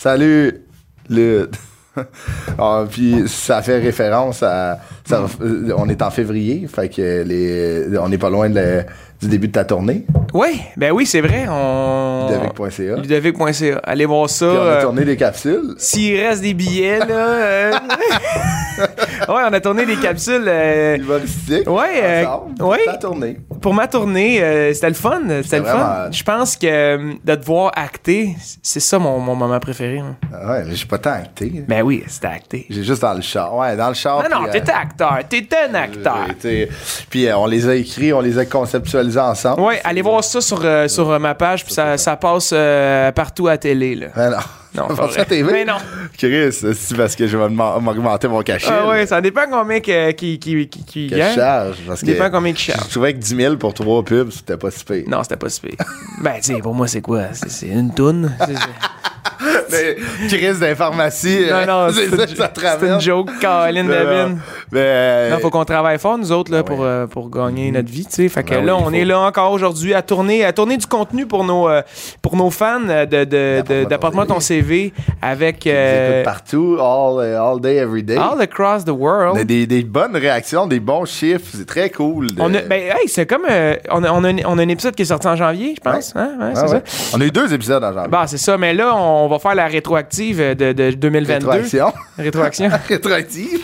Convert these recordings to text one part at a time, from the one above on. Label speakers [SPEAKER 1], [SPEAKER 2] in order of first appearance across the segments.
[SPEAKER 1] Salut, le. Ah, puis ça fait référence à. ça- euh, on est en février, fait que les, on n'est pas loin de la- du début de ta tournée,
[SPEAKER 2] Oui, ben oui, c'est vrai. On...
[SPEAKER 1] Ludovic.ca. Puis
[SPEAKER 2] Ludovic.ca. Allez voir ça.
[SPEAKER 1] on a
[SPEAKER 2] Ah. euh,
[SPEAKER 1] tourné des capsules.
[SPEAKER 2] S'il reste des billets, là. euh, ouais, on a tourné des capsules. euh,
[SPEAKER 1] Humoristiques.
[SPEAKER 2] Ouais, euh,
[SPEAKER 1] ensemble,
[SPEAKER 2] ouais.
[SPEAKER 1] Ta tournée.
[SPEAKER 2] Pour ma tournée, euh, c'était le fun. C'était le fun.
[SPEAKER 1] vraiment-
[SPEAKER 2] Je pense que euh, de te voir acter, c'est ça mon, mon moment préféré. hein.
[SPEAKER 1] Ah Ouais, mais j'ai pas tant acté.
[SPEAKER 2] Ben oui, c'était acté.
[SPEAKER 1] J'ai juste dans le char. Ouais, dans le char.
[SPEAKER 2] Non, non,
[SPEAKER 1] puis, euh,
[SPEAKER 2] t'étais acteur. T'étais un acteur.
[SPEAKER 1] j'ai été- Puis euh, on les a écrits, on les a conceptualisés ensemble.
[SPEAKER 2] Ouais, allez voir ça sur, euh, sur euh, ma page, puis ça, ça passe euh, partout à la télé, là.
[SPEAKER 1] Mais Ah non.
[SPEAKER 2] Non,
[SPEAKER 1] Pas
[SPEAKER 2] pas
[SPEAKER 1] ça,
[SPEAKER 2] vrai.
[SPEAKER 1] TV.
[SPEAKER 2] Mais non.
[SPEAKER 1] Chris, c'est parce que je vais m'en- m'augmenter mon cachet.
[SPEAKER 2] Ah
[SPEAKER 1] là,
[SPEAKER 2] ouais, ça dépend combien que- qui, qui, qui, qui
[SPEAKER 1] que
[SPEAKER 2] gagne.
[SPEAKER 1] je charge. Parce
[SPEAKER 2] Ça dépend
[SPEAKER 1] que
[SPEAKER 2] combien qu'il charge.
[SPEAKER 1] Je trouvais que 10 000 pour trois pubs, c'était pas si pire.
[SPEAKER 2] Non, c'était pas si pire. ben, tu sais, pour moi, c'est quoi? C'est c'est une toune? C'est- c'est-
[SPEAKER 1] Mais Chris des pharmacies,
[SPEAKER 2] Non, non,
[SPEAKER 1] hein? c'est ça que ça
[SPEAKER 2] c'est une
[SPEAKER 1] traverse.
[SPEAKER 2] joke, Colin
[SPEAKER 1] Non, non.
[SPEAKER 2] Devin.
[SPEAKER 1] Mais, euh,
[SPEAKER 2] Non, faut qu'on travaille fort, nous autres, là, pour, euh, pour gagner notre vie, tu sais. Fait que
[SPEAKER 1] Ben
[SPEAKER 2] là,
[SPEAKER 1] oui,
[SPEAKER 2] on
[SPEAKER 1] faut.
[SPEAKER 2] est là encore aujourd'hui à tourner, à tourner du contenu pour nos, euh, pour nos fans euh, de, de, de-
[SPEAKER 1] D'apporte-moi
[SPEAKER 2] d'apporte-moi
[SPEAKER 1] ton
[SPEAKER 2] ton CV avec
[SPEAKER 1] ils
[SPEAKER 2] euh,
[SPEAKER 1] écoutent partout, all, euh, all day, every day.
[SPEAKER 2] All Across the
[SPEAKER 1] On a
[SPEAKER 2] World.
[SPEAKER 1] des, des bonnes réactions, des bons chiffres, c'est très cool. de-
[SPEAKER 2] On a, ben, hey, c'est comme. euh, on, a, on, a, un- on a un épisode qui est sorti en janvier, je pense. Hein? Ouais,
[SPEAKER 1] Ah
[SPEAKER 2] c'est
[SPEAKER 1] ouais.
[SPEAKER 2] ça.
[SPEAKER 1] On a eu deux épisodes en janvier.
[SPEAKER 2] Bah, c'est ça. Mais là, on va faire la rétroactive de, de 2022.
[SPEAKER 1] Rétroaction.
[SPEAKER 2] Rétroaction.
[SPEAKER 1] Rétroactive.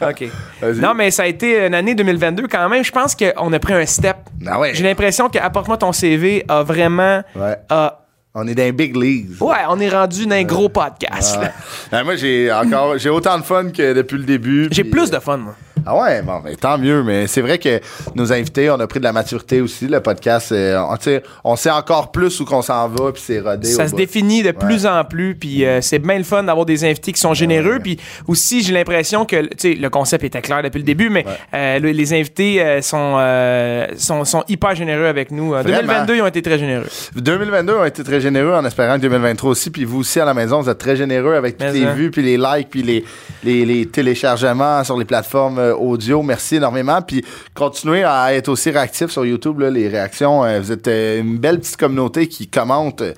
[SPEAKER 2] OK.
[SPEAKER 1] Vas-y.
[SPEAKER 2] Non, mais ça a été une année 2022 quand même. Je pense qu'on a pris un step.
[SPEAKER 1] Ah ouais.
[SPEAKER 2] J'ai l'impression que Apporte-moi ton CV a vraiment.
[SPEAKER 1] Ouais.
[SPEAKER 2] a-
[SPEAKER 1] On est dans les big leagues.
[SPEAKER 2] ouais, on est rendu dans un gros podcast. là.
[SPEAKER 1] Ouais. Ben, moi, j'ai encore, j'ai autant de fun que depuis le début.
[SPEAKER 2] J'ai
[SPEAKER 1] puis-
[SPEAKER 2] plus de fun, moi.
[SPEAKER 1] Ah ouais, bon, ben, tant mieux. Mais c'est vrai que nos invités, on a pris de la maturité aussi. Le podcast, euh, on, tu sais, on sait encore plus où qu'on s'en va, puis c'est rodé.
[SPEAKER 2] Ça
[SPEAKER 1] au
[SPEAKER 2] se
[SPEAKER 1] bout.
[SPEAKER 2] définit de plus en plus, puis euh, c'est bien le fun d'avoir des invités qui sont généreux, puis aussi j'ai l'impression que, tu sais, le concept était clair depuis le début, mais euh, le- les invités euh, sont, euh, sont, sont hyper généreux avec nous. Euh, En
[SPEAKER 1] Vraiment.
[SPEAKER 2] 2022, ils ont été très généreux.
[SPEAKER 1] 2022 ont été très généreux en espérant que 2023 aussi. Puis vous aussi à la maison, vous êtes très généreux avec toutes
[SPEAKER 2] Mais
[SPEAKER 1] les
[SPEAKER 2] hein.
[SPEAKER 1] vues, puis les likes, puis les, les, les téléchargements sur les plateformes euh, audio. Merci énormément. Puis continuez à être aussi réactifs sur YouTube. là, les réactions, euh, vous êtes euh, une belle petite communauté qui commente euh,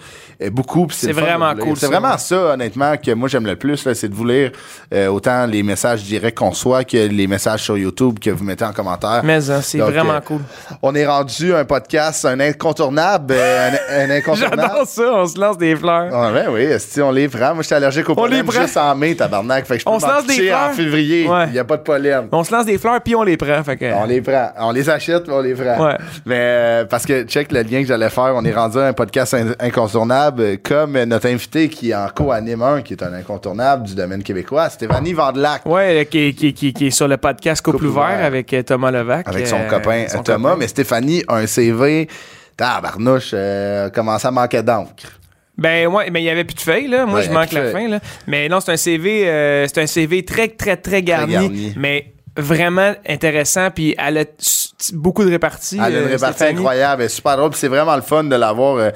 [SPEAKER 1] beaucoup. puis
[SPEAKER 2] C'est
[SPEAKER 1] le fun de
[SPEAKER 2] vraiment
[SPEAKER 1] vous lire.
[SPEAKER 2] cool,
[SPEAKER 1] C'est
[SPEAKER 2] ça.
[SPEAKER 1] vraiment ça, honnêtement, que moi j'aime le plus, là, c'est de vous lire euh, autant les messages directs qu'on soit que les messages sur YouTube que vous mettez en commentaire.
[SPEAKER 2] Mais hein, c'est
[SPEAKER 1] Ah. Donc,
[SPEAKER 2] vraiment
[SPEAKER 1] euh,
[SPEAKER 2] cool.
[SPEAKER 1] On est rendu un podcast, un incontournable, euh, un, un incontournable.
[SPEAKER 2] J'adore ça, on se lance des fleurs.
[SPEAKER 1] Ah ben oui, si on les prend. Moi, j'étais allergique au
[SPEAKER 2] On les
[SPEAKER 1] pollen
[SPEAKER 2] prend.
[SPEAKER 1] juste en mai, tabarnak. Fait que je peux
[SPEAKER 2] On se
[SPEAKER 1] m'en
[SPEAKER 2] lance des
[SPEAKER 1] pitcher en
[SPEAKER 2] fleurs.
[SPEAKER 1] février. Il
[SPEAKER 2] Ouais.
[SPEAKER 1] n'y a pas de pollen.
[SPEAKER 2] On se lance des fleurs, puis on les prend. Fait que,
[SPEAKER 1] On les prend. On les achète, mais on les prend.
[SPEAKER 2] Ouais.
[SPEAKER 1] Mais euh, parce que, check le lien que j'allais faire, on est rendu à un podcast in- incontournable, euh, comme euh, notre invité qui en co-anime un, qui est un incontournable du domaine québécois, Stéphanie Vandelac.
[SPEAKER 2] Ouais, euh, qui, qui, qui, qui est sur le podcast Couple,
[SPEAKER 1] Couple
[SPEAKER 2] ouvert
[SPEAKER 1] ouvert.
[SPEAKER 2] avec euh, Thomas Levac.
[SPEAKER 1] Avec son
[SPEAKER 2] euh,
[SPEAKER 1] copain
[SPEAKER 2] son
[SPEAKER 1] Thomas.
[SPEAKER 2] copain.
[SPEAKER 1] Mais Stéphanie a un CV. Tabarnouche, euh, commençait à manquer d'encre.
[SPEAKER 2] Ben ouais, mais il y avait plus de feuilles là. Moi,
[SPEAKER 1] Ouais,
[SPEAKER 2] je
[SPEAKER 1] il y
[SPEAKER 2] manque
[SPEAKER 1] avait
[SPEAKER 2] la
[SPEAKER 1] plus de
[SPEAKER 2] fin là. Mais non, c'est un CV, euh, c'est un CV très très très garni,
[SPEAKER 1] garni.
[SPEAKER 2] mais vraiment intéressant. Puis elle a s- s- beaucoup de réparties.
[SPEAKER 1] Elle a une
[SPEAKER 2] euh,
[SPEAKER 1] répartie
[SPEAKER 2] Stéphanie.
[SPEAKER 1] Ah, incroyable, elle est super drôle. puis C'est vraiment le fun de l'avoir. euh,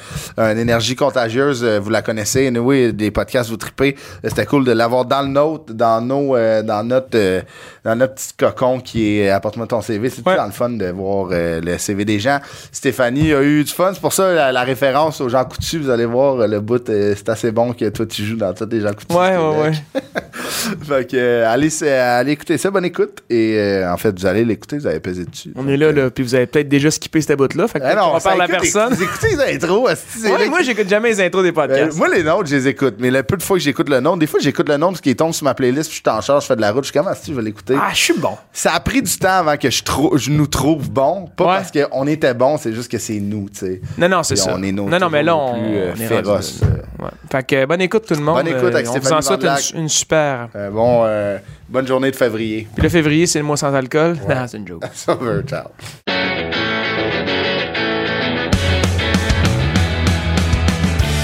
[SPEAKER 1] une énergie contagieuse, euh, vous la connaissez. Anyway, des podcasts, vous tripez. Euh, C'était cool de l'avoir dans le nôtre, dans nos, euh, dans notre, euh, dans notre petit cocon qui est euh, apporte-moi ton CV. C'est
[SPEAKER 2] Ouais.
[SPEAKER 1] toujours le fun de voir euh, le CV des gens. Stéphanie a eu du fun. C'est pour ça la, la référence aux gens coutus. Vous allez voir euh, le bout. euh, C'est assez bon que toi tu joues dans toutes les gens coutus.
[SPEAKER 2] Ouais,
[SPEAKER 1] du
[SPEAKER 2] ouais, ouais.
[SPEAKER 1] Québec. fait que euh, allez, c'est- allez écouter ça. Bonne écoute. Et euh, en fait, vous allez l'écouter. Vous avez pesé dessus.
[SPEAKER 2] On est là là. Puis vous avez peut-être déjà skippé cette bout là. Fait que
[SPEAKER 1] Ah non,
[SPEAKER 2] on parle à
[SPEAKER 1] écoute,
[SPEAKER 2] personne.
[SPEAKER 1] Vous écoutez les intros, asti, c'est
[SPEAKER 2] Ouais,
[SPEAKER 1] là que-
[SPEAKER 2] moi, j'écoute jamais les intros des
[SPEAKER 1] Ben,
[SPEAKER 2] podcasts.
[SPEAKER 1] moi, les nôtres, je les écoute. Mais le peu de fois que j'écoute le nom, des fois, j'écoute le nom parce qu'il tombe sur ma playlist, puis je suis en charge, je fais de la route, je suis comme, ah, si, je vais l'écouter.
[SPEAKER 2] ah, je suis bon.
[SPEAKER 1] Ça a pris du temps avant que je, trou- je nous trouve bon. Pas
[SPEAKER 2] Ouais.
[SPEAKER 1] parce qu'on était bon, c'est juste que c'est nous, tu sais.
[SPEAKER 2] Non, non, c'est
[SPEAKER 1] Puis
[SPEAKER 2] ça.
[SPEAKER 1] on est nos-
[SPEAKER 2] non, non, mais là,
[SPEAKER 1] toujours
[SPEAKER 2] on,
[SPEAKER 1] nos plus, euh,
[SPEAKER 2] on est
[SPEAKER 1] féroces,
[SPEAKER 2] rendu- ouais. Fait que euh, bonne écoute, tout le monde.
[SPEAKER 1] Bonne écoute avec
[SPEAKER 2] Euh, on vous
[SPEAKER 1] Stéphanie
[SPEAKER 2] en souhaite
[SPEAKER 1] Vandelac.
[SPEAKER 2] une, une super.
[SPEAKER 1] Euh, bon, euh, bonne journée de février.
[SPEAKER 2] Puis le février, c'est le mois sans alcool. Non, c'est une joke.
[SPEAKER 1] Sauveur, ciao.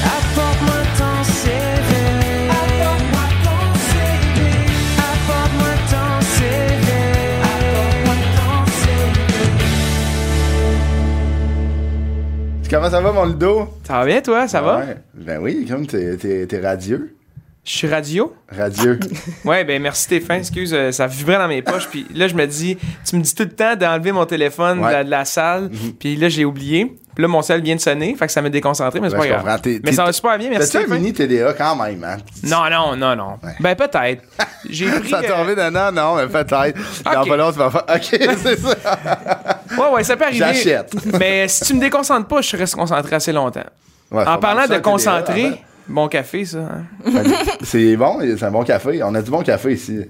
[SPEAKER 3] Apporte-moi ton CV. Apporte-moi ton CV. Apporte-moi ton CV. Apporte-moi ton CV.
[SPEAKER 1] Comment ça va, mon Ludo?
[SPEAKER 2] Ça va bien, toi? Ça va?
[SPEAKER 1] Ouais. Ben oui, comme t'es, t'es, t'es radieux.
[SPEAKER 2] Je suis radio.
[SPEAKER 1] Radieux.
[SPEAKER 2] Ouais, ben merci Stéphane, excuse, euh, ça vibrait dans mes poches. Puis là, je me dis, tu me dis tout le temps d'enlever mon téléphone
[SPEAKER 1] Ouais. Mm-hmm.
[SPEAKER 2] de, la, de la salle. Puis là, j'ai oublié. Puis là, mon sel vient de sonner, fait que ça m'a déconcentré, mais c'est
[SPEAKER 1] Ben,
[SPEAKER 2] pas
[SPEAKER 1] je comprends.
[SPEAKER 2] grave.
[SPEAKER 1] T'es-
[SPEAKER 2] mais
[SPEAKER 1] t'es-
[SPEAKER 2] ça va super bien, merci
[SPEAKER 1] T'as-tu un
[SPEAKER 2] Stéphane.
[SPEAKER 1] mini TDA quand même, hein?
[SPEAKER 2] Non, non, non, non. Ben peut-être. J'ai pris.
[SPEAKER 1] Ça
[SPEAKER 2] euh,
[SPEAKER 1] t'a envie de non, non, mais peut-être. Dans
[SPEAKER 2] Ok.
[SPEAKER 1] pas longtemps, tu vas faire. OK, c'est ça.
[SPEAKER 2] Ouais, ouais, ça peut arriver.
[SPEAKER 1] J'achète.
[SPEAKER 2] mais si tu me déconcentres pas, je reste concentré assez longtemps.
[SPEAKER 1] Ouais, faut
[SPEAKER 2] en
[SPEAKER 1] mettre ça
[SPEAKER 2] parlant de
[SPEAKER 1] à TDA,
[SPEAKER 2] concentrer,
[SPEAKER 1] hein.
[SPEAKER 2] bon café, ça. hein.
[SPEAKER 1] ah, ben, C'est bon, c'est un bon café. On a du bon café ici.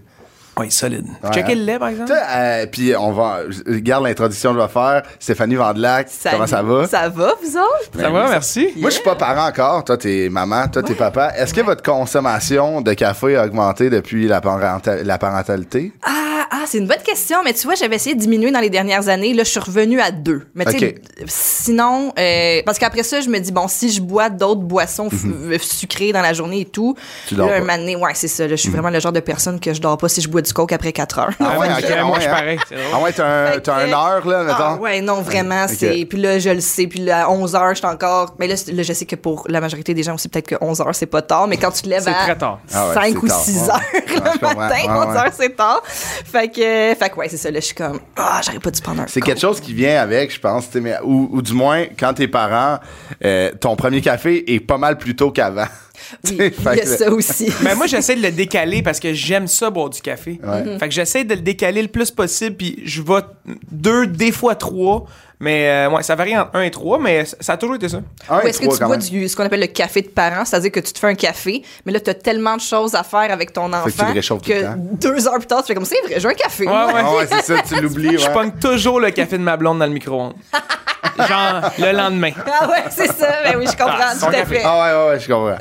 [SPEAKER 2] Ouais, solide.
[SPEAKER 1] Ouais,
[SPEAKER 2] Checker
[SPEAKER 1] hein.
[SPEAKER 2] le lait, par
[SPEAKER 1] Tu
[SPEAKER 2] exemple.
[SPEAKER 1] sais, euh, Puis on va. Regarde l'introduction que je vais faire. Stéphanie Vandelac, comment ça va?
[SPEAKER 4] Ça va, vous autres?
[SPEAKER 2] Ça va, merci.
[SPEAKER 1] Moi, je suis pas parent encore. Toi, t'es maman, toi, t'es papa. Est-ce que votre consommation de café a augmenté depuis la, parenta- la parentalité?
[SPEAKER 4] Ah, ah, c'est une bonne question, mais tu vois, j'avais essayé de diminuer dans les dernières années. Là, je suis revenue à deux. Mais tu sais,
[SPEAKER 1] Ok.
[SPEAKER 4] sinon, euh, parce qu'après ça, je me dis, bon, si je bois d'autres boissons f- euh, sucrées dans la journée et tout,
[SPEAKER 1] Mhm. Tu dors
[SPEAKER 4] là, un
[SPEAKER 1] pas. Mhm.
[SPEAKER 4] moment donné, ouais, c'est ça. là, je suis vraiment le genre de personne que je dors pas si je bois du coke après 4 heures.
[SPEAKER 1] Ah ouais, ok,
[SPEAKER 2] je-
[SPEAKER 1] ah
[SPEAKER 2] moi,
[SPEAKER 1] ouais,
[SPEAKER 2] je suis
[SPEAKER 1] hein.
[SPEAKER 2] pareil, c'est drôle.
[SPEAKER 1] Ah ouais, t'as un,
[SPEAKER 4] Fait que-
[SPEAKER 1] t'as une heure, là, mettons.
[SPEAKER 4] Ah, ouais, non, vraiment.
[SPEAKER 1] Ok.
[SPEAKER 4] c'est Puis là, je le sais. Puis là, à 11 h je suis encore. Mais là, c'est- là, je sais que pour la majorité des gens aussi, peut-être que 11 h c'est pas tard. Mais quand tu te lèves
[SPEAKER 2] C'est
[SPEAKER 4] à
[SPEAKER 2] très tard.
[SPEAKER 1] Ah ouais,
[SPEAKER 4] 5
[SPEAKER 1] c'est
[SPEAKER 4] ou
[SPEAKER 1] tard.
[SPEAKER 4] 6
[SPEAKER 1] Ouais.
[SPEAKER 4] heures
[SPEAKER 1] Ouais, je
[SPEAKER 4] le
[SPEAKER 1] comprends.
[SPEAKER 4] matin,
[SPEAKER 1] Ouais,
[SPEAKER 4] 11
[SPEAKER 1] ouais.
[SPEAKER 4] h c'est tard. Fait que, fait que ouais, c'est ça. Là, je suis comme, ah, j'aurais pas dû prendre un.
[SPEAKER 1] C'est
[SPEAKER 4] coke.
[SPEAKER 1] quelque chose qui vient avec, je pense. tu sais, mais- ou, ou du moins, quand t'es parent, euh, ton premier café est pas mal plus tôt qu'avant.
[SPEAKER 4] Oui,
[SPEAKER 1] Fait
[SPEAKER 4] il y a
[SPEAKER 1] que-
[SPEAKER 4] ça aussi.
[SPEAKER 2] Mais moi, j'essaie de le décaler parce que j'aime ça boire du café.
[SPEAKER 1] Ouais.
[SPEAKER 4] Mhm.
[SPEAKER 2] Fait que j'essaie de le décaler le plus possible, puis je vais deux, des fois trois. Mais euh, ouais, ça varie entre un et trois, mais ça a toujours été ça.
[SPEAKER 1] Un
[SPEAKER 4] Ou
[SPEAKER 1] et
[SPEAKER 4] est-ce que
[SPEAKER 1] trois,
[SPEAKER 4] tu
[SPEAKER 1] quand
[SPEAKER 4] bois
[SPEAKER 1] même.
[SPEAKER 4] du, ce qu'on appelle le café de parents, c'est-à-dire que tu te fais un café, mais là, tu as tellement de choses à faire avec ton
[SPEAKER 1] que tu le
[SPEAKER 4] enfant
[SPEAKER 1] réchauffes tout le temps.
[SPEAKER 4] deux heures plus tard, tu fais comme c'est vrai, j'ai un café.
[SPEAKER 2] Ouais, ouais.
[SPEAKER 1] Ah ouais, c'est ça, tu l'oublies.
[SPEAKER 2] Je
[SPEAKER 1] ouais.
[SPEAKER 2] pogne toujours le café de ma blonde dans le micro-ondes. Genre le lendemain.
[SPEAKER 4] Ah ouais, c'est ça. Ben oui, je comprends
[SPEAKER 2] Ah, son
[SPEAKER 4] tout à
[SPEAKER 2] café.
[SPEAKER 4] fait.
[SPEAKER 1] Ah ouais, ouais, ouais, je comprends.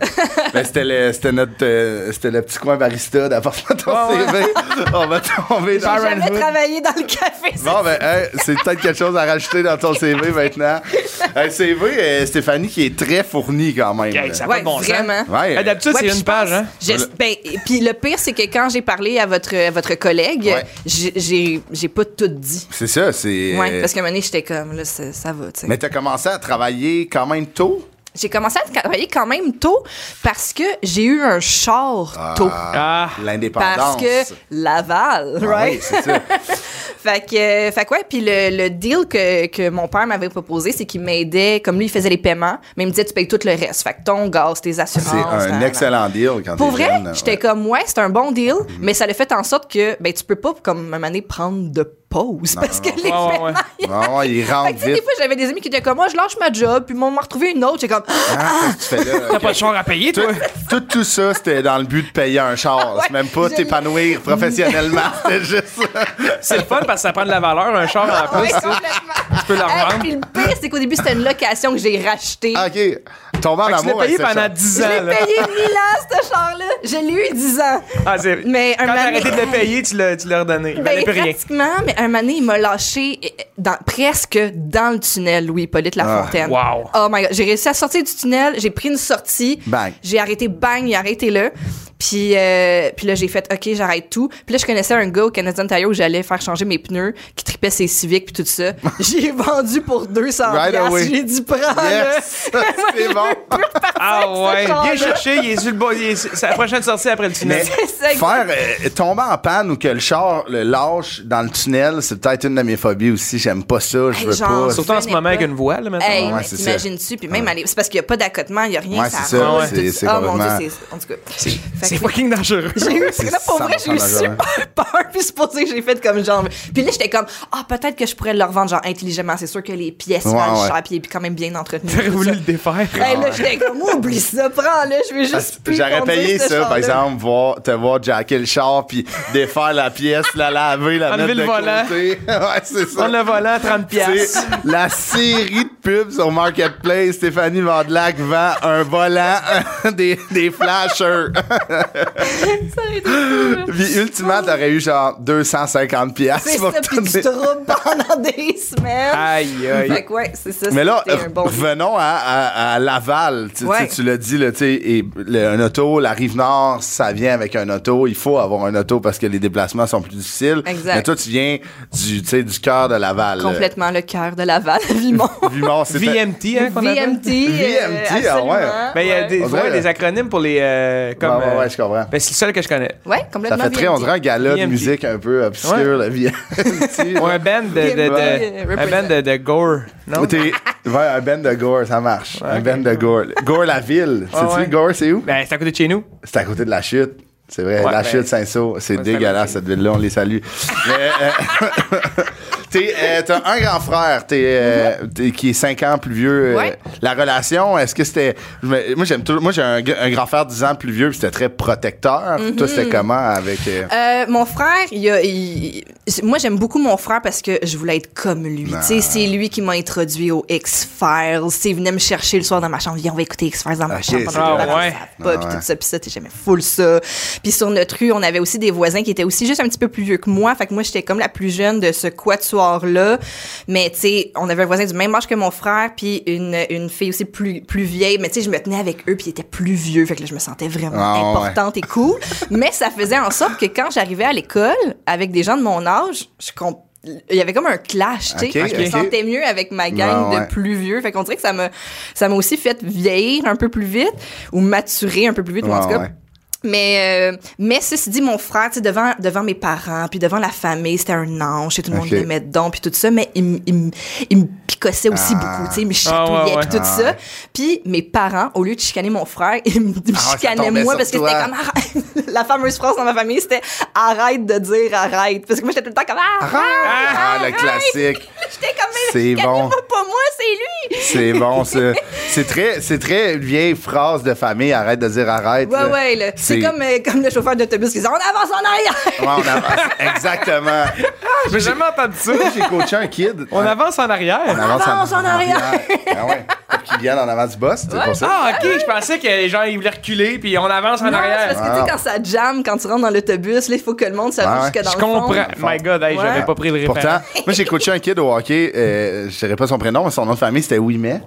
[SPEAKER 1] Ben, c'était le, c'était notre, euh, c'était le petit coin barista d'apportement ton
[SPEAKER 2] Ouais, ouais.
[SPEAKER 1] CV. On va tomber dans
[SPEAKER 4] J'ai jamais travaillé dans le café. c'est
[SPEAKER 1] Bon, ben, hey, c'est peut-être quelque chose à rajouter dans ton CV maintenant. Un CV, euh, Stéphanie, qui est très fournie quand même.
[SPEAKER 2] Hey, ça a pas
[SPEAKER 4] Ouais,
[SPEAKER 2] de bon sens.
[SPEAKER 4] vraiment.
[SPEAKER 1] Ouais,
[SPEAKER 2] Hey, D'habitude,
[SPEAKER 4] Ouais,
[SPEAKER 2] c'est
[SPEAKER 4] puis
[SPEAKER 2] une
[SPEAKER 4] je
[SPEAKER 2] page,
[SPEAKER 4] pense-
[SPEAKER 2] hein?
[SPEAKER 4] j'ai-
[SPEAKER 1] Voilà.
[SPEAKER 4] ben, et puis le pire, c'est que quand j'ai parlé à votre, à votre collègue,
[SPEAKER 1] Ouais.
[SPEAKER 4] j'ai- j'ai j'ai pas tout dit.
[SPEAKER 1] C'est ça, c'est. euh,
[SPEAKER 4] Ouais, parce qu'à un moment donné, j'étais comme, là, ça, ça va, tu sais.
[SPEAKER 1] Mais t'as commencé à travailler quand même tôt.
[SPEAKER 4] J'ai commencé à travailler quand même tôt parce que j'ai eu un char tôt.
[SPEAKER 2] Ah.
[SPEAKER 1] L'indépendance.
[SPEAKER 4] Parce que Laval,
[SPEAKER 1] Ah
[SPEAKER 4] right?
[SPEAKER 1] oui, c'est ça.
[SPEAKER 4] Fait que, euh, fait que ouais, puis le, le deal que, que mon père m'avait proposé, c'est qu'il m'aidait, comme lui, il faisait les paiements, mais il me disait, tu payes tout le reste. Fait que ton gaz, tes assurances.
[SPEAKER 1] C'est un
[SPEAKER 4] blablabla.
[SPEAKER 1] excellent deal quand
[SPEAKER 4] Ah, Pour
[SPEAKER 1] t'es
[SPEAKER 4] vrai,
[SPEAKER 1] jeune,
[SPEAKER 4] j'étais
[SPEAKER 1] ouais. Mm-hmm.
[SPEAKER 4] comme, ouais, c'est un bon deal, mais ça l'a fait en sorte que, ben, tu peux pas, comme, à un moment donné, prendre de pause. parce que les
[SPEAKER 2] Ouais, ouais, ouais.
[SPEAKER 1] Ah ouais, il
[SPEAKER 4] Fait
[SPEAKER 1] rentre
[SPEAKER 4] que, tu sais, des
[SPEAKER 1] vite.
[SPEAKER 4] fois, j'avais des amis qui étaient comme, moi, je lâche ma job, puis ils m'ont m'en retrouvé une autre. J'étais comme, Ah,
[SPEAKER 1] Hein, qu'est-ce que tu fais là?
[SPEAKER 2] T'as
[SPEAKER 1] Ok.
[SPEAKER 2] pas de char à payer,
[SPEAKER 1] tout,
[SPEAKER 2] toi?
[SPEAKER 1] tout, tout ça, c'était dans le but de payer un char. C'est même pas
[SPEAKER 4] Ah je
[SPEAKER 1] t'épanouir professionnellement. C'était juste ça.
[SPEAKER 2] C'est le fun parce que ça prend de la valeur, un char en
[SPEAKER 4] Ah Ouais,
[SPEAKER 2] plus. tu sais.
[SPEAKER 4] complètement.
[SPEAKER 2] Tu peux la
[SPEAKER 4] Hey,
[SPEAKER 2] revendre.
[SPEAKER 4] puis le pire, c'est qu'au début, c'était une location que j'ai rachetée.
[SPEAKER 1] Ah, OK. Tomber en
[SPEAKER 2] Fait que tu l'as
[SPEAKER 1] amour
[SPEAKER 2] payé
[SPEAKER 1] avec ce
[SPEAKER 2] pendant
[SPEAKER 1] char.
[SPEAKER 2] 10
[SPEAKER 4] Je l'ai
[SPEAKER 2] ans. là.
[SPEAKER 4] payé 1000 ans, ce char-là. Je l'ai eu 10 ans.
[SPEAKER 2] Ah, c'est-
[SPEAKER 4] Mais
[SPEAKER 2] Quand
[SPEAKER 4] un
[SPEAKER 2] t'as
[SPEAKER 4] moment-
[SPEAKER 2] arrêté de le payer, tu l'as tu l'as redonné. Il valait
[SPEAKER 4] Ben,
[SPEAKER 2] plus rien.
[SPEAKER 4] pratiquement, mais un mané, il m'a lâché eh, dans, presque dans le tunnel, Louis-Hippolyte
[SPEAKER 1] Ah.
[SPEAKER 4] Lafontaine.
[SPEAKER 2] Wow.
[SPEAKER 4] Oh my god, j'ai réussi à sortir du tunnel, j'ai pris une sortie.
[SPEAKER 1] Bang.
[SPEAKER 4] J'ai arrêté, bang, il a arrêté là. Puis, euh, puis là, j'ai fait, OK, j'arrête tout. Puis là, je connaissais un gars au Canadian Tire où j'allais faire changer mes pneus, qui tripait ses Civic puis tout ça. J'ai vendu pour 200
[SPEAKER 1] Right
[SPEAKER 4] piastres.
[SPEAKER 1] away.
[SPEAKER 4] J'ai dit, prends
[SPEAKER 1] Yes! C'est bon.
[SPEAKER 2] Ah ouais,
[SPEAKER 4] char-là.
[SPEAKER 2] bien cherché, il est sur le bas, il est sur- c'est la prochaine sortie après le tunnel.
[SPEAKER 1] Mais
[SPEAKER 4] ça,
[SPEAKER 1] faire euh, tomber en panne ou que le char le lâche dans le tunnel, c'est peut-être une de mes phobies aussi. J'aime pas ça. Je
[SPEAKER 4] Hey,
[SPEAKER 1] veux
[SPEAKER 4] genre,
[SPEAKER 1] pas.
[SPEAKER 2] Surtout en ce
[SPEAKER 4] venez
[SPEAKER 2] moment avec
[SPEAKER 4] pas.
[SPEAKER 2] une voile, là, maintenant.
[SPEAKER 4] Hey,
[SPEAKER 1] Ouais,
[SPEAKER 4] mais
[SPEAKER 1] c'est ça.
[SPEAKER 4] t'imagines-tu? Puis même, aller- c'est parce qu'il n'y a pas d'accotement, il n'y a rien,
[SPEAKER 1] Ouais,
[SPEAKER 4] ça
[SPEAKER 1] c'est ça,
[SPEAKER 4] roule,
[SPEAKER 1] ouais.
[SPEAKER 4] tout-
[SPEAKER 1] c'est- c'est
[SPEAKER 4] oh mon
[SPEAKER 1] complètement-
[SPEAKER 4] Dieu, c'est. En tout cas. Fait
[SPEAKER 2] C'est
[SPEAKER 4] que-
[SPEAKER 2] fucking dangereux.
[SPEAKER 4] J'ai eu,
[SPEAKER 1] c'est hein.
[SPEAKER 4] là, pour vrai, j'ai eu
[SPEAKER 1] 100% dangereux.
[SPEAKER 4] super peur, puis c'est pour ça que j'ai fait comme genre. Puis là, j'étais comme, ah, peut-être que je pourrais le revendre, genre, intelligemment. C'est sûr que les pièces
[SPEAKER 1] Ouais,
[SPEAKER 4] valent
[SPEAKER 1] ouais.
[SPEAKER 4] cher, puis il est quand même bien entretenu.
[SPEAKER 2] J'aurais voulu le défaire.
[SPEAKER 4] Hey, là, j'étais comme, oublie ça, prends-le, je vais juste. plus
[SPEAKER 1] J'aurais
[SPEAKER 4] conduire
[SPEAKER 1] payé
[SPEAKER 4] ce
[SPEAKER 1] ça, par
[SPEAKER 4] char-là.
[SPEAKER 1] exemple, voir, te voir jacker le char, puis défaire la pièce, la laver, la mettre
[SPEAKER 2] Enlever
[SPEAKER 1] de
[SPEAKER 2] le volant.
[SPEAKER 1] côté. ouais, c'est ça.
[SPEAKER 2] On le volant, 30
[SPEAKER 1] C'est
[SPEAKER 2] piastres.
[SPEAKER 1] la série de pubs sur Marketplace, Stéphanie Vandelac vend un volant, des, des flashers.
[SPEAKER 4] Ça aurait été cool.
[SPEAKER 1] Puis ultimement, t'aurais eu genre 250
[SPEAKER 4] C'est
[SPEAKER 1] piastres pour
[SPEAKER 4] ça, puis
[SPEAKER 1] te
[SPEAKER 4] tu te roules pendant des semaines.
[SPEAKER 2] Aïe,
[SPEAKER 4] Fait
[SPEAKER 2] aïe.
[SPEAKER 4] que, ouais, c'est ça.
[SPEAKER 1] Mais là,
[SPEAKER 4] c'était un bon
[SPEAKER 1] revenons à, à- à Laval. Tu, tu-
[SPEAKER 4] Ouais.
[SPEAKER 1] tu l'as dit, là, tu sais, et le- un auto, la rive nord, ça vient avec un auto. Il faut avoir un auto parce que les déplacements sont plus difficiles.
[SPEAKER 4] Exact.
[SPEAKER 1] Mais toi, tu viens du, tu sais, du cœur de Laval.
[SPEAKER 4] complètement le cœur de Laval, Villemont.
[SPEAKER 1] Vimont, genre, c'était-
[SPEAKER 2] VMT, hein, qu'on appelle.
[SPEAKER 4] VMT. euh,
[SPEAKER 1] VMT, ah ouais.
[SPEAKER 4] absolument.
[SPEAKER 2] Ben, il y a des,
[SPEAKER 1] On dirait,
[SPEAKER 2] ouais, des
[SPEAKER 1] euh,
[SPEAKER 2] acronymes pour les. euh, comme,
[SPEAKER 1] Ouais, ouais, ouais,
[SPEAKER 2] euh,
[SPEAKER 1] je comprends.
[SPEAKER 2] ben, c'est le seul que je connais.
[SPEAKER 4] Ouais,
[SPEAKER 1] Ça
[SPEAKER 4] complètement.
[SPEAKER 1] fait très,
[SPEAKER 4] VMT.
[SPEAKER 1] on dirait un gala de
[SPEAKER 2] VMT.
[SPEAKER 1] musique un peu obscure,
[SPEAKER 2] Ouais.
[SPEAKER 1] la vie.
[SPEAKER 2] Ou un band de, de, de-
[SPEAKER 4] Ouais.
[SPEAKER 2] un band de, de gore. Non?
[SPEAKER 1] Ou t'es- ouais, un band de gore, ça marche. un
[SPEAKER 2] ok.
[SPEAKER 1] band de gore. Gore la ville.
[SPEAKER 2] Ouais,
[SPEAKER 1] Sais-tu
[SPEAKER 2] ouais.
[SPEAKER 1] gore, c'est où?
[SPEAKER 2] Ben, c'est à côté de chez nous.
[SPEAKER 1] C'est à côté de la chute. C'est vrai,
[SPEAKER 2] Ouais,
[SPEAKER 1] la
[SPEAKER 2] ben,
[SPEAKER 1] chute Saint-Saul. C'est
[SPEAKER 2] ouais, c'est
[SPEAKER 1] dégueulasse,
[SPEAKER 2] à
[SPEAKER 1] cette ville-là, on les salue. Mais, euh, t'es, euh, t'as un grand frère t'es, euh, t'es- qui est 5 ans plus vieux. euh,
[SPEAKER 4] Ouais.
[SPEAKER 1] La relation, est-ce que c'était. je me- Moi, j'aime toujours. Moi, j'ai un, g- un grand frère 10 ans plus vieux, puis c'était très protecteur. Toi, c'était comment avec. Mm-hmm. euh,
[SPEAKER 4] Euh, mon frère, il a- il- il- moi j'aime beaucoup mon frère parce que je voulais être comme lui. Tu sais, c'est lui qui m'a introduit aux X-Files. C'est il venait me chercher le soir dans ma chambre. Viens, on va écouter X-Files dans ma
[SPEAKER 1] Ok,
[SPEAKER 4] chambre.
[SPEAKER 1] c'est
[SPEAKER 4] pendant
[SPEAKER 2] vrai.
[SPEAKER 4] que les
[SPEAKER 2] Ah ouais.
[SPEAKER 4] parents savent pas,
[SPEAKER 1] Ah
[SPEAKER 4] puis
[SPEAKER 1] ouais.
[SPEAKER 4] tout ça, puis ça, t'es jamais full ça. Puis sur notre rue, on avait aussi des voisins qui étaient aussi juste un petit peu plus vieux que moi. Fait que moi, j'étais comme la plus jeune de ce quatuor-là. Mais tu sais, on avait un voisin du même âge que mon frère, puis une, une fille aussi plus, plus vieille. Mais tu sais, je me tenais avec eux, puis ils étaient plus vieux. Fait que là, je me sentais vraiment
[SPEAKER 1] Ah ouais.
[SPEAKER 4] importante importante et cool. mais ça faisait en sorte que quand j'arrivais à l'école avec des gens de mon âge, je comp- il y avait comme un clash, tu sais.
[SPEAKER 1] Ok,
[SPEAKER 4] Je me
[SPEAKER 1] ok. Ah,
[SPEAKER 4] sentais mieux avec ma gang
[SPEAKER 1] Ouais, ouais.
[SPEAKER 4] de plus vieux. Fait qu'on dirait que ça m'a, ça m'a aussi fait vieillir un peu plus vite ou maturer un peu plus vite, ou en
[SPEAKER 1] Ouais,
[SPEAKER 4] tout cas.
[SPEAKER 1] Ah, ouais.
[SPEAKER 4] Mais, euh, mais ceci dit, mon frère, tu sais, devant, devant mes parents, puis devant la famille, c'était un ange, et tout le monde
[SPEAKER 1] Ok.
[SPEAKER 4] l'aimait dedans, puis tout ça, mais il, me- il, me- il me picossait aussi
[SPEAKER 1] Ah.
[SPEAKER 4] beaucoup, tu sais, il me
[SPEAKER 2] Ah, ouais,
[SPEAKER 4] chatouillait,
[SPEAKER 2] ouais.
[SPEAKER 4] puis tout
[SPEAKER 1] Ah,
[SPEAKER 4] ça. Puis mes parents, au lieu de chicaner mon frère, ils me ils me
[SPEAKER 1] Ah, ça
[SPEAKER 4] chicanaient
[SPEAKER 1] tombait
[SPEAKER 4] moi,
[SPEAKER 1] sur
[SPEAKER 4] parce que
[SPEAKER 1] toi.
[SPEAKER 4] c'était comme, arrête. La fameuse phrase dans ma famille, c'était arrête de dire arrête. Parce que moi, j'étais tout le temps comme, arrête!
[SPEAKER 1] Ah, le
[SPEAKER 4] arrête.
[SPEAKER 1] classique.
[SPEAKER 4] J'étais comme, mais
[SPEAKER 1] C'est
[SPEAKER 4] chicanez-moi
[SPEAKER 1] bon.
[SPEAKER 4] pas moi, c'est lui!
[SPEAKER 1] C'est bon, ça. C'est très, c'est très vieille phrase de famille. Arrête de dire arrête.
[SPEAKER 4] Ouais,
[SPEAKER 1] là.
[SPEAKER 4] ouais, là. c'est
[SPEAKER 1] C'est-
[SPEAKER 4] comme, euh, comme le chauffeur d'autobus qui disait, on avance en arrière!
[SPEAKER 1] Ouais, on avance. Exactement.
[SPEAKER 2] Ah, J'ai jamais entendu ça.
[SPEAKER 1] Moi, j'ai coaché un kid.
[SPEAKER 2] On avance en arrière.
[SPEAKER 4] avance en arrière.
[SPEAKER 1] Ah ouais. Pour qu'il vienne en avant du boss, c'est pour ça.
[SPEAKER 2] Ah, ok, je pensais que les gens ils voulaient reculer, puis on avance en
[SPEAKER 4] Non, c'est
[SPEAKER 2] arrière.
[SPEAKER 4] parce que tu sais, quand ça jamme, quand tu rentres dans l'autobus, là, il faut que le monde se
[SPEAKER 1] Ah. Ouais,
[SPEAKER 4] rende
[SPEAKER 1] ouais.
[SPEAKER 4] jusque dans
[SPEAKER 2] Je
[SPEAKER 4] le fond.
[SPEAKER 2] comprends.
[SPEAKER 1] fond.
[SPEAKER 2] My God, hey,
[SPEAKER 4] Ouais.
[SPEAKER 2] j'avais Ah! pas pris le référent.
[SPEAKER 1] Pourtant, moi, j'ai coaché un kid au hockey. euh, je dirais pas son prénom, mais son nom de famille, c'était Ouimet.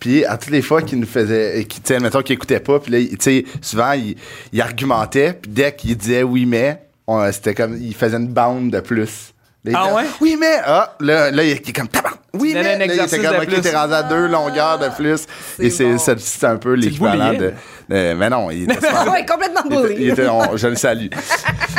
[SPEAKER 1] Puis, à toutes les fois qu'il nous faisait, qui, tu sais, admettons qu'il écoutait pas, puis là, il- tu sais, souvent, il, il argumentait, puis dès qu'il disait oui, mais, on- euh, c'était comme, il faisait une bande de plus. Là, il
[SPEAKER 2] Ah
[SPEAKER 1] disait,
[SPEAKER 2] ouais?
[SPEAKER 1] Oui, mais, ah, là, là, il était comme, tabarn, oui,
[SPEAKER 2] donnais
[SPEAKER 1] mais,
[SPEAKER 2] un
[SPEAKER 1] là, il était
[SPEAKER 2] exercice
[SPEAKER 1] comme,
[SPEAKER 2] de
[SPEAKER 1] ok,
[SPEAKER 2] plus. Ah!
[SPEAKER 1] t'es rendu à deux longueurs de plus.
[SPEAKER 4] C'est
[SPEAKER 1] Et c'est,
[SPEAKER 4] bon.
[SPEAKER 1] c'est- c'est un peu
[SPEAKER 2] le
[SPEAKER 1] l'équivalent de,
[SPEAKER 2] bullyais.
[SPEAKER 1] de- mais non, il était super-
[SPEAKER 4] Ouais, complètement
[SPEAKER 1] Il était-
[SPEAKER 4] bully.
[SPEAKER 1] il était- on- je le salue.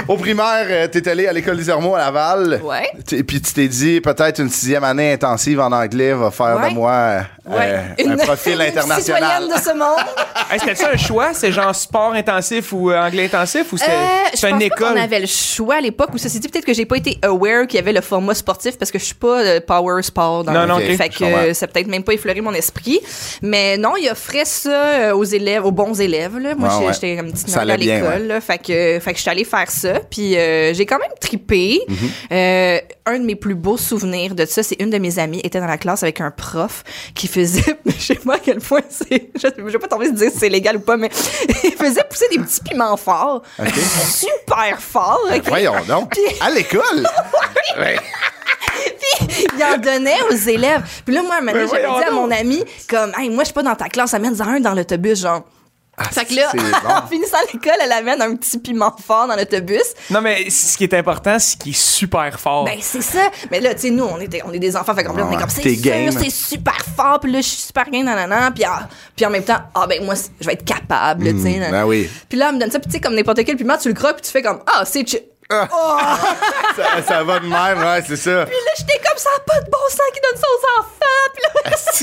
[SPEAKER 1] Au primaire, euh, t'es allé à l'école des Ormeaux à Laval.
[SPEAKER 4] Ouais.
[SPEAKER 1] T- Et puis tu t'es dit, peut-être une sixième année intensive en anglais va faire
[SPEAKER 4] Ouais.
[SPEAKER 1] de moi euh,
[SPEAKER 4] Ouais.
[SPEAKER 1] euh, un
[SPEAKER 4] Une-
[SPEAKER 1] profil
[SPEAKER 4] une
[SPEAKER 1] international.
[SPEAKER 4] Citoyenne de ce monde.
[SPEAKER 2] Hey, c'était ça un choix? C'est genre sport intensif ou euh, anglais intensif? Ou c'était
[SPEAKER 4] Euh, je
[SPEAKER 2] c'était
[SPEAKER 4] pense
[SPEAKER 2] une
[SPEAKER 4] pas
[SPEAKER 2] école?
[SPEAKER 4] qu'on avait le choix à l'époque. Ou ceci dit, peut-être que j'ai pas été aware qu'il y avait le format sportif parce que je suis pas euh, power sport. Dans
[SPEAKER 2] Non,
[SPEAKER 4] le-
[SPEAKER 2] non, ok.
[SPEAKER 4] Fait
[SPEAKER 1] Je
[SPEAKER 4] que
[SPEAKER 1] comprends.
[SPEAKER 4] euh, ça a peut-être même pas effleuré mon esprit. Mais non, il offrait ça euh, aux élèves, aux bons élèves. Là. Moi,
[SPEAKER 1] Ouais,
[SPEAKER 4] j'ai-
[SPEAKER 1] ouais.
[SPEAKER 4] j'étais comme petite
[SPEAKER 1] Ça
[SPEAKER 4] nerd à
[SPEAKER 1] allait bien,
[SPEAKER 4] l'école.
[SPEAKER 1] ouais.
[SPEAKER 4] là. Fait que, fait que je suis allée faire ça. Puis euh, j'ai quand même trippé. Euh, un de mes plus beaux souvenirs de ça, c'est une de mes amies était dans la classe avec un prof qui faisait, je sais pas à quel point c'est, je, je vais pas tomber de dire si c'est légal ou pas, mais il faisait pousser des petits piments forts
[SPEAKER 1] Ok.
[SPEAKER 4] super fort, OK?
[SPEAKER 1] Voyons donc. À l'école. Ouais.
[SPEAKER 4] Il en donnait aux élèves. Puis là, moi, un matin,
[SPEAKER 2] Mais
[SPEAKER 4] j'avais
[SPEAKER 2] voyons
[SPEAKER 4] dit à
[SPEAKER 2] donc.
[SPEAKER 4] mon ami, comme, hey, moi, je suis pas dans ta classe, amène-en un dans l'autobus, genre. fait que là,
[SPEAKER 1] Ah, c'est bon.
[SPEAKER 4] en finissant l'école, elle amène un petit piment fort dans l'autobus.
[SPEAKER 2] Non, mais ce qui est important, c'est qu'il est super fort.
[SPEAKER 4] Ben, c'est ça. Mais là, tu sais, nous, on, était, on est des enfants, fait qu'on on est
[SPEAKER 1] Oh. Ouais,
[SPEAKER 4] comme, c'est
[SPEAKER 1] t'es
[SPEAKER 4] sûr,
[SPEAKER 1] game.
[SPEAKER 4] c'est super fort, puis là, je suis super game, nanana. Puis, ah, puis en même temps, ah, ben, moi, c'est- je vais être capable, tu sais.
[SPEAKER 1] ben oui.
[SPEAKER 4] Puis là, elle me donne ça, puis tu sais, comme n'importe quel piment, tu le crois, puis tu fais comme, ah, c'est chi-
[SPEAKER 1] ça, ça va de même, ouais, c'est ça.
[SPEAKER 4] Puis là, j'étais comme, ça a pas de bon sens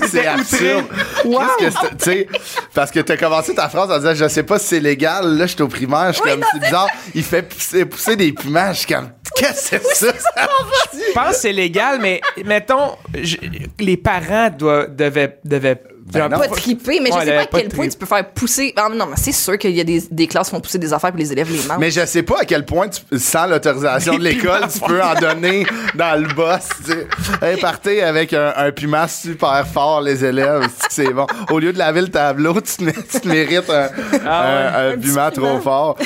[SPEAKER 4] qui donne ça aux enfants, puis là.
[SPEAKER 1] C'est c'est absurde. Qu'est-ce que c'est- tu sais, parce que t'as commencé ta phrase en disant je sais pas si c'est légal, là je suis au primaire, je suis
[SPEAKER 4] Oui,
[SPEAKER 1] comme
[SPEAKER 4] non,
[SPEAKER 1] c'est bizarre, il fait pousser, pousser des piments, je suis comme qu'est-ce que c'est ça?
[SPEAKER 2] Je pense que c'est légal, mais mettons, je- les parents doivent, devaient. devaient genre,
[SPEAKER 1] Ben non.
[SPEAKER 4] pas triper, mais
[SPEAKER 2] Ouais,
[SPEAKER 4] je sais pas à
[SPEAKER 2] pas
[SPEAKER 4] quel
[SPEAKER 2] tri-
[SPEAKER 4] point tu peux faire pousser. Ah, mais non, mais c'est sûr qu'il y a des, des classes qui font pousser des affaires pour les élèves les mangent.
[SPEAKER 1] Mais je sais pas à quel point, tu- sans l'autorisation de l'école, tu peux en donner dans le boss. tu sais. Hey, partez avec un, un piment super fort, les élèves. c'est que C'est bon. Au lieu de laver le tableau, tu te, mé- tu te mérites un,
[SPEAKER 2] Ah
[SPEAKER 1] un- un piment trop fort.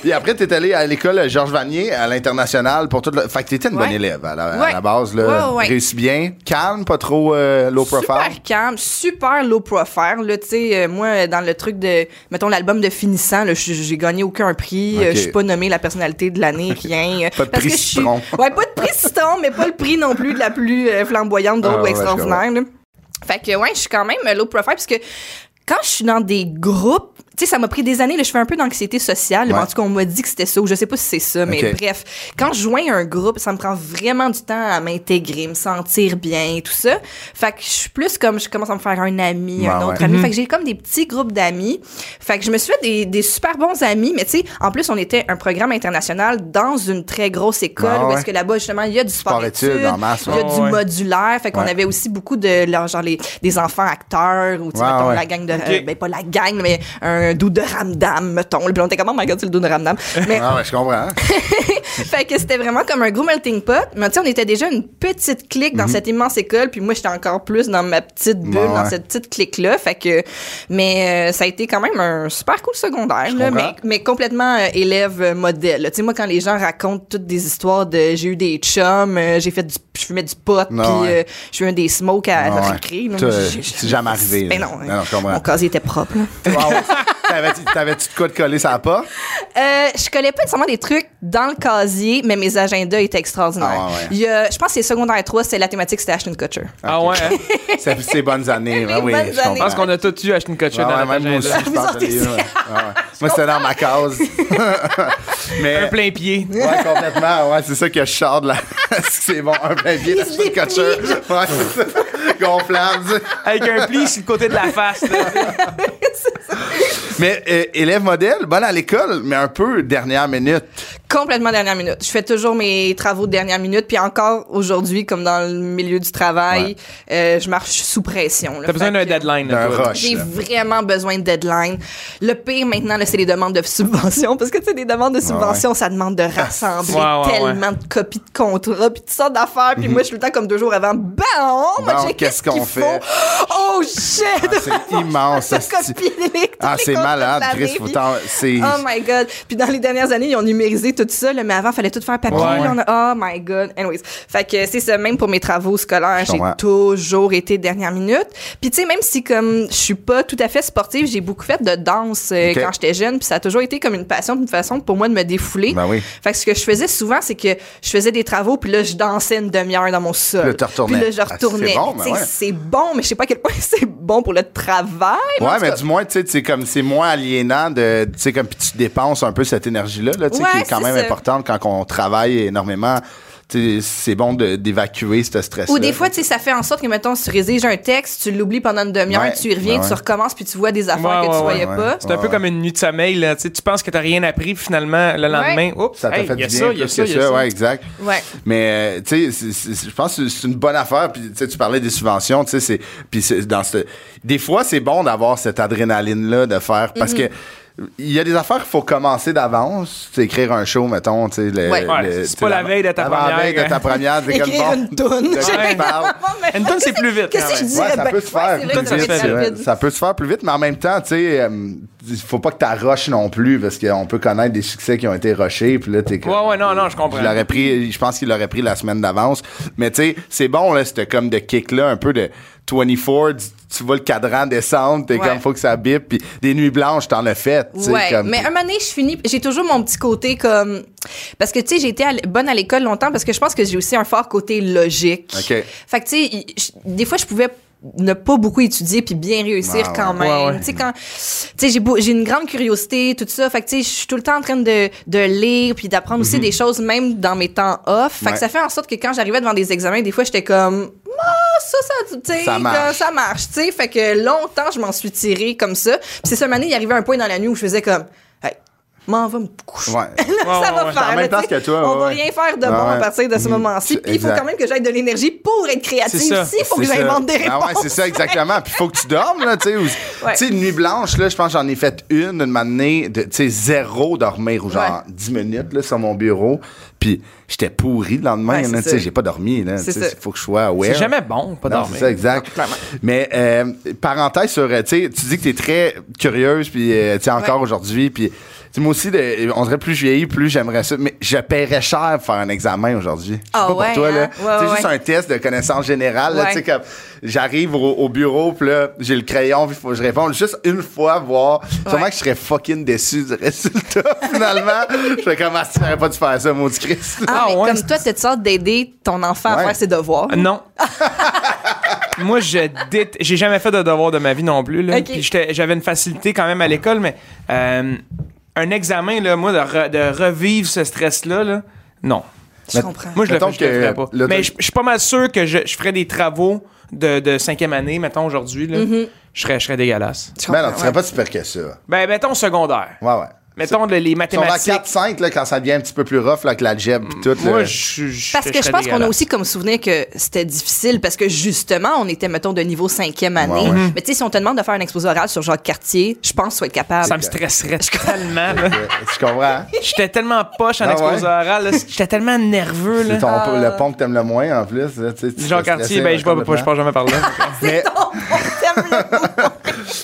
[SPEAKER 1] Puis après, t'es allé à l'école Georges Vanier, à l'international, pour tout le. Fait que t'étais une
[SPEAKER 4] Ouais.
[SPEAKER 1] bonne élève à la, à
[SPEAKER 4] Ouais.
[SPEAKER 1] la base. Là.
[SPEAKER 4] Ouais, ouais.
[SPEAKER 1] Réussis bien. Calme, pas trop euh, low profile.
[SPEAKER 4] Super calme, super low profile. Là, tu sais, euh, moi, dans le truc de, mettons, l'album de finissant, là, je- j'ai gagné aucun prix. euh,
[SPEAKER 1] Ok.
[SPEAKER 4] Je suis pas nommée la personnalité de l'année, rien. euh,
[SPEAKER 1] Pas de
[SPEAKER 4] parce
[SPEAKER 1] prix
[SPEAKER 4] que je suis-
[SPEAKER 1] citron.
[SPEAKER 4] Ouais, pas de prix citron, mais pas le prix non plus de la plus euh, flamboyante d'autres
[SPEAKER 1] Ah
[SPEAKER 4] ou
[SPEAKER 1] ouais,
[SPEAKER 4] extraordinaire. là. Fait que, ouais, je suis quand même euh, low profile parce que quand je suis dans des groupes, tu sais, ça m'a pris des années, là, je fais un peu d'anxiété sociale.
[SPEAKER 1] Ouais.
[SPEAKER 4] En tout cas, on m'a dit que c'était ça, ou je sais pas si c'est ça, mais
[SPEAKER 1] Ok.
[SPEAKER 4] bref. Quand je joins un groupe, ça me prend vraiment du temps à m'intégrer, me sentir bien, tout ça. Fait que je suis plus comme, je commence à me faire un ami,
[SPEAKER 1] Ouais,
[SPEAKER 4] un autre
[SPEAKER 1] ouais.
[SPEAKER 2] Mhm.
[SPEAKER 4] ami. Fait que j'ai comme des petits groupes d'amis. Fait que je me suis fait des, des super bons amis, mais tu sais, en plus, on était un programme international dans une très grosse école,
[SPEAKER 1] Ah
[SPEAKER 4] où
[SPEAKER 1] ouais.
[SPEAKER 4] est-ce que là-bas, justement, il y a du sport
[SPEAKER 1] Sport-études,
[SPEAKER 4] études,
[SPEAKER 1] en masse,
[SPEAKER 4] il y a
[SPEAKER 2] ouais.
[SPEAKER 4] du
[SPEAKER 2] Ouais.
[SPEAKER 4] modulaire. Fait qu'on
[SPEAKER 1] Ouais.
[SPEAKER 4] avait aussi beaucoup de, là, genre, les, des enfants acteurs, ou tu sais,
[SPEAKER 1] Ouais,
[SPEAKER 4] mettons,
[SPEAKER 1] ouais.
[SPEAKER 4] la gang de,
[SPEAKER 2] Ok.
[SPEAKER 4] euh, ben, pas la gang, mais un doux de Ramdam, mettons. Puis on était comme, oh my god, c'est le doux de Ramdam. Mais,
[SPEAKER 1] Ah ouais, je comprends. hein.
[SPEAKER 4] fait que c'était vraiment comme un gros melting pot. Mais tu sais, on était déjà une petite clique dans cette immense école, puis moi, j'étais encore plus dans ma petite bulle,
[SPEAKER 1] Mhm. Ouais, ouais.
[SPEAKER 4] dans cette petite clique-là. Fait que, mais euh, ça a été quand même un super cool secondaire, là,
[SPEAKER 1] comprends.
[SPEAKER 4] mais, mais complètement euh, élève euh, modèle. là. Tu sais, moi, quand les gens racontent toutes des histoires de j'ai eu des chums, euh, j'ai fait du, je fumais du pot, puis
[SPEAKER 1] Ouais, ouais.
[SPEAKER 4] euh, je suis un des smokes à
[SPEAKER 1] Ouais,
[SPEAKER 4] la
[SPEAKER 1] ouais.
[SPEAKER 4] récré. là,
[SPEAKER 1] Toi,
[SPEAKER 4] j'ai-
[SPEAKER 1] c'est jamais arrivé,
[SPEAKER 4] Ben
[SPEAKER 1] là.
[SPEAKER 4] non,
[SPEAKER 1] Non, non, je comprends.
[SPEAKER 4] mon casier était propre. là.
[SPEAKER 1] Wow. T'avais-tu t'avais-tu de quoi de coller ça pas?
[SPEAKER 4] Euh, je connais pas nécessairement des trucs dans le casier, mais mes agendas étaient extraordinaires.
[SPEAKER 1] Ah ouais.
[SPEAKER 4] Il y a- je pense que c'est secondaire 3, c'est la thématique, c'était Ashton Kutcher.
[SPEAKER 2] Ah ouais, hein?
[SPEAKER 1] C'est ces bonnes années. ben oui,
[SPEAKER 4] bonnes
[SPEAKER 1] je comprends.
[SPEAKER 4] années.
[SPEAKER 2] Je pense qu'on a tous eu acheté une cochonne
[SPEAKER 1] Ah ouais,
[SPEAKER 2] dans la
[SPEAKER 1] même moi aussi,
[SPEAKER 2] l'agenda.
[SPEAKER 1] je pense que je l'ai eu,
[SPEAKER 4] Vous en
[SPEAKER 1] ouais. Ah ouais. Moi, c'était dans ma case.
[SPEAKER 2] Un
[SPEAKER 1] Mais.
[SPEAKER 2] plein pied.
[SPEAKER 1] Ouais, complètement. Ouais, c'est ça que je sors de la. c'est bon, un plein pied,
[SPEAKER 4] se
[SPEAKER 1] une couture. Ouais, c'est ça. Gonflable, tu sais.
[SPEAKER 2] Avec un pli sur le côté de la face. là.
[SPEAKER 1] Mais euh, élève modèle, bonne à l'école, mais un peu dernière minute.
[SPEAKER 4] Complètement dernière minute. Je fais toujours mes travaux de dernière minute, puis encore aujourd'hui, comme dans le milieu du travail, euh, je marche sous pression. là.
[SPEAKER 2] T'as besoin
[SPEAKER 4] Fait
[SPEAKER 2] d'un
[SPEAKER 4] que
[SPEAKER 2] deadline. là,
[SPEAKER 1] D'un
[SPEAKER 2] toi.
[SPEAKER 1] rush.
[SPEAKER 4] J'ai
[SPEAKER 1] là.
[SPEAKER 4] vraiment besoin de deadline. Le pire maintenant, là, c'est les demandes de subvention. Parce que, tu sais, des demandes de subvention, ça demande de rassembler
[SPEAKER 2] Ouais, ouais, ouais.
[SPEAKER 4] tellement de copies de contrats, puis toutes sortes d'affaires. Puis moi, je suis tout le temps comme deux jours avant. Ben, oh, Bam!
[SPEAKER 1] Bon,
[SPEAKER 4] check
[SPEAKER 1] Mhm. Ben, qu'est-ce
[SPEAKER 4] qu'il
[SPEAKER 1] qu'on
[SPEAKER 4] faut.
[SPEAKER 1] fait?
[SPEAKER 4] Oh shit!
[SPEAKER 1] Ah, c'est immense,
[SPEAKER 4] Ça
[SPEAKER 1] hostie.
[SPEAKER 4] copie les-
[SPEAKER 1] Ah,
[SPEAKER 4] tous les
[SPEAKER 1] c'est
[SPEAKER 4] contrats
[SPEAKER 1] malade,
[SPEAKER 4] de l'année,
[SPEAKER 1] Chris. faut
[SPEAKER 4] puis-
[SPEAKER 1] t'en- C'est.
[SPEAKER 4] Oh my God. Puis dans les dernières années, ils ont numérisé tout ça, là, mais avant, fallait tout faire papier.
[SPEAKER 2] Ouais.
[SPEAKER 4] là, on a- Oh my God. Anyways. Fait que c'est ça, même pour mes travaux scolaires,
[SPEAKER 1] Je
[SPEAKER 4] j'ai
[SPEAKER 1] comprends.
[SPEAKER 4] toujours été dernière minute. Puis tu sais, même si comme je suis pas tout à fait sportive, j'ai beaucoup fait de danse euh,
[SPEAKER 1] Ok.
[SPEAKER 4] quand j'étais jeune, puis ça a toujours été comme une passion, une façon pour moi de me défouler.
[SPEAKER 1] Ben oui.
[SPEAKER 4] Fait que ce que je faisais souvent, c'est que je faisais des travaux, puis là, je dansais une demi-heure dans mon sol.
[SPEAKER 1] Puis là, tu retournais.
[SPEAKER 4] Puis là, je
[SPEAKER 1] Ah, c'est
[SPEAKER 4] retournais.
[SPEAKER 1] bon, ben
[SPEAKER 4] Tu sais,
[SPEAKER 1] ouais.
[SPEAKER 4] c'est bon, mais je sais pas à quel point c'est bon pour le travail. en
[SPEAKER 1] Ouais,
[SPEAKER 4] tout
[SPEAKER 1] mais
[SPEAKER 4] cas.
[SPEAKER 1] du moins, tu sais, c'est comme c'est moins aliénant de, tu sais, comme puis tu dépenses un peu cette énergie-là, là, tu sais,
[SPEAKER 4] Ouais,
[SPEAKER 1] qui est quand
[SPEAKER 4] c'est
[SPEAKER 1] même
[SPEAKER 4] ça.
[SPEAKER 1] importante quand on travaille énormément. Tu sais, c'est bon de- d'évacuer ce stress.
[SPEAKER 4] Ou des fois, tu sais, ça fait en sorte que, mettons, si tu rédiges un texte, tu l'oublies pendant une demi-heure,
[SPEAKER 1] Ouais,
[SPEAKER 4] tu y reviens,
[SPEAKER 1] ouais, ouais.
[SPEAKER 4] tu recommences, puis tu vois des affaires
[SPEAKER 2] Ouais,
[SPEAKER 4] que
[SPEAKER 2] ouais,
[SPEAKER 4] tu voyais
[SPEAKER 1] ouais,
[SPEAKER 4] pas.
[SPEAKER 2] C'est un peu comme une nuit de sommeil. Là. Tu sais, tu penses que t'as rien appris, puis finalement, le lendemain, oups,
[SPEAKER 1] ça t'a
[SPEAKER 2] hey,
[SPEAKER 1] fait
[SPEAKER 2] y a
[SPEAKER 1] du bien
[SPEAKER 2] ça,
[SPEAKER 1] plus
[SPEAKER 2] y a
[SPEAKER 1] que
[SPEAKER 2] ça, y
[SPEAKER 1] ça,
[SPEAKER 2] a ça.
[SPEAKER 1] ouais, exact.
[SPEAKER 4] Ouais.
[SPEAKER 1] Mais euh, tu sais, c'est- c'est- c'est- je pense que c'est une bonne affaire. Puis tu sais, tu parlais des subventions, tu sais, c'est puis c'est dans ce, des fois c'est bon d'avoir cette adrénaline là de faire parce
[SPEAKER 4] Mm-hmm.
[SPEAKER 1] que il y a des affaires qu'il faut commencer d'avance, Tu sais, écrire un show, mettons, tu sais, le-
[SPEAKER 4] Ouais.
[SPEAKER 1] le-
[SPEAKER 2] Ouais,
[SPEAKER 1] tu
[SPEAKER 2] c'est
[SPEAKER 1] sais,
[SPEAKER 2] pas la veille de ta
[SPEAKER 1] La veille
[SPEAKER 2] première,
[SPEAKER 1] de ta
[SPEAKER 2] hein.
[SPEAKER 1] première, c'est comme
[SPEAKER 4] Écrire
[SPEAKER 1] bon,
[SPEAKER 4] une toune.
[SPEAKER 1] de quoi tu parles?
[SPEAKER 2] Une tonne, c'est plus vite.
[SPEAKER 4] Qu'est-ce que je
[SPEAKER 2] Ouais.
[SPEAKER 4] dis? dirais,
[SPEAKER 1] Ouais, ça
[SPEAKER 4] ben,
[SPEAKER 1] peut se
[SPEAKER 4] ouais,
[SPEAKER 1] faire.
[SPEAKER 4] c'est vrai,
[SPEAKER 2] ça peut se faire
[SPEAKER 1] Ouais,
[SPEAKER 4] vite.
[SPEAKER 1] ça peut se faire plus vite, mais en même temps, tu sais, euh, il faut pas que tu rushes non plus, parce qu'on peut connaître des succès qui ont été rushés, puis là, t'es comme-
[SPEAKER 2] Ouais, ouais, non, non, je comprends.
[SPEAKER 1] Je l'aurais pris, je pense qu'il l'aurait pris la semaine d'avance. Mais tu sais, c'est bon, là, c'était comme de kick-là, un peu de 24, tu- tu vois le cadran descendre, t'es
[SPEAKER 4] Ouais.
[SPEAKER 1] comme, faut que ça bip, puis des nuits blanches, t'en as fait, tu sais,
[SPEAKER 4] Ouais,
[SPEAKER 1] comme-
[SPEAKER 4] mais un moment donné, je finis, j'ai toujours mon petit côté comme parce que tu sais, j'ai été à l- bonne à l'école longtemps parce que je pense que j'ai aussi un fort côté logique.
[SPEAKER 1] Ok.
[SPEAKER 4] Fait que tu sais, il- je- des fois je pouvais ne pas beaucoup étudier puis bien réussir
[SPEAKER 1] Ah ouais.
[SPEAKER 4] quand même.
[SPEAKER 2] Ouais, ouais.
[SPEAKER 4] Tu sais quand tu sais j'ai beau- j'ai une grande curiosité tout ça. Fait que tu sais, je suis tout le temps en train de, de lire puis d'apprendre aussi des choses même dans mes temps off. Fait
[SPEAKER 1] Mhm. Ouais.
[SPEAKER 4] que ça fait en sorte que quand j'arrivais devant des examens, des fois j'étais comme ah, ça ça tu sais
[SPEAKER 1] Ça marche.
[SPEAKER 4] comme ça marche, tu sais. Fait que longtemps, je m'en suis tirée comme ça. Puis c'est ça, année, il arrivait un point dans la nuit où je faisais comme, hey, m'en va me coucher.
[SPEAKER 1] Ouais.
[SPEAKER 4] Là,
[SPEAKER 2] Ouais,
[SPEAKER 4] ça
[SPEAKER 2] ouais,
[SPEAKER 4] va
[SPEAKER 2] ouais.
[SPEAKER 1] En
[SPEAKER 4] faire.
[SPEAKER 1] même
[SPEAKER 4] là,
[SPEAKER 1] temps
[SPEAKER 4] tu sais.
[SPEAKER 1] que toi,
[SPEAKER 4] on va
[SPEAKER 1] ouais, ouais.
[SPEAKER 4] rien faire de bon
[SPEAKER 1] Ouais, ouais.
[SPEAKER 4] à partir de ce
[SPEAKER 1] Mhm.
[SPEAKER 4] moment-ci. Puis il faut
[SPEAKER 1] Exact.
[SPEAKER 4] quand même que j'aille de l'énergie pour être créative
[SPEAKER 2] C'est ça.
[SPEAKER 4] aussi. Il faut que
[SPEAKER 1] C'est ça.
[SPEAKER 4] j'invente des réponses.
[SPEAKER 1] Ah ouais, c'est ça, exactement. Puis faut que tu dormes, là, tu sais. ou-
[SPEAKER 4] Ouais.
[SPEAKER 1] Tu sais, une nuit blanche, là, je pense que j'en ai fait une, une matinée, de, tu sais, zéro dormir, ou genre 10 minutes, là, sur mon bureau. Puis j'étais pourri le lendemain,
[SPEAKER 4] Ouais,
[SPEAKER 1] là, tu
[SPEAKER 4] c'est ça.
[SPEAKER 1] sais, j'ai pas dormi, là.
[SPEAKER 4] C'est
[SPEAKER 1] Tu sais,
[SPEAKER 4] ça.
[SPEAKER 1] faut que je sois aware.
[SPEAKER 2] C'est jamais bon, pas
[SPEAKER 1] Non,
[SPEAKER 2] dormir.
[SPEAKER 1] c'est ça, exact. Mais euh, parenthèse sur, euh, tu sais, tu dis que t'es très curieuse, puis euh, tu sais, encore
[SPEAKER 4] Ouais.
[SPEAKER 1] aujourd'hui, puis tu sais, moi aussi, de- on dirait plus je vieillis, plus j'aimerais ça, mais je paierais cher pour faire un examen aujourd'hui. Je sais
[SPEAKER 4] Ah
[SPEAKER 1] pas
[SPEAKER 4] ouais,
[SPEAKER 1] pour toi, là.
[SPEAKER 4] hein? Ouais,
[SPEAKER 1] c'est
[SPEAKER 4] ouais,
[SPEAKER 1] juste
[SPEAKER 4] ouais.
[SPEAKER 1] un test de connaissance générale, là,
[SPEAKER 4] Ouais.
[SPEAKER 1] tu sais, comme j'arrive au, au bureau, puis là, j'ai le crayon, puis faut que je réponde juste une fois, voir. Sûrement
[SPEAKER 4] Ouais.
[SPEAKER 1] que je serais fucking déçu du résultat, finalement. je fais comme, ah, tu n'aurais pas dû faire ça, maudit Christ.
[SPEAKER 4] Ah, mais
[SPEAKER 2] Ah ouais. Ah,
[SPEAKER 4] Comme toi, t'as de sorte d'aider ton enfant
[SPEAKER 1] Ouais.
[SPEAKER 4] à faire ses devoirs.
[SPEAKER 2] Non. moi, je dét- j'ai jamais fait de devoir de ma vie non plus. là.
[SPEAKER 4] Ok.
[SPEAKER 2] Puis j'étais- j'avais une facilité quand même à l'école, mais euh, un examen, là, moi, de, re- de revivre ce stress-là, là, non.
[SPEAKER 4] Je comprends.
[SPEAKER 2] Moi, je le
[SPEAKER 1] Mettons
[SPEAKER 2] fais, je le
[SPEAKER 1] que
[SPEAKER 2] ferais pas.
[SPEAKER 1] le-
[SPEAKER 2] Mais je je suis pas mal sûr que je, je ferais des travaux de, de cinquième année, mettons, aujourd'hui. là. Je serais, je serais dégueulasse.
[SPEAKER 4] Je
[SPEAKER 1] Mais
[SPEAKER 4] comprends,
[SPEAKER 1] non, Ben tu serais
[SPEAKER 4] ouais.
[SPEAKER 1] pas super que ça. Ouais,
[SPEAKER 2] Ben, mettons secondaire.
[SPEAKER 1] ouais.
[SPEAKER 2] Mettons le- les
[SPEAKER 1] Si on va à
[SPEAKER 2] mathématiques.
[SPEAKER 1] 4-5, là, quand ça devient un petit peu plus rough, là, avec l'algèbre pis tout.
[SPEAKER 2] Moi,
[SPEAKER 1] là.
[SPEAKER 2] je,
[SPEAKER 4] Parce que je
[SPEAKER 2] serais
[SPEAKER 4] pense qu'on a
[SPEAKER 2] dégueulasse.
[SPEAKER 4] aussi comme souvenir que c'était difficile parce que justement, on était, mettons, de niveau cinquième année.
[SPEAKER 1] Ouais, ouais.
[SPEAKER 4] Mais tu sais, si on te demande de faire un exposé oral sur Jacques Cartier, je pense que tu vas être capable.
[SPEAKER 2] Ça me stresserait tellement. là.
[SPEAKER 1] Euh, Tu comprends? hein?
[SPEAKER 2] J'étais tellement poche en
[SPEAKER 1] Ah
[SPEAKER 2] exposé
[SPEAKER 1] ouais?
[SPEAKER 2] oral. là. J'étais tellement nerveux.
[SPEAKER 1] C'est
[SPEAKER 2] Là.
[SPEAKER 1] ton,
[SPEAKER 4] Ah.
[SPEAKER 1] le pont que t'aimes le moins, en plus. Là, tu sais, tu
[SPEAKER 2] Jean
[SPEAKER 1] te fais
[SPEAKER 2] Cartier,
[SPEAKER 1] stresser,
[SPEAKER 2] ben,
[SPEAKER 1] là,
[SPEAKER 2] je vois pas, je
[SPEAKER 1] complètement.
[SPEAKER 2] passe jamais par là.
[SPEAKER 1] Mais,
[SPEAKER 4] Non, on t'aime le coup.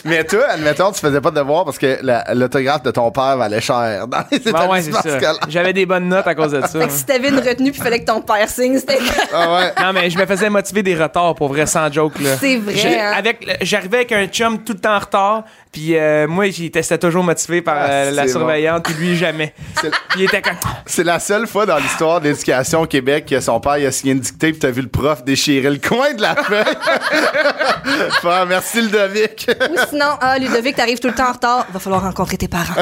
[SPEAKER 1] mais toi, admettons, tu faisais pas de devoir parce que la- l'autographe de ton père valait cher dans les
[SPEAKER 2] Ben ouais, c'est
[SPEAKER 1] établissements
[SPEAKER 2] ça.
[SPEAKER 1] scolaires.
[SPEAKER 2] J'avais des bonnes notes à cause de ça.
[SPEAKER 4] Fait que si t'avais une retenue puis fallait que ton père signe, c'était.
[SPEAKER 1] Ah ouais.
[SPEAKER 2] Non, mais je me faisais motiver des retards pour vrai, sans joke. Là.
[SPEAKER 4] C'est vrai,
[SPEAKER 2] J'ai-
[SPEAKER 4] hein?
[SPEAKER 2] avec le- J'arrivais avec un chum tout le temps en retard, puis euh, moi, j'étais c'était toujours motivé par
[SPEAKER 1] Ah,
[SPEAKER 2] euh, la
[SPEAKER 1] c'est bon.
[SPEAKER 2] surveillante, puis lui, jamais.
[SPEAKER 1] C'est-
[SPEAKER 2] Puis il était comme.
[SPEAKER 1] C'est la seule fois dans l'histoire de l'éducation au Québec que son père il a signé une dictée puis t'as vu le prof déchirer le coin de la feuille. Faire merci Ludovic.
[SPEAKER 4] Ou sinon, ah, Ludovic, t'arrives tout le temps en retard, va falloir rencontrer tes parents.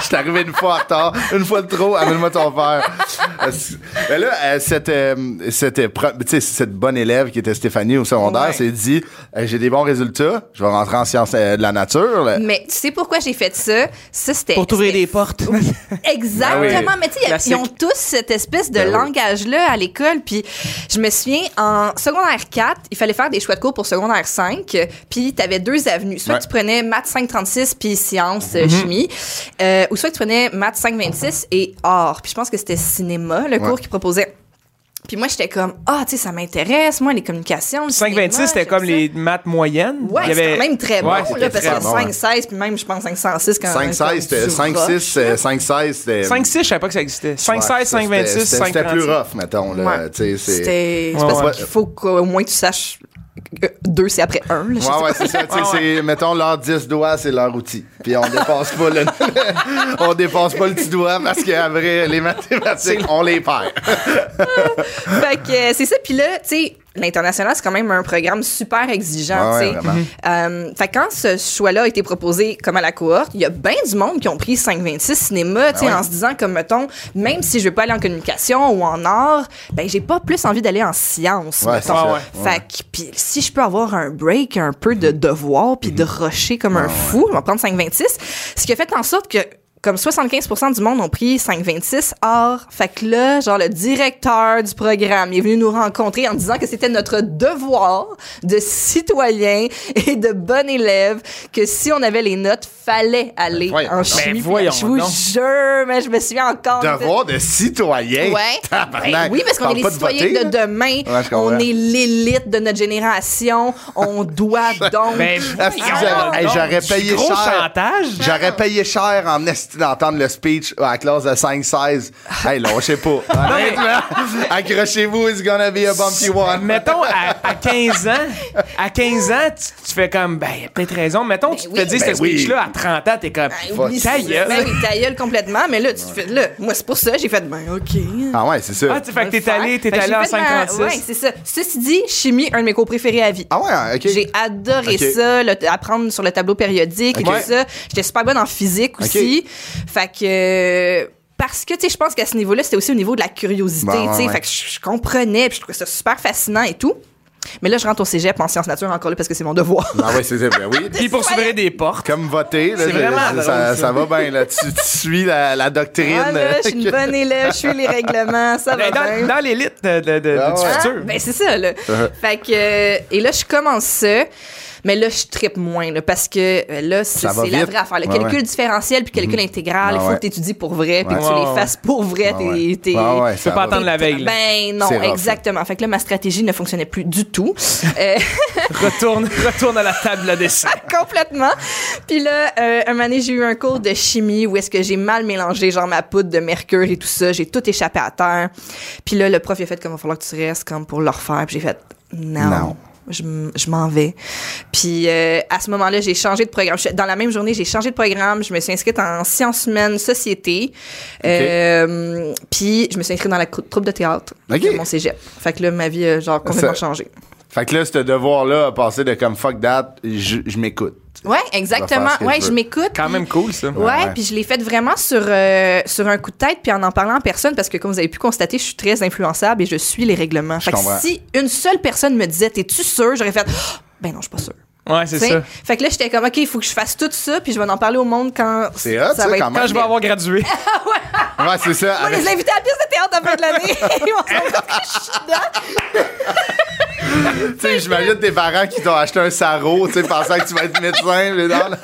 [SPEAKER 1] Je suis arrivé une fois en retard, une fois de trop, amène-moi ton verre. Euh, c- Mais là, euh, cette, euh, cette, pro- tu sais, cette bonne élève qui était Stéphanie au
[SPEAKER 2] Ouais.
[SPEAKER 1] secondaire s'est dit euh, J'ai des bons résultats, je vais rentrer en sciences euh, de la nature. là.
[SPEAKER 4] Mais tu sais pourquoi j'ai fait ça? Ça, c'était.
[SPEAKER 2] Pour t'ouvrir
[SPEAKER 4] c'était-
[SPEAKER 2] des portes.
[SPEAKER 4] Exactement.
[SPEAKER 1] Ah oui.
[SPEAKER 4] Mais tu sais,
[SPEAKER 2] Classique.
[SPEAKER 4] ils ont tous cette espèce de
[SPEAKER 1] Ben oui.
[SPEAKER 4] langage-là à l'école. Puis je me souviens, en secondaire 4, il fallait faire des choix de cours pour secondaire 5. Puis tu avais deux avenues. Soit
[SPEAKER 1] Ouais.
[SPEAKER 4] tu prenais maths 536 puis sciences, euh, chimie. euh, ou soit tu prenais maths 526 et art. Puis je pense que c'était cinéma,
[SPEAKER 1] Ouais.
[SPEAKER 4] le cours qui proposait. Puis moi, j'étais comme, ah, tu sais, ça m'intéresse, moi, les communications. le
[SPEAKER 2] 5,26,
[SPEAKER 4] cinéma,
[SPEAKER 2] c'était
[SPEAKER 4] j'aime
[SPEAKER 2] comme
[SPEAKER 4] ça.
[SPEAKER 2] les maths moyennes.
[SPEAKER 4] Ouais,
[SPEAKER 2] Il y avait-
[SPEAKER 4] c'est quand même très bon,
[SPEAKER 2] Ouais,
[SPEAKER 4] là,
[SPEAKER 1] c'était
[SPEAKER 4] parce
[SPEAKER 1] très
[SPEAKER 4] que
[SPEAKER 1] bon,
[SPEAKER 4] 5-16, puis même, je pense, 5-106 quand
[SPEAKER 1] 5-16, c'était- 5-6, euh, 5-16, c'était.
[SPEAKER 2] 5,6, je savais pas que ça existait. 5,16,
[SPEAKER 1] Ouais, c'était-
[SPEAKER 2] 5,26,
[SPEAKER 1] c'était- C'était plus
[SPEAKER 2] 5,36.
[SPEAKER 1] rough, mettons. Là,
[SPEAKER 4] Ouais.
[SPEAKER 1] tu sais, c'est-
[SPEAKER 4] C'était. c'est
[SPEAKER 2] Ouais,
[SPEAKER 4] parce
[SPEAKER 2] ouais.
[SPEAKER 4] qu'il faut qu'au moins tu saches que deux, c'est après un. là, je sais
[SPEAKER 1] Ouais,
[SPEAKER 4] pas.
[SPEAKER 1] ouais, c'est ça. tu sais,
[SPEAKER 2] Ouais,
[SPEAKER 1] c'est, mettons, leur 10 doigts, c'est leur outil. Puis on dépasse pas le, on dépasse pas le petit doigt parce qu'après, les mathématiques, on les perd.
[SPEAKER 4] Fait que euh, c'est ça. Puis là, tu sais, l'international, c'est quand même un programme super exigeant.
[SPEAKER 1] Ouais, ouais,
[SPEAKER 4] tu sais.
[SPEAKER 1] vraiment.
[SPEAKER 4] Euh, fait que quand ce choix-là a été proposé comme à la cohorte, il y a bien du monde qui ont pris 526 cinéma, tu sais,
[SPEAKER 1] ouais.
[SPEAKER 4] en se disant, comme mettons, même si je veux pas aller en communication ou en art, ben j'ai pas plus envie d'aller en sciences.
[SPEAKER 1] Ouais, c'est
[SPEAKER 4] mettons.
[SPEAKER 1] ça.
[SPEAKER 2] ouais.
[SPEAKER 4] Fait que puis si je peux avoir un break, un peu de devoir, puis de rusher comme un fou, je vais prendre 5,26. Ce qui a fait en sorte que comme 75 du monde ont pris 5,26 or, fait que là, genre le directeur du programme est venu nous rencontrer en disant que c'était notre devoir de citoyen et de bon élève que si on avait les notes, fallait aller
[SPEAKER 1] voyons
[SPEAKER 4] en
[SPEAKER 1] donc.
[SPEAKER 4] chimie.
[SPEAKER 2] Mais
[SPEAKER 4] Puis
[SPEAKER 2] voyons
[SPEAKER 4] je vous
[SPEAKER 2] donc.
[SPEAKER 4] jure, mais je me souviens encore. on était-
[SPEAKER 1] Devoir de citoyen.
[SPEAKER 4] Ouais.
[SPEAKER 1] Tabarnak.
[SPEAKER 4] Ben oui, parce qu'on est
[SPEAKER 1] Parle
[SPEAKER 4] les
[SPEAKER 1] pas de
[SPEAKER 4] citoyens
[SPEAKER 1] voter,
[SPEAKER 4] de,
[SPEAKER 1] là.
[SPEAKER 4] demain.
[SPEAKER 1] je comprends.
[SPEAKER 4] on est l'élite de notre génération. On doit donc.
[SPEAKER 2] Ben,
[SPEAKER 1] Ah, si
[SPEAKER 2] voyons
[SPEAKER 1] j'avais- hey,
[SPEAKER 2] donc,
[SPEAKER 1] j'aurais
[SPEAKER 2] du
[SPEAKER 1] payé
[SPEAKER 2] gros
[SPEAKER 1] cher.
[SPEAKER 2] chantage.
[SPEAKER 1] J'aurais payé cher en esti d'entendre le speech à la classe de 5-16. Hey, lâchez pas. Honnêtement, accrochez-vous, it's gonna be a bumpy one.
[SPEAKER 2] Mettons, à, à 15 ans, à 15 ans, tu, tu fais comme, ben, il a peut-être raison. Mettons, tu te
[SPEAKER 4] oui.
[SPEAKER 2] dis
[SPEAKER 1] Ben
[SPEAKER 2] ce speech-là
[SPEAKER 1] oui.
[SPEAKER 2] à 30 ans, t'es comme,
[SPEAKER 4] Ben,
[SPEAKER 1] fuck
[SPEAKER 4] oublie
[SPEAKER 1] ça.
[SPEAKER 4] ça.
[SPEAKER 2] Ta gueule.
[SPEAKER 4] Ben oui, ta gueule complètement. Mais là, tu te fais. Là, moi, c'est pour ça, j'ai fait. Ben, OK.
[SPEAKER 1] Ah ouais, c'est
[SPEAKER 2] ah,
[SPEAKER 1] ça.
[SPEAKER 2] tu fait que t'es
[SPEAKER 4] Faire.
[SPEAKER 2] allé, t'es
[SPEAKER 4] Fait que
[SPEAKER 2] allé
[SPEAKER 4] Ben, j'ai
[SPEAKER 2] en
[SPEAKER 4] fait ma-
[SPEAKER 2] 56.
[SPEAKER 4] Ouais, c'est ça. Ceci dit, chimie, un de mes cours préférés à vie.
[SPEAKER 1] Ah ouais, ok.
[SPEAKER 4] J'ai adoré
[SPEAKER 1] Ok.
[SPEAKER 4] ça, le- apprendre sur le tableau périodique
[SPEAKER 1] Ok.
[SPEAKER 4] et tout ça. J'étais super bonne en physique aussi. Fait que. Parce que, tu sais, je pense qu'à ce niveau-là, c'était aussi au niveau de la curiosité,
[SPEAKER 1] Bon,
[SPEAKER 4] tu sais.
[SPEAKER 1] Bah, ouais.
[SPEAKER 4] Fait que je je comprenais, puis je trouvais ça super fascinant et tout. Mais là, je rentre au cégep en sciences nature encore là parce que c'est mon devoir.
[SPEAKER 1] Ah ouais, c'est ça. Ben oui.
[SPEAKER 2] Puis pour s'ouvrir des portes.
[SPEAKER 1] Comme voter, là,
[SPEAKER 2] C'est
[SPEAKER 1] je-
[SPEAKER 2] vraiment
[SPEAKER 1] ça,
[SPEAKER 2] drôle,
[SPEAKER 1] ça,
[SPEAKER 2] ça.
[SPEAKER 1] ça va bien. là. Tu, tu suis la, la doctrine.
[SPEAKER 4] Ah, là, je suis une
[SPEAKER 1] que-
[SPEAKER 4] bonne élève, je suis les règlements, ça va
[SPEAKER 2] Ben,
[SPEAKER 4] bien.
[SPEAKER 2] dans dans l'élite de, de, de-
[SPEAKER 1] Ah
[SPEAKER 2] du
[SPEAKER 1] ouais.
[SPEAKER 4] Hein?
[SPEAKER 2] futur.
[SPEAKER 4] Ben, c'est ça, là.
[SPEAKER 1] Uh-huh.
[SPEAKER 4] fait que, euh, et là, je commence ça. Mais là, je tripe moins, là, parce que euh, là, c'est
[SPEAKER 1] Ça va
[SPEAKER 4] c'est la
[SPEAKER 1] vite.
[SPEAKER 4] vraie affaire. Le
[SPEAKER 1] Ouais,
[SPEAKER 4] calcul
[SPEAKER 1] ouais.
[SPEAKER 4] différentiel puis calcul intégral,
[SPEAKER 1] Ah
[SPEAKER 4] il faut
[SPEAKER 1] ouais.
[SPEAKER 4] que tu étudies pour vrai puis que tu
[SPEAKER 2] Ouais,
[SPEAKER 4] les
[SPEAKER 2] ouais.
[SPEAKER 4] fasses pour vrai.
[SPEAKER 1] Ah ouais.
[SPEAKER 4] t'es- t'es-
[SPEAKER 1] Ah ouais,
[SPEAKER 2] Tu
[SPEAKER 1] ça
[SPEAKER 2] peux
[SPEAKER 1] va.
[SPEAKER 2] pas attendre la veille. là.
[SPEAKER 4] Ben
[SPEAKER 1] C'est
[SPEAKER 4] non,
[SPEAKER 1] rough.
[SPEAKER 4] exactement. Fait que là, ma stratégie ne fonctionnait plus du tout. Euh,
[SPEAKER 2] Retourne, retourne à la table de dessin.
[SPEAKER 4] complètement. Puis là, euh, un moment donné, j'ai eu un cours de chimie où est-ce que j'ai mal mélangé genre ma poudre de mercure et tout ça. J'ai tout échappé à terre. Puis là, le prof il a fait comme il va falloir que tu restes comme pour le refaire. Puis j'ai fait non.
[SPEAKER 1] Non.
[SPEAKER 4] Je, m- je m'en vais. Puis euh, à ce moment-là, j'ai changé de programme. Je- Dans la même journée, j'ai changé de programme. Je me suis inscrite en sciences humaines, société. Euh, puis je me suis inscrite dans la cou- troupe de théâtre
[SPEAKER 1] Ok.
[SPEAKER 4] de mon cégep. Fait que là, ma vie a genre complètement
[SPEAKER 1] Ça-
[SPEAKER 4] changé.
[SPEAKER 1] Fait que là, ce devoir-là a passé de comme fuck that, je, je m'écoute.
[SPEAKER 4] Ouais,
[SPEAKER 1] Je vais
[SPEAKER 4] exactement.
[SPEAKER 1] faire ce que
[SPEAKER 4] Ouais,
[SPEAKER 1] je
[SPEAKER 4] je,
[SPEAKER 1] veux.
[SPEAKER 4] m'écoute.
[SPEAKER 2] Quand même cool, ça.
[SPEAKER 4] Ouais,
[SPEAKER 1] Ouais.
[SPEAKER 4] puis je l'ai faite vraiment sur, euh, sur un coup de tête, puis en en parlant à personne, parce que comme vous avez pu constater, je suis très influençable et je suis les règlements.
[SPEAKER 1] Je
[SPEAKER 4] fait que
[SPEAKER 1] comprends.
[SPEAKER 4] si une seule personne me disait T'es-tu sûr J'aurais fait Ah, Ben non, je suis pas sûre.
[SPEAKER 2] Ouais, c'est
[SPEAKER 4] T'sais?
[SPEAKER 2] ça.
[SPEAKER 4] Fait que là, j'étais comme, OK, il faut que je fasse tout ça, puis je vais en parler au monde quand
[SPEAKER 1] C'est hot, ça,
[SPEAKER 4] va
[SPEAKER 1] quand
[SPEAKER 4] être...
[SPEAKER 1] même.
[SPEAKER 2] Quand je vais avoir gradué.
[SPEAKER 1] Ouais, c'est ça.
[SPEAKER 4] Moi,
[SPEAKER 1] Avec-
[SPEAKER 4] les invités à la pièce de théâtre à la fin de l'année, ils vont se rendre compte que je suis dedans.
[SPEAKER 1] Tu sais, j'imagine tes parents qui t'ont acheté un sarrau, tu sais, pensant que tu vas être médecin. mais non, non.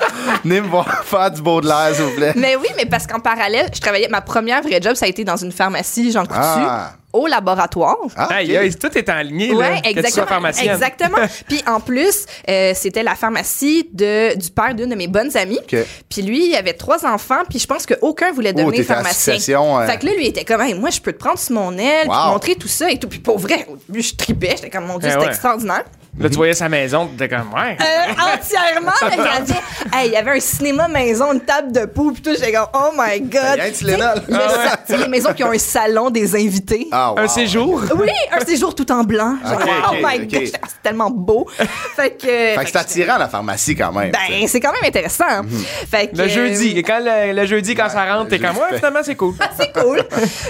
[SPEAKER 1] venez me voir faire du Baudelaire, s'il vous plaît.
[SPEAKER 4] Mais oui, mais parce qu'en parallèle, je travaillais... Ma première vraie job, ça a été dans une pharmacie, Jean Coutu,
[SPEAKER 1] Ah.
[SPEAKER 4] au laboratoire.
[SPEAKER 1] Ah, ok.
[SPEAKER 2] Aïe, aïe, tout est en ligne.
[SPEAKER 4] Ouais,
[SPEAKER 2] Que tu sois
[SPEAKER 4] exactement.
[SPEAKER 2] pharmacienne.
[SPEAKER 4] Exactement. Puis en plus, euh, c'était la pharmacie de, du père d'une de mes bonnes amies.
[SPEAKER 1] Ok.
[SPEAKER 4] Puis lui, il avait trois enfants, puis je pense qu'aucun voulait
[SPEAKER 1] Oh,
[SPEAKER 4] devenir
[SPEAKER 1] t'étais en
[SPEAKER 4] pharmacien.
[SPEAKER 1] succession, hein.
[SPEAKER 4] Fait que là, lui, il était comme, Hey, moi, je peux te prendre sous mon aile, puis
[SPEAKER 1] Wow.
[SPEAKER 4] te montrer tout ça et tout. Puis pour vrai, au début, je tripais. J'étais comme, mon Dieu,
[SPEAKER 2] Eh
[SPEAKER 4] c'était
[SPEAKER 2] ouais.
[SPEAKER 4] extraordinaire.
[SPEAKER 2] Là, tu voyais sa maison, t'étais comme, ouais.
[SPEAKER 4] Euh, entièrement, là, il y avait- hey, il y avait un cinéma maison, une table de poux, puis tout. J'étais comme, oh my God.
[SPEAKER 1] Hey, un Tylenol.
[SPEAKER 4] Tu sais, le
[SPEAKER 2] Ah ouais.
[SPEAKER 4] sa- tu sais, les maisons qui ont un salon des invités.
[SPEAKER 1] Ah, wow.
[SPEAKER 2] Un séjour.
[SPEAKER 4] Oui, un séjour tout en blanc. Genre,
[SPEAKER 1] Ok,
[SPEAKER 4] oh
[SPEAKER 1] ok,
[SPEAKER 4] my
[SPEAKER 1] ok.
[SPEAKER 4] God, c'est tellement beau. fait
[SPEAKER 1] Fait
[SPEAKER 4] que. fait
[SPEAKER 1] que Mhm. c'est
[SPEAKER 4] que
[SPEAKER 1] attirant, la pharmacie, quand même. tu sais.
[SPEAKER 4] Ben, c'est quand même intéressant. hein. Fait que,
[SPEAKER 2] Le
[SPEAKER 4] euh,
[SPEAKER 2] jeudi. Et quand le, le jeudi, quand
[SPEAKER 1] Ouais,
[SPEAKER 2] ça rentre, t'es
[SPEAKER 1] le jeudi,
[SPEAKER 2] comme, ouais,
[SPEAKER 1] fait-
[SPEAKER 2] finalement, c'est cool.
[SPEAKER 4] C'est cool.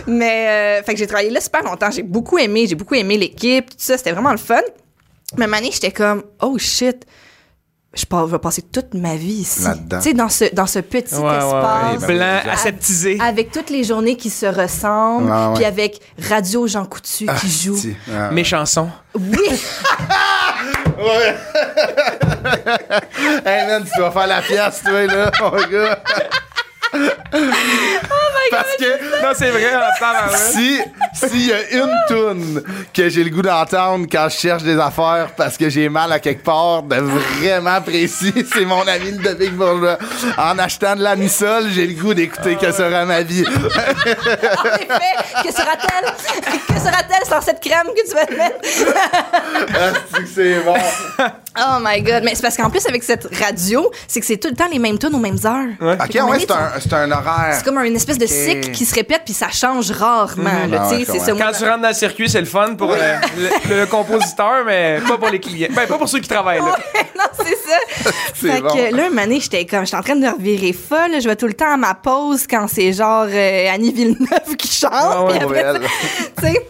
[SPEAKER 4] Mais, euh, fait que j'ai travaillé là super longtemps. J'ai beaucoup aimé. J'ai beaucoup aimé l'équipe, tout ça. C'était vraiment le fun. Mais année, j'étais comme, oh shit. Je pars- je vais passer toute ma vie ici.
[SPEAKER 1] Là-dedans.
[SPEAKER 4] Tu sais, dans ce, dans ce petit
[SPEAKER 2] Ouais, ouais, ouais.
[SPEAKER 4] espace.
[SPEAKER 1] ben
[SPEAKER 2] Blanc,
[SPEAKER 1] oui.
[SPEAKER 2] aseptisé.
[SPEAKER 4] Avec toutes les journées qui se ressemblent,
[SPEAKER 1] Ah ouais.
[SPEAKER 4] puis avec Radio Jean Coutu qui joue.
[SPEAKER 1] Si. Ah,
[SPEAKER 2] Mes chansons.
[SPEAKER 4] Oui!
[SPEAKER 1] Hey man, tu vas faire la pièce, toi, là, mon gars.
[SPEAKER 2] Oh
[SPEAKER 1] Parce que
[SPEAKER 2] Non, c'est vrai, en tabarouette.
[SPEAKER 1] Ah, si s'il y a une toune que j'ai le goût d'entendre quand je cherche des affaires parce que j'ai mal à quelque part, de vraiment précis, c'est mon ami le Big Bourgeois. En achetant de la missole, j'ai le goût d'écouter que sera ma vie.
[SPEAKER 4] fait, que sera-t-elle? Que sera-t-elle sans cette crème que tu vas te mettre?
[SPEAKER 1] Ah, c'est que c'est bon.
[SPEAKER 4] Oh my god, mais c'est parce qu'en plus avec cette radio, c'est que c'est tout le temps les mêmes tunes aux mêmes heures. Fait qu'à un
[SPEAKER 1] Ok,
[SPEAKER 4] moment
[SPEAKER 1] ouais,
[SPEAKER 4] donné,
[SPEAKER 1] c'est un, c'est un horaire.
[SPEAKER 4] c'est comme une espèce de cycle qui se répète puis ça change rarement. là,
[SPEAKER 1] Ah
[SPEAKER 4] tu
[SPEAKER 1] ouais,
[SPEAKER 4] sais,
[SPEAKER 1] je
[SPEAKER 4] c'est ça.
[SPEAKER 1] comprends.
[SPEAKER 2] Quand tu rentres dans le circuit, c'est le fun pour euh, le, le compositeur, mais pas pour les clients. Ben, pas pour ceux qui travaillent là.
[SPEAKER 4] non, c'est ça.
[SPEAKER 1] C'est
[SPEAKER 4] fait
[SPEAKER 1] bon.
[SPEAKER 4] que là, une année, j'étais comme, j'étais en train de revirer folle. Je vais tout le temps à ma pause quand c'est genre euh, Annie Villeneuve qui chante.
[SPEAKER 2] Ah ouais,
[SPEAKER 4] puis après
[SPEAKER 1] Pour elle.
[SPEAKER 4] tu sais,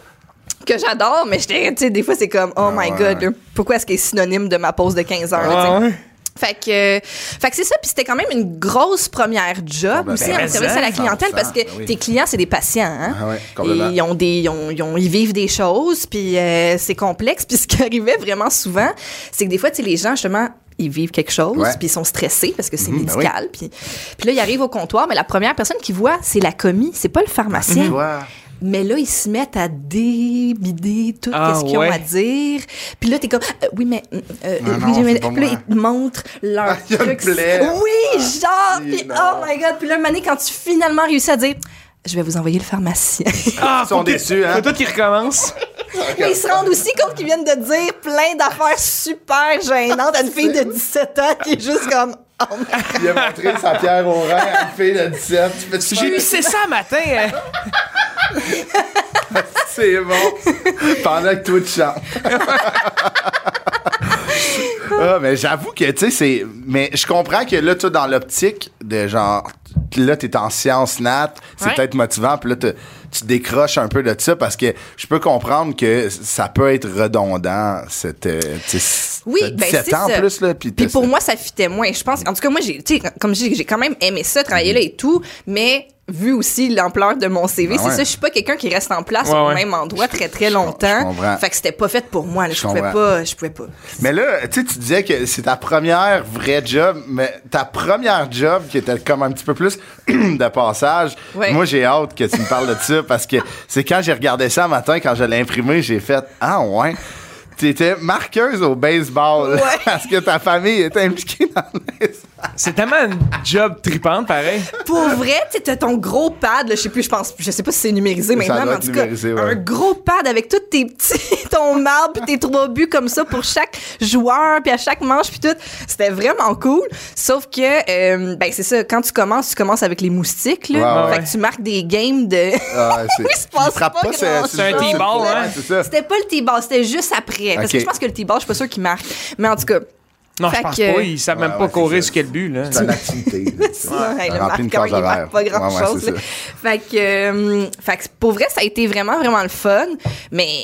[SPEAKER 4] que j'adore, mais j'étais, tu sais, des fois, c'est comme, oh my
[SPEAKER 1] Ah ouais,
[SPEAKER 4] god, là, pourquoi est-ce qu'elle est synonyme de ma pause de 15 heures, tu sais?
[SPEAKER 2] Ah, ouais.
[SPEAKER 4] Fait que, euh, fait que c'est ça. Puis c'était quand même une grosse première job
[SPEAKER 1] ben,
[SPEAKER 4] aussi
[SPEAKER 1] ben,
[SPEAKER 4] en
[SPEAKER 2] ben,
[SPEAKER 4] service
[SPEAKER 2] ça,
[SPEAKER 4] à la clientèle
[SPEAKER 1] 100%,
[SPEAKER 4] parce que
[SPEAKER 1] ben oui.
[SPEAKER 4] tes clients, c'est des patients. Hein?
[SPEAKER 1] Ah ouais, complètement.
[SPEAKER 4] Et ils, ont des, ils, ont- ils ont- ils vivent des choses, puis euh, c'est complexe. Puis ce qui arrivait vraiment souvent, c'est que des fois, tu sais, les gens, justement, ils vivent quelque chose,
[SPEAKER 1] Ouais.
[SPEAKER 4] puis ils sont stressés parce que c'est
[SPEAKER 1] Mhm, ben oui.
[SPEAKER 4] médical. puis, puis là, ils arrivent au comptoir, mais la première personne qu'ils voient, c'est la commis, c'est pas le pharmacien.
[SPEAKER 1] Tu
[SPEAKER 2] Ah,
[SPEAKER 1] vois.
[SPEAKER 4] Mais là, ils se mettent à débider tout
[SPEAKER 2] Ah,
[SPEAKER 4] ce qu'ils
[SPEAKER 2] ouais.
[SPEAKER 4] ont à dire. Puis là, t'es comme, Euh, oui, mais... euh, euh,
[SPEAKER 1] Non,
[SPEAKER 4] oui,
[SPEAKER 1] Ah non,
[SPEAKER 4] mais-
[SPEAKER 1] c'est pas
[SPEAKER 4] Puis là,
[SPEAKER 1] moi.
[SPEAKER 4] ils te montrent leur
[SPEAKER 1] Ah, il y a une
[SPEAKER 4] truc.
[SPEAKER 1] plaie. Ah,
[SPEAKER 4] Oui, genre,
[SPEAKER 1] si,
[SPEAKER 4] puis
[SPEAKER 1] non.
[SPEAKER 4] oh my God. Puis là, Mané, quand tu finalement réussis à dire... Je vais vous envoyer le pharmacien.
[SPEAKER 2] Ah,
[SPEAKER 1] Ils sont
[SPEAKER 2] faut que-
[SPEAKER 1] déçus, hein?
[SPEAKER 2] Faut tout qui recommence.
[SPEAKER 4] Mais ils se rendent aussi compte qu'ils viennent de dire plein d'affaires super gênantes à une fille de 17 ans qui est juste comme... Oh my God.
[SPEAKER 1] Il a montré sa pierre au rein à une fille de 17. Tu peux-tu
[SPEAKER 2] J'ai
[SPEAKER 1] faire-
[SPEAKER 2] pissé ça matin. hein.
[SPEAKER 1] C'est bon. Pendant que toi, tu chantes. ah, mais j'avoue que, tu sais, c'est. Mais je comprends que là, tu es dans l'optique de genre. Là, t'es en sciences nat, c'est
[SPEAKER 2] Ouais.
[SPEAKER 1] peut-être motivant, puis là, te- tu décroches un peu de ça parce que je peux comprendre que ça peut être redondant, cette. euh, tu sais,
[SPEAKER 4] Oui,
[SPEAKER 1] t'as
[SPEAKER 4] ben
[SPEAKER 1] 17
[SPEAKER 4] c'est
[SPEAKER 1] ans
[SPEAKER 4] ça.
[SPEAKER 1] en plus, là. Puis
[SPEAKER 4] Puis
[SPEAKER 1] t'as-
[SPEAKER 4] pour moi, ça fitait moins. Je pense. En tout cas, moi, j'ai, tu sais, comme je dis, j'ai quand même aimé ça, travailler là et tout, mais vu aussi l'ampleur de mon CV,
[SPEAKER 1] Mhm. Ben
[SPEAKER 4] c'est
[SPEAKER 1] ouais.
[SPEAKER 4] ça. Je suis pas quelqu'un qui reste en place
[SPEAKER 2] Ouais,
[SPEAKER 4] au
[SPEAKER 2] ouais.
[SPEAKER 4] même endroit très très
[SPEAKER 1] je
[SPEAKER 4] longtemps.
[SPEAKER 1] comprends.
[SPEAKER 4] fait que c'était pas fait pour moi. là. Je,
[SPEAKER 1] Je
[SPEAKER 4] pouvais
[SPEAKER 1] comprends.
[SPEAKER 4] pas. Je pouvais pas.
[SPEAKER 1] Mais là, tu sais, tu disais que c'est ta première vraie job, mais ta première job qui était comme un petit peu plus de passage.
[SPEAKER 4] Ouais.
[SPEAKER 1] Moi, j'ai hâte que tu me parles de ça parce que c'est quand j'ai regardé ça un matin, quand je l'ai imprimé, j'ai fait Ah, ouais. T'étais marqueuse au baseball
[SPEAKER 4] Ouais.
[SPEAKER 1] parce que ta famille était impliquée dans le baseball.
[SPEAKER 2] C'est tellement un job tripante, pareil.
[SPEAKER 4] Pour vrai, tu sais, t'as ton gros pad. là, je sais plus. Je pense. Je sais pas si c'est numérisé maintenant,
[SPEAKER 1] doit
[SPEAKER 4] mais en
[SPEAKER 1] être
[SPEAKER 4] tout cas,
[SPEAKER 1] numérisé, ouais.
[SPEAKER 4] un gros pad avec tous tes petits, ton marbre, puis tes trois buts comme ça pour chaque joueur, puis à chaque manche, puis tout. C'était vraiment cool. Sauf que, euh, ben c'est ça. Quand tu commences, tu commences avec les moustiques. Là,
[SPEAKER 1] Ouais,
[SPEAKER 2] ouais.
[SPEAKER 4] Fait que tu marques des games de.
[SPEAKER 1] Ah, c'est-
[SPEAKER 4] Oui, il se passe
[SPEAKER 1] il frappe
[SPEAKER 4] pas
[SPEAKER 1] c'est-
[SPEAKER 4] grand-chose.
[SPEAKER 2] C'est un
[SPEAKER 1] c'est-
[SPEAKER 2] T-ball, hein?
[SPEAKER 1] C'est ça.
[SPEAKER 4] C'était pas le T-ball, c'était juste après. vrai. Parce que
[SPEAKER 1] Ok.
[SPEAKER 4] je pense que le T-ball, je suis pas sûre qu'il marque. Mais en tout cas,
[SPEAKER 2] Non, je
[SPEAKER 4] Fait
[SPEAKER 2] pense
[SPEAKER 4] que-
[SPEAKER 2] pas. Ils savent même
[SPEAKER 1] Ouais,
[SPEAKER 2] pas
[SPEAKER 1] ouais,
[SPEAKER 2] courir
[SPEAKER 1] c'est
[SPEAKER 2] sur quel but, là.
[SPEAKER 1] C'est une activité. là, tu sais.
[SPEAKER 4] Ouais, le
[SPEAKER 1] Remplir une
[SPEAKER 4] marqueur,
[SPEAKER 1] case
[SPEAKER 4] il marque
[SPEAKER 1] horaire.
[SPEAKER 4] pas
[SPEAKER 1] Ouais, ouais,
[SPEAKER 4] grand-chose.
[SPEAKER 1] c'est
[SPEAKER 4] là. fait que, euh, fait que pour vrai, ça a été vraiment, vraiment le fun. Mais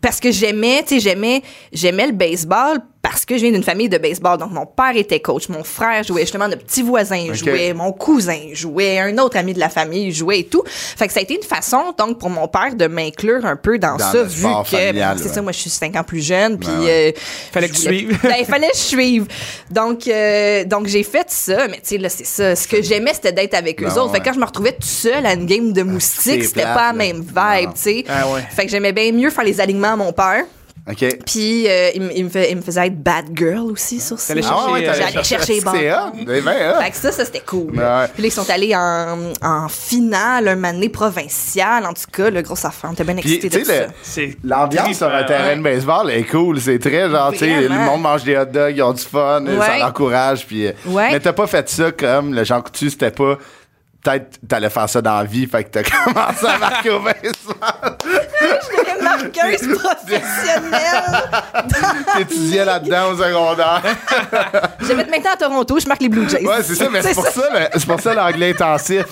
[SPEAKER 4] parce que j'aimais, tu sais, j'aimais, j'aimais le baseball parce que je viens d'une famille de baseball. Donc, mon père était coach, mon frère jouait, justement, notre petit voisin jouait, mon cousin jouait, un autre ami de la famille jouait et tout. Fait que ça a été une façon, donc, pour mon père de m'inclure un peu dans,
[SPEAKER 1] Dans
[SPEAKER 4] ça,
[SPEAKER 1] le
[SPEAKER 4] vu
[SPEAKER 1] sport
[SPEAKER 4] que, ben,
[SPEAKER 1] familial,
[SPEAKER 4] c'est
[SPEAKER 1] ouais.
[SPEAKER 4] ça, moi, je suis cinq ans plus jeune, puis...
[SPEAKER 1] Ouais, ouais.
[SPEAKER 4] euh,
[SPEAKER 2] Fallait que
[SPEAKER 4] je
[SPEAKER 2] tu
[SPEAKER 4] voulais-
[SPEAKER 2] suives.
[SPEAKER 4] Ben, il fallait que je suive. Donc, euh, donc j'ai fait ça, mais tu sais, là, c'est ça. Ce que j'aimais, c'était d'être avec eux
[SPEAKER 1] Ben
[SPEAKER 4] autres. Fait
[SPEAKER 1] ouais. Ah,
[SPEAKER 4] que quand je me retrouvais tout seul à une game de
[SPEAKER 1] c'est
[SPEAKER 4] moustiques, c'était
[SPEAKER 1] plate,
[SPEAKER 4] pas
[SPEAKER 1] là.
[SPEAKER 4] la même vibe,
[SPEAKER 1] Non.
[SPEAKER 4] tu sais.
[SPEAKER 2] Ah ouais.
[SPEAKER 4] Fait que j'aimais bien mieux faire les alignements à mon père.
[SPEAKER 1] OK. Ah,
[SPEAKER 4] Puis, euh, il, me- il me fait- il me faisait être bad girl aussi sur ça.
[SPEAKER 2] T'allais
[SPEAKER 4] Fait
[SPEAKER 2] chercher-
[SPEAKER 1] t'as
[SPEAKER 2] j'allais
[SPEAKER 1] cherché-
[SPEAKER 4] chercher les
[SPEAKER 1] C'est
[SPEAKER 4] ballons.
[SPEAKER 1] hot. Ben, ben, hot.
[SPEAKER 4] que ça, ça, c'était cool. Puis
[SPEAKER 1] Ben
[SPEAKER 4] là,
[SPEAKER 1] ouais.
[SPEAKER 4] ils sont allés en, en finale, un année provinciale. En tout cas, le grosse affaire. On était bien
[SPEAKER 1] Puis,
[SPEAKER 4] excités
[SPEAKER 1] tu
[SPEAKER 4] de tout ça.
[SPEAKER 1] sais, le-
[SPEAKER 2] C'est
[SPEAKER 1] l'ambiance sur un
[SPEAKER 2] trippant,
[SPEAKER 1] terrain
[SPEAKER 2] ouais.
[SPEAKER 1] de baseball est cool. C'est très genre, tu sais, le
[SPEAKER 4] Vraiment.
[SPEAKER 1] monde mange des hot dogs, ils ont du fun, ça
[SPEAKER 4] Ouais.
[SPEAKER 1] l'encourage. Puis, euh,
[SPEAKER 4] Ouais.
[SPEAKER 1] Mais t'as pas fait ça comme le Jean Coutu, c'était pas. Peut-être t'allais faire ça dans la vie, fait que t'as commencé à marquer au baseball.
[SPEAKER 4] Une marqueuse professionnelle.
[SPEAKER 1] T'étudiais là-dedans au secondaire.
[SPEAKER 4] Je vais être maintenant à Toronto, je marque les Blue Jays.
[SPEAKER 1] Ouais, c'est ça, mais c'est pour ça, le- c'est pour ça l'anglais intensif.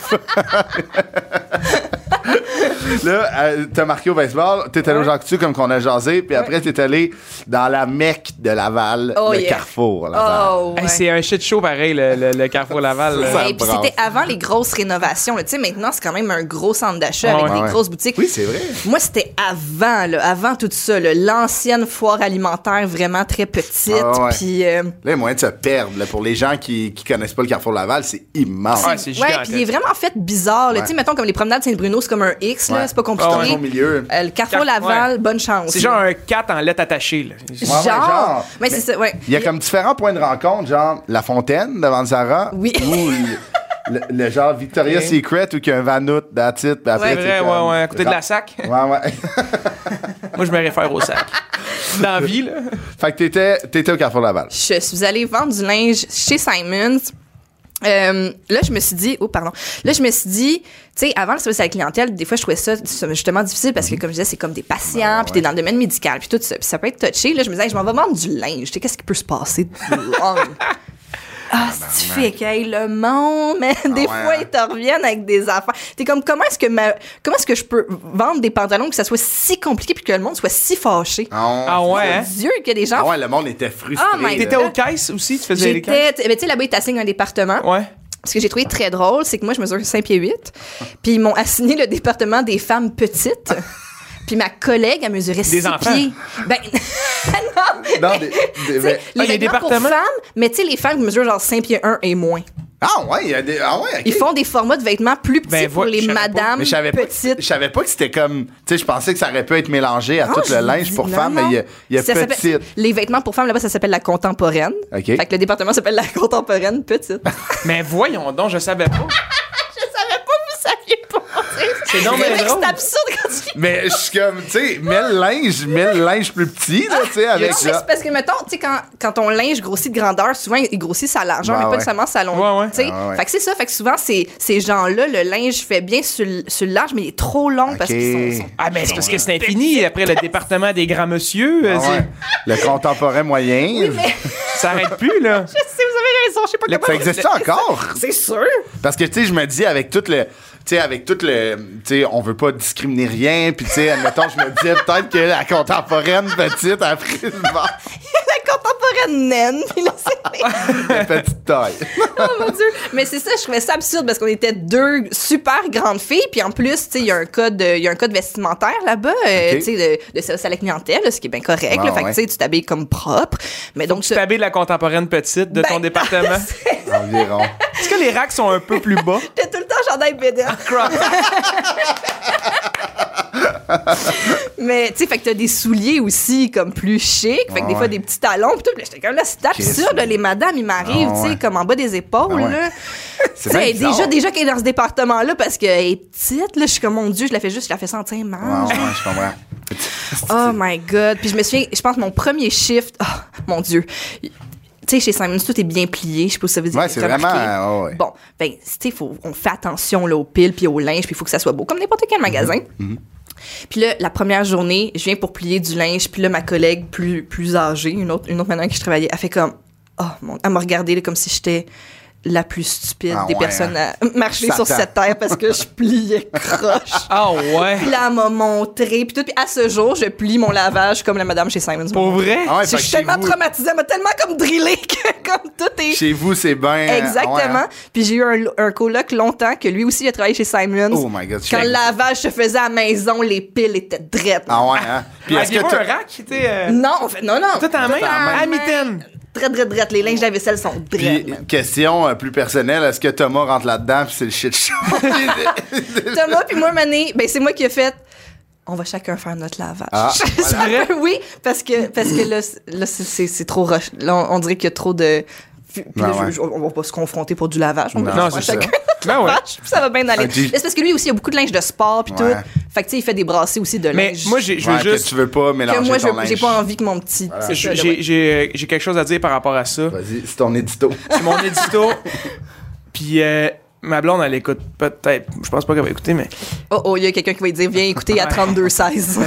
[SPEAKER 1] là, euh, t'as marqué au baseball, t'es allé au Jean Coutu comme qu'on a jasé, puis après t'es allé dans la Mecque de Laval,
[SPEAKER 4] Oh,
[SPEAKER 1] le
[SPEAKER 4] yeah.
[SPEAKER 1] Carrefour. Laval.
[SPEAKER 4] Oh,
[SPEAKER 2] Hey,
[SPEAKER 4] ouais.
[SPEAKER 2] c'est un shit show pareil, le, le- le Carrefour Laval. là.
[SPEAKER 1] Ça
[SPEAKER 4] Ouais, puis
[SPEAKER 1] brasse.
[SPEAKER 4] c'était avant les grosses rénovations. là. Tu sais, maintenant, c'est quand même un gros centre d'achat
[SPEAKER 2] Ouais,
[SPEAKER 4] avec
[SPEAKER 2] ouais.
[SPEAKER 4] des
[SPEAKER 1] Ouais.
[SPEAKER 4] grosses boutiques.
[SPEAKER 1] Oui, c'est vrai.
[SPEAKER 4] Moi, c'était avant, là, avant tout ça. là. L'ancienne foire alimentaire vraiment très petite.
[SPEAKER 1] Ah, ouais.
[SPEAKER 4] Puis... euh,
[SPEAKER 1] Là, il y a moyen de se perdre. là. Pour les gens qui, qui connaissent pas le Carrefour Laval, c'est immense.
[SPEAKER 2] Ouais, c'est
[SPEAKER 4] ouais,
[SPEAKER 2] gigantesque.
[SPEAKER 4] puis il est vraiment fait bizarre. là.
[SPEAKER 1] Ouais.
[SPEAKER 4] Tu sais, mettons, comme les promenades Saint-Bruno, c'est comme un X, là,
[SPEAKER 1] Ouais.
[SPEAKER 4] c'est pas
[SPEAKER 2] Ah ouais.
[SPEAKER 4] compliqué.
[SPEAKER 1] Au milieu.
[SPEAKER 4] Euh, le Carrefour
[SPEAKER 2] Car-
[SPEAKER 4] Laval,
[SPEAKER 2] ouais.
[SPEAKER 4] bonne chance.
[SPEAKER 2] C'est genre
[SPEAKER 4] là.
[SPEAKER 2] un 4 en lettres attachées. Là.
[SPEAKER 1] Ouais, ouais, genre.
[SPEAKER 4] Genre. Mais,
[SPEAKER 1] Mais
[SPEAKER 4] c'est ça, ouais.
[SPEAKER 1] Il y a comme différents points de rencontre, genre La Fontaine devant le Zara.
[SPEAKER 4] Oui.
[SPEAKER 1] Ou le- le, le genre Victoria's
[SPEAKER 2] Ouais.
[SPEAKER 1] Secret ou qu'il y a un Vanout that's it. Puis après,
[SPEAKER 2] C'est
[SPEAKER 1] t'es
[SPEAKER 2] vrai,
[SPEAKER 1] comme-
[SPEAKER 2] ouais, ouais, à côté de la sac.
[SPEAKER 1] Ouais, ouais.
[SPEAKER 2] Moi, je me réfère au sac. Dans la vie, là.
[SPEAKER 1] fait que t'étais, t'étais au Carrefour Laval.
[SPEAKER 4] je suis allée vendre du linge chez Simons. Euh, là, je me suis dit, oh pardon. Là, je me suis dit, tu sais, avant le service à la clientèle, des fois, je trouvais ça justement difficile parce que, comme je disais, c'est comme des patients, puis t'es dans le domaine médical, puis tout ça, puis ça peut être touché. Là, je me disais, Hey, je m'en vais vendre du linge. Tu sais, qu'est-ce qui peut se passer de plus long? Ah, c'est fait hey, le monde, mais des
[SPEAKER 1] ouais,
[SPEAKER 4] fois,
[SPEAKER 1] hein?
[SPEAKER 4] ils te reviennent avec des affaires. T'es comme, comment est-ce que ma, comment est-ce que je peux vendre des pantalons que ça soit si compliqué puis que le monde soit si fâché?
[SPEAKER 2] Ah ouais, hein?
[SPEAKER 4] Dieu, que des gens
[SPEAKER 1] Ah ouais, le monde était frustré.
[SPEAKER 4] Oh my
[SPEAKER 1] là.
[SPEAKER 2] T'étais aux caisses aussi, tu faisais les caisses.
[SPEAKER 4] J'étais, t- mais tu sais, là-bas, ils t'assignent un département.
[SPEAKER 2] Ouais.
[SPEAKER 4] Ce que j'ai trouvé très drôle, c'est que moi, je mesure 5 pieds 8. Puis ils m'ont assigné le département des femmes petites. Puis ma collègue, elle mesurait 6
[SPEAKER 2] enfants.
[SPEAKER 4] pieds. Ben, non,
[SPEAKER 1] Non, des- des-
[SPEAKER 4] tu
[SPEAKER 1] ben-
[SPEAKER 4] sais, les
[SPEAKER 2] Ah, il y a des
[SPEAKER 4] vêtements pour
[SPEAKER 2] départements?
[SPEAKER 4] femmes, mais tu sais, les femmes qui mesurent genre 5 pieds 1 et moins.
[SPEAKER 1] Ah ouais, il y a des. Ah ouais, ok.
[SPEAKER 4] Ils font des formats de vêtements plus petits
[SPEAKER 2] Ben,
[SPEAKER 4] pour
[SPEAKER 2] voilà,
[SPEAKER 4] les
[SPEAKER 2] je savais pas.
[SPEAKER 4] madames
[SPEAKER 1] Mais je savais pas, que-
[SPEAKER 4] petites.
[SPEAKER 1] je savais pas que c'était comme. Tu sais, je pensais que ça aurait pu être mélangé à
[SPEAKER 4] Non,
[SPEAKER 1] tout le
[SPEAKER 4] Ah, je
[SPEAKER 1] linge
[SPEAKER 4] dis-
[SPEAKER 1] pour
[SPEAKER 4] non,
[SPEAKER 1] femmes, mais
[SPEAKER 4] non.
[SPEAKER 1] il y a, il y a
[SPEAKER 4] Ça s'appelle-
[SPEAKER 1] petite.
[SPEAKER 4] Les vêtements pour femmes, là-bas, ça s'appelle la contemporaine.
[SPEAKER 1] OK.
[SPEAKER 4] Fait que le département s'appelle la contemporaine petite.
[SPEAKER 2] Mais voyons donc, je savais pas.
[SPEAKER 4] je savais pas, vous saviez pas.
[SPEAKER 2] C'est donc bien
[SPEAKER 4] vrai que
[SPEAKER 2] drôle.
[SPEAKER 4] C'est absurde quand tu
[SPEAKER 1] Mais je suis comme, tu sais, mets le linge, mets le linge plus petit, là, tu sais, avec
[SPEAKER 4] Non, mais
[SPEAKER 1] ça.
[SPEAKER 4] c'est parce que, mettons, tu sais, quand, quand ton linge grossit de grandeur, souvent, il grossit sa largeur,
[SPEAKER 1] Ouais,
[SPEAKER 4] mais
[SPEAKER 1] ouais.
[SPEAKER 4] pas nécessairement sa longueur.
[SPEAKER 2] Ouais, ouais.
[SPEAKER 4] tu sais.
[SPEAKER 1] Ah, ouais.
[SPEAKER 4] Fait que c'est ça. Fait que souvent, ces, ces gens-là, le linge fait bien sur, le- sur le large, mais il est trop long parce
[SPEAKER 1] Ok.
[SPEAKER 4] qu'ils sont, sont-
[SPEAKER 2] Ah, mais c'est parce que c'est infini. Après, le département des grands monsieur, euh,
[SPEAKER 1] Ah
[SPEAKER 2] c'est-
[SPEAKER 1] ouais. Le contemporain moyen.
[SPEAKER 2] ça arrête plus, là.
[SPEAKER 4] Je sais, vous avez raison, je sais pas
[SPEAKER 2] Le-
[SPEAKER 4] comment.
[SPEAKER 1] Ça existe encore?
[SPEAKER 4] C'est sûr.
[SPEAKER 1] Parce que, tu sais, je me dis, avec tout le. Tu sais, avec tout le. Tu sais, on veut pas discriminer rien. Puis, tu sais, admettons, je me disais peut-être que la contemporaine petite a pris le bord
[SPEAKER 4] la contemporaine naine. puis là, c'est-
[SPEAKER 1] de petite taille.
[SPEAKER 4] oh mon Dieu. Mais c'est ça, je trouvais ça absurde parce qu'on était deux super grandes filles. Puis en plus, tu sais, il y a un code, il y a un code vestimentaire là-bas, euh,
[SPEAKER 1] Ok.
[SPEAKER 4] tu sais, de, de service à la clientèle, là, ce qui est bien correct.
[SPEAKER 1] Ah,
[SPEAKER 4] là. fait que
[SPEAKER 1] ouais.
[SPEAKER 4] tu sais, tu t'habilles comme propre. Mais donc,
[SPEAKER 2] Tu
[SPEAKER 4] ça-
[SPEAKER 2] t'habilles de la contemporaine petite de ton
[SPEAKER 4] Ben,
[SPEAKER 2] département.
[SPEAKER 1] Environ.
[SPEAKER 2] Est-ce que les racks sont un peu plus bas?
[SPEAKER 4] J'étais tout le temps gendarme bédère. Mais tu sais, fait que t'as des souliers aussi comme plus chic, fait que
[SPEAKER 1] Ah
[SPEAKER 4] des
[SPEAKER 1] ouais.
[SPEAKER 4] fois des petits talons, pis tout. Puis là, J'étais comme là, c'est absurde, là, les madames, ils m'arrivent,
[SPEAKER 1] Ah
[SPEAKER 4] tu
[SPEAKER 1] ouais.
[SPEAKER 4] sais, comme en bas des épaules,
[SPEAKER 1] Ah ouais.
[SPEAKER 4] là.
[SPEAKER 1] C'est
[SPEAKER 4] Tu
[SPEAKER 1] bien
[SPEAKER 4] sais, déjà,
[SPEAKER 1] bizarre.
[SPEAKER 4] déjà qu'elle est dans ce département-là, parce qu'elle est petite, là, je suis comme, mon Dieu, je la fais juste, je la fais sentir mal.
[SPEAKER 1] Ouais, ouais, je comprends.
[SPEAKER 4] Oh my God. Puis je me souviens, je pense, mon premier shift, oh, mon Dieu. Tu sais, chez Simons, tout est bien plié. Je sais pas si ça veut dire.
[SPEAKER 1] Ouais, c'est vraiment, euh, ouais, ouais.
[SPEAKER 4] Bon,
[SPEAKER 1] Mhm.
[SPEAKER 4] ben, tu sais, faut- on fait attention là, aux piles puis au linge, puis il faut que ça soit beau, comme n'importe quel magasin. Puis là, la première journée, je viens pour plier du linge. Puis là, ma collègue plus, plus âgée, une autre, une autre maintenant qui je travaillais, elle fait comme, oh mon, elle m'a regardé là, comme si j'étais la plus stupide
[SPEAKER 1] Ah
[SPEAKER 4] des
[SPEAKER 1] ouais,
[SPEAKER 4] personnes à marcher
[SPEAKER 1] Satan.
[SPEAKER 4] sur cette terre parce que je pliais croche.
[SPEAKER 2] Ah ouais.
[SPEAKER 4] Puis là, elle m'a montré. Puis tout. Puis à ce jour, je plie mon lavage comme la madame chez Simons.
[SPEAKER 2] Pour vrai?
[SPEAKER 1] Ah ouais,
[SPEAKER 4] je
[SPEAKER 1] fait que
[SPEAKER 4] suis
[SPEAKER 1] chez
[SPEAKER 4] tellement
[SPEAKER 1] vous-
[SPEAKER 4] traumatisée, elle m'a tellement comme drillé que comme tout est.
[SPEAKER 1] Chez vous, c'est bien. ah hein.
[SPEAKER 4] Exactement. Puis j'ai eu un, un coloc longtemps que lui aussi il a travaillé chez Simons.
[SPEAKER 1] Oh my God,
[SPEAKER 4] Quand
[SPEAKER 1] chez-
[SPEAKER 4] le lavage se faisait à la maison, les piles étaient drettes.
[SPEAKER 1] Ah ouais, hein? Puis est-ce
[SPEAKER 2] Aviez-vous
[SPEAKER 1] que
[SPEAKER 2] un
[SPEAKER 1] t'as-
[SPEAKER 2] rack? tu sais, euh,
[SPEAKER 4] Non, on fait- non, non.
[SPEAKER 2] Tout en main, à mitaine.
[SPEAKER 4] Très, très, drettes. Les linges de la vaisselle sont
[SPEAKER 1] Puis,
[SPEAKER 4] drettes. man.
[SPEAKER 1] question euh, plus personnelle, est-ce que Thomas rentre là-dedans puis c'est le shit show?
[SPEAKER 4] Thomas puis moi, Mané, ben c'est moi qui ai fait. On va chacun faire notre lavage.
[SPEAKER 1] Ah,
[SPEAKER 4] C'est
[SPEAKER 2] voilà.
[SPEAKER 4] vrai? oui, parce que parce que là, c'est- là, c'est- c'est c'est trop rush. Là, on, on dirait qu'il y a trop de. Puis là,
[SPEAKER 1] Ah ouais.
[SPEAKER 4] je- on va pas se confronter pour du lavage. On va
[SPEAKER 1] Non,
[SPEAKER 4] juste
[SPEAKER 2] c'est
[SPEAKER 4] faire
[SPEAKER 2] ça.
[SPEAKER 4] chacun
[SPEAKER 2] Ben ouais.
[SPEAKER 4] lavage, puis ça va bien aller.
[SPEAKER 1] Un G-
[SPEAKER 4] Mais C'est parce que lui aussi, il y a beaucoup de linge de sport puis
[SPEAKER 1] Ouais.
[SPEAKER 4] tout. Fait que tu sais, il fait des brassées aussi de
[SPEAKER 2] Mais
[SPEAKER 4] linge.
[SPEAKER 2] moi, j'ai- je veux
[SPEAKER 1] Ouais, que
[SPEAKER 2] juste.
[SPEAKER 1] tu veux pas
[SPEAKER 4] que
[SPEAKER 1] mélanger
[SPEAKER 4] moi,
[SPEAKER 1] ton
[SPEAKER 4] je-
[SPEAKER 1] linge.
[SPEAKER 4] j'ai pas envie que mon petit.
[SPEAKER 1] Ah.
[SPEAKER 4] c'est
[SPEAKER 2] J'ai
[SPEAKER 4] ça, là, ouais.
[SPEAKER 2] j'ai, euh, j'ai quelque chose à dire par rapport à ça.
[SPEAKER 1] Vas-y, c'est ton édito.
[SPEAKER 2] C'est mon édito. Puis euh, ma blonde, elle écoute peut-être. Je pense pas qu'elle va écouter, mais.
[SPEAKER 4] Oh, oh, il y a quelqu'un qui va lui dire Viens écouter à
[SPEAKER 2] Ouais.
[SPEAKER 4] 32-16.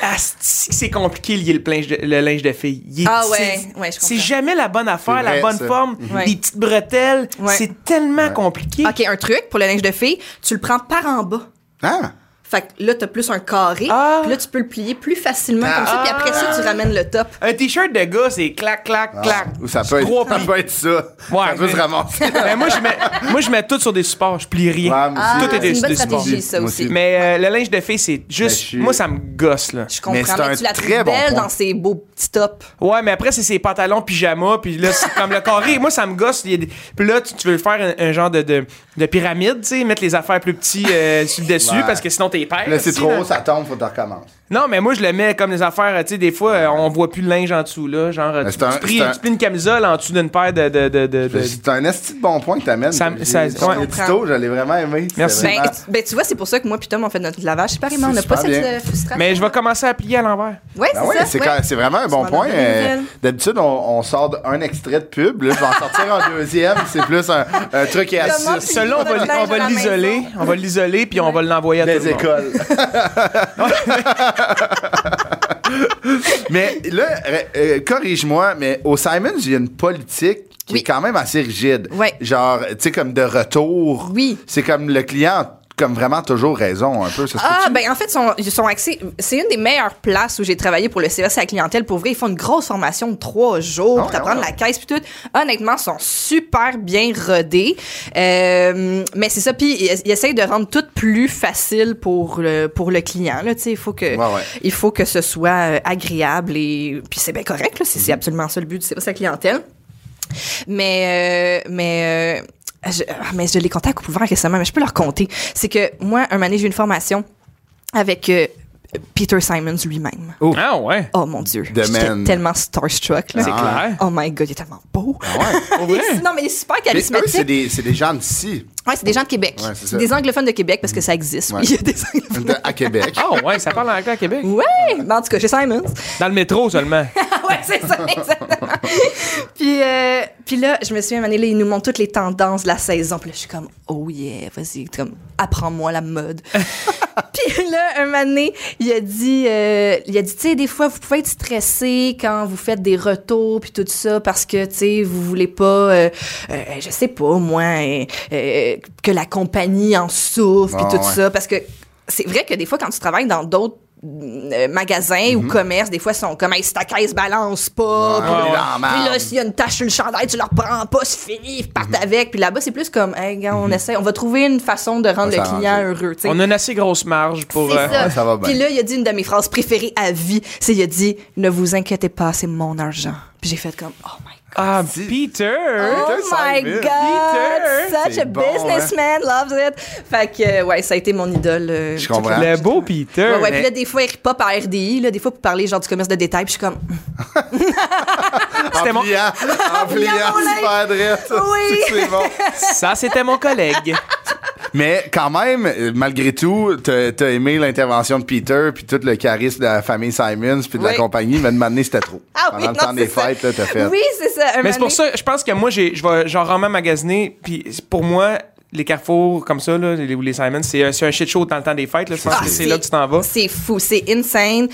[SPEAKER 2] Asti que c'est compliqué lier le, linge de, le linge de fille. Il est-
[SPEAKER 4] Ah
[SPEAKER 2] c'est-
[SPEAKER 4] ouais, ouais, je comprends.
[SPEAKER 2] C'est jamais la bonne affaire,
[SPEAKER 1] C'est vrai,
[SPEAKER 2] la bonne
[SPEAKER 1] ça. Mhm.
[SPEAKER 2] forme,
[SPEAKER 4] Ouais.
[SPEAKER 2] les petites bretelles.
[SPEAKER 4] Ouais. Ah.
[SPEAKER 2] C'est tellement compliqué.
[SPEAKER 4] OK, un truc pour le linge de fille tu le prends par en bas.
[SPEAKER 1] Hein?
[SPEAKER 4] Fait que là, t'as plus un carré.
[SPEAKER 2] Ah.
[SPEAKER 4] Puis là, tu peux le plier plus facilement comme ça.
[SPEAKER 2] Ah.
[SPEAKER 4] Puis après ça, tu ramènes le top.
[SPEAKER 2] Un t-shirt de gars, c'est clac, clac, clac.
[SPEAKER 1] Ah. Ou ça peut,
[SPEAKER 2] Trois
[SPEAKER 1] être, ça
[SPEAKER 2] plis.
[SPEAKER 1] peut être ça. ça peut
[SPEAKER 2] mais-
[SPEAKER 1] se ramasser.
[SPEAKER 2] Ben, moi, je mets, moi, je mets tout sur des supports. Je plie rien.
[SPEAKER 1] Ouais, moi aussi.
[SPEAKER 2] tout est
[SPEAKER 4] Ah, c'est
[SPEAKER 2] des,
[SPEAKER 4] une bonne
[SPEAKER 2] des supports.
[SPEAKER 4] stratégie, ça
[SPEAKER 1] Moi
[SPEAKER 4] aussi.
[SPEAKER 1] aussi.
[SPEAKER 2] Mais euh, le linge de fille, c'est
[SPEAKER 1] Ben, je
[SPEAKER 2] juste.
[SPEAKER 1] suis-
[SPEAKER 2] moi, ça me gosse, là.
[SPEAKER 4] Je
[SPEAKER 1] Mais c'est
[SPEAKER 4] comprends, mais,
[SPEAKER 1] un
[SPEAKER 4] tu la
[SPEAKER 1] très
[SPEAKER 4] trouves
[SPEAKER 1] bon
[SPEAKER 4] belle
[SPEAKER 1] point.
[SPEAKER 4] dans ses beaux petits tops.
[SPEAKER 2] Ouais, mais après, c'est ses pantalons pyjama, puis là, c'est comme le carré. Moi, ça me gosse. il y a des- Puis là, tu, tu veux faire un, un genre de, de, de pyramide, tu sais, mettre les affaires plus petites euh, sur le dessus,
[SPEAKER 1] Ouais.
[SPEAKER 2] parce que sinon, t'es père.
[SPEAKER 1] Là, c'est
[SPEAKER 2] si,
[SPEAKER 1] trop
[SPEAKER 2] là.
[SPEAKER 1] haut, ça tombe, faut que tu recommences.
[SPEAKER 2] Non, mais moi, je le mets comme les affaires, euh, tu sais, des fois, euh, on voit plus le linge en dessous, là. Genre,
[SPEAKER 1] Mais
[SPEAKER 2] tu,
[SPEAKER 1] c'est un-
[SPEAKER 2] tu plies,
[SPEAKER 1] c'est un-
[SPEAKER 2] tu plies une camisole en dessous d'une paire de. de, de, de- de-
[SPEAKER 1] C'est un esti de bon point que t'amènes.
[SPEAKER 2] Ça-
[SPEAKER 1] J'ai-
[SPEAKER 2] ça-
[SPEAKER 1] ton
[SPEAKER 2] ouais.
[SPEAKER 1] édito, je l'ai vraiment aimé.
[SPEAKER 2] Merci.
[SPEAKER 1] C'était
[SPEAKER 4] Ben,
[SPEAKER 1] vraiment-
[SPEAKER 4] tu- ben, tu vois, c'est pour ça que moi, puis Tom, on fait notre lavage séparément. On n'a
[SPEAKER 1] C'est
[SPEAKER 4] pas cette
[SPEAKER 1] super bien.
[SPEAKER 4] euh, frustration.
[SPEAKER 2] Mais je vais commencer à plier à l'envers.
[SPEAKER 4] Ouais,
[SPEAKER 1] Ben
[SPEAKER 4] c'est
[SPEAKER 1] ouais,
[SPEAKER 4] ça.
[SPEAKER 1] c'est
[SPEAKER 4] ouais.
[SPEAKER 1] quand- c'est vraiment un
[SPEAKER 4] Tu
[SPEAKER 1] bon
[SPEAKER 4] m'en
[SPEAKER 1] point.
[SPEAKER 4] as donné une
[SPEAKER 1] Euh,
[SPEAKER 4] nouvelle.
[SPEAKER 1] D'habitude, on, on sort d- un extrait de pub. Là, je vais en sortir un deuxième. C'est plus un, un truc et
[SPEAKER 4] Comment
[SPEAKER 1] assis.
[SPEAKER 4] tu-
[SPEAKER 2] Celui-là, on
[SPEAKER 4] Pas de
[SPEAKER 2] va,
[SPEAKER 4] linge
[SPEAKER 2] on va
[SPEAKER 4] à la
[SPEAKER 2] l'isoler.
[SPEAKER 4] maison.
[SPEAKER 2] On va l'isoler, puis on va l'envoyer à tout
[SPEAKER 1] Les
[SPEAKER 2] le monde.
[SPEAKER 1] écoles. mais là, euh, euh, corrige-moi, mais au Simons, il y a une politique qui
[SPEAKER 4] Oui.
[SPEAKER 1] est quand même assez rigide.
[SPEAKER 4] Ouais.
[SPEAKER 1] Genre, tu sais, comme de retour.
[SPEAKER 4] Oui.
[SPEAKER 1] C'est comme le client a comme vraiment toujours raison un peu. Ça se
[SPEAKER 4] Ah,
[SPEAKER 1] peut-tu?
[SPEAKER 4] ben en fait, sont, ils sont axés. C'est une des meilleures places où j'ai travaillé pour le CES à la clientèle. Pour vrai, ils font une grosse formation de trois jours
[SPEAKER 1] Ah
[SPEAKER 4] pour
[SPEAKER 1] ouais,
[SPEAKER 4] t'apprendre
[SPEAKER 1] ouais.
[SPEAKER 4] la caisse puis tout. Honnêtement, ils sont super bien rodés. Euh, mais c'est ça. Puis ils, ils essayent de rendre tout plus facile pour le, pour le client. Là, Tu sais, il faut que
[SPEAKER 1] Ouais, ouais.
[SPEAKER 4] il faut que ce soit euh, agréable et puis c'est bien correct. là, C'est
[SPEAKER 1] Mm-hmm.
[SPEAKER 4] c'est absolument ça le but du CES à la clientèle. Mais, euh, mais, euh, je, ah, mais je l'ai compté à coup ouvert récemment, mais je peux leur compter. C'est que moi, un année, j'ai eu une formation avec euh, Peter Simons lui-même.
[SPEAKER 2] Ah ouais.
[SPEAKER 4] Oh mon Dieu.
[SPEAKER 1] The man.
[SPEAKER 4] J'étais tellement starstruck. Là.
[SPEAKER 2] C'est clair.
[SPEAKER 4] Oh my God, il est tellement beau.
[SPEAKER 1] Ah ouais.
[SPEAKER 2] Pour vrai?
[SPEAKER 4] Non, mais il est super
[SPEAKER 1] Mais eux, c'est
[SPEAKER 4] charismatique.
[SPEAKER 1] des, c'est des gens d'ici,
[SPEAKER 4] Ouais, c'est des gens de Québec.
[SPEAKER 1] Ouais, c'est ça.
[SPEAKER 4] C'est des anglophones de Québec parce que ça existe.
[SPEAKER 1] Ouais.
[SPEAKER 4] oui, il y a des anglophones.
[SPEAKER 1] de- à Québec.
[SPEAKER 4] Oh,
[SPEAKER 2] Ah ouais, ça parle anglais à Québec.
[SPEAKER 4] Ouais, mais en tout cas, chez Simons.
[SPEAKER 2] Dans le métro seulement.
[SPEAKER 4] ouais, c'est ça, exactement. puis, euh, puis là, je me souviens, Mané, là, ils nous montrent toutes les tendances de la saison. Puis là, je suis comme, oh yeah, vas-y, comme, apprends-moi la mode. puis là, un moment donné, il a dit, euh, il a dit, tu sais, des fois, vous pouvez être stressé quand vous faites des retours puis tout ça parce que, tu sais, vous voulez pas, euh, euh, je sais pas, moi, euh, euh, que la compagnie en souffre puis
[SPEAKER 1] Ah,
[SPEAKER 4] tout
[SPEAKER 1] ouais.
[SPEAKER 4] ça parce que c'est vrai que des fois, quand tu travailles dans d'autres euh, magasins
[SPEAKER 1] Mhm.
[SPEAKER 4] ou commerces, des fois, ils sont comme, hey, si ta caisse balance pas, puis
[SPEAKER 1] Ah,
[SPEAKER 2] ouais.
[SPEAKER 1] on est dans la merde.
[SPEAKER 4] puis là, s'il y a une tache sur le chandail, tu leur prends pas, c'est fini, ils
[SPEAKER 1] Mhm.
[SPEAKER 4] partent avec. Puis là-bas, c'est plus comme, hey, gars, on essaie, on va trouver une façon de rendre
[SPEAKER 1] Ça
[SPEAKER 4] le
[SPEAKER 1] s'arrange.
[SPEAKER 4] client heureux. tu sais.
[SPEAKER 2] On a une assez grosse marge pour.
[SPEAKER 4] C'est
[SPEAKER 2] euh,
[SPEAKER 4] ça.
[SPEAKER 1] ouais, ça va bien.
[SPEAKER 4] Puis là, il a dit une de mes phrases préférées à vie. C'est il a dit Ne vous inquiétez pas, c'est mon argent. Puis j'ai fait comme Oh my God.
[SPEAKER 2] Ah,
[SPEAKER 1] Si.
[SPEAKER 2] Peter!
[SPEAKER 1] Ah,
[SPEAKER 4] Oh my
[SPEAKER 1] Simon.
[SPEAKER 4] God!
[SPEAKER 2] Peter.
[SPEAKER 4] Such
[SPEAKER 1] hein? C'est
[SPEAKER 4] a
[SPEAKER 1] bon,
[SPEAKER 4] businessman, loves it! Fait que, euh, ouais, ça a été mon idole. euh,
[SPEAKER 1] Je comprends.
[SPEAKER 2] Le beau Peter!
[SPEAKER 4] Ouais, ouais, puis là, des fois, il rit pas par RDI, là, des fois, pour parler genre du commerce de détail, puis je suis comme,
[SPEAKER 2] C'était
[SPEAKER 1] En
[SPEAKER 2] mon-
[SPEAKER 1] pliant, en pliant,
[SPEAKER 4] mon linge.
[SPEAKER 1] super drette.
[SPEAKER 4] Oui.
[SPEAKER 1] C'est bon.
[SPEAKER 2] Ça, c'était mon collègue.
[SPEAKER 1] Mais quand même, euh, malgré tout, t'as t'as aimé l'intervention de Peter, puis tout le charisme de la famille Simons, puis de la
[SPEAKER 4] Oui.
[SPEAKER 1] compagnie, mais de m'amener, c'était trop.
[SPEAKER 4] ah oui,
[SPEAKER 1] Pendant
[SPEAKER 4] non,
[SPEAKER 1] le temps des
[SPEAKER 4] c'est ça.
[SPEAKER 1] fêtes, là, t'as fait.
[SPEAKER 4] Oui, c'est ça. un
[SPEAKER 2] Mais c'est
[SPEAKER 4] moment
[SPEAKER 2] pour
[SPEAKER 4] donné-
[SPEAKER 2] ça, je pense que moi, j'ai- je vais genre vraiment magasiner, puis pour moi, les carrefours comme ça, là, les- ou les Simons, c'est un, c'est un shit show dans le temps des fêtes. Là. Je pense
[SPEAKER 4] Ah,
[SPEAKER 2] que c'est là que tu t'en vas.
[SPEAKER 4] C'est fou, c'est insane.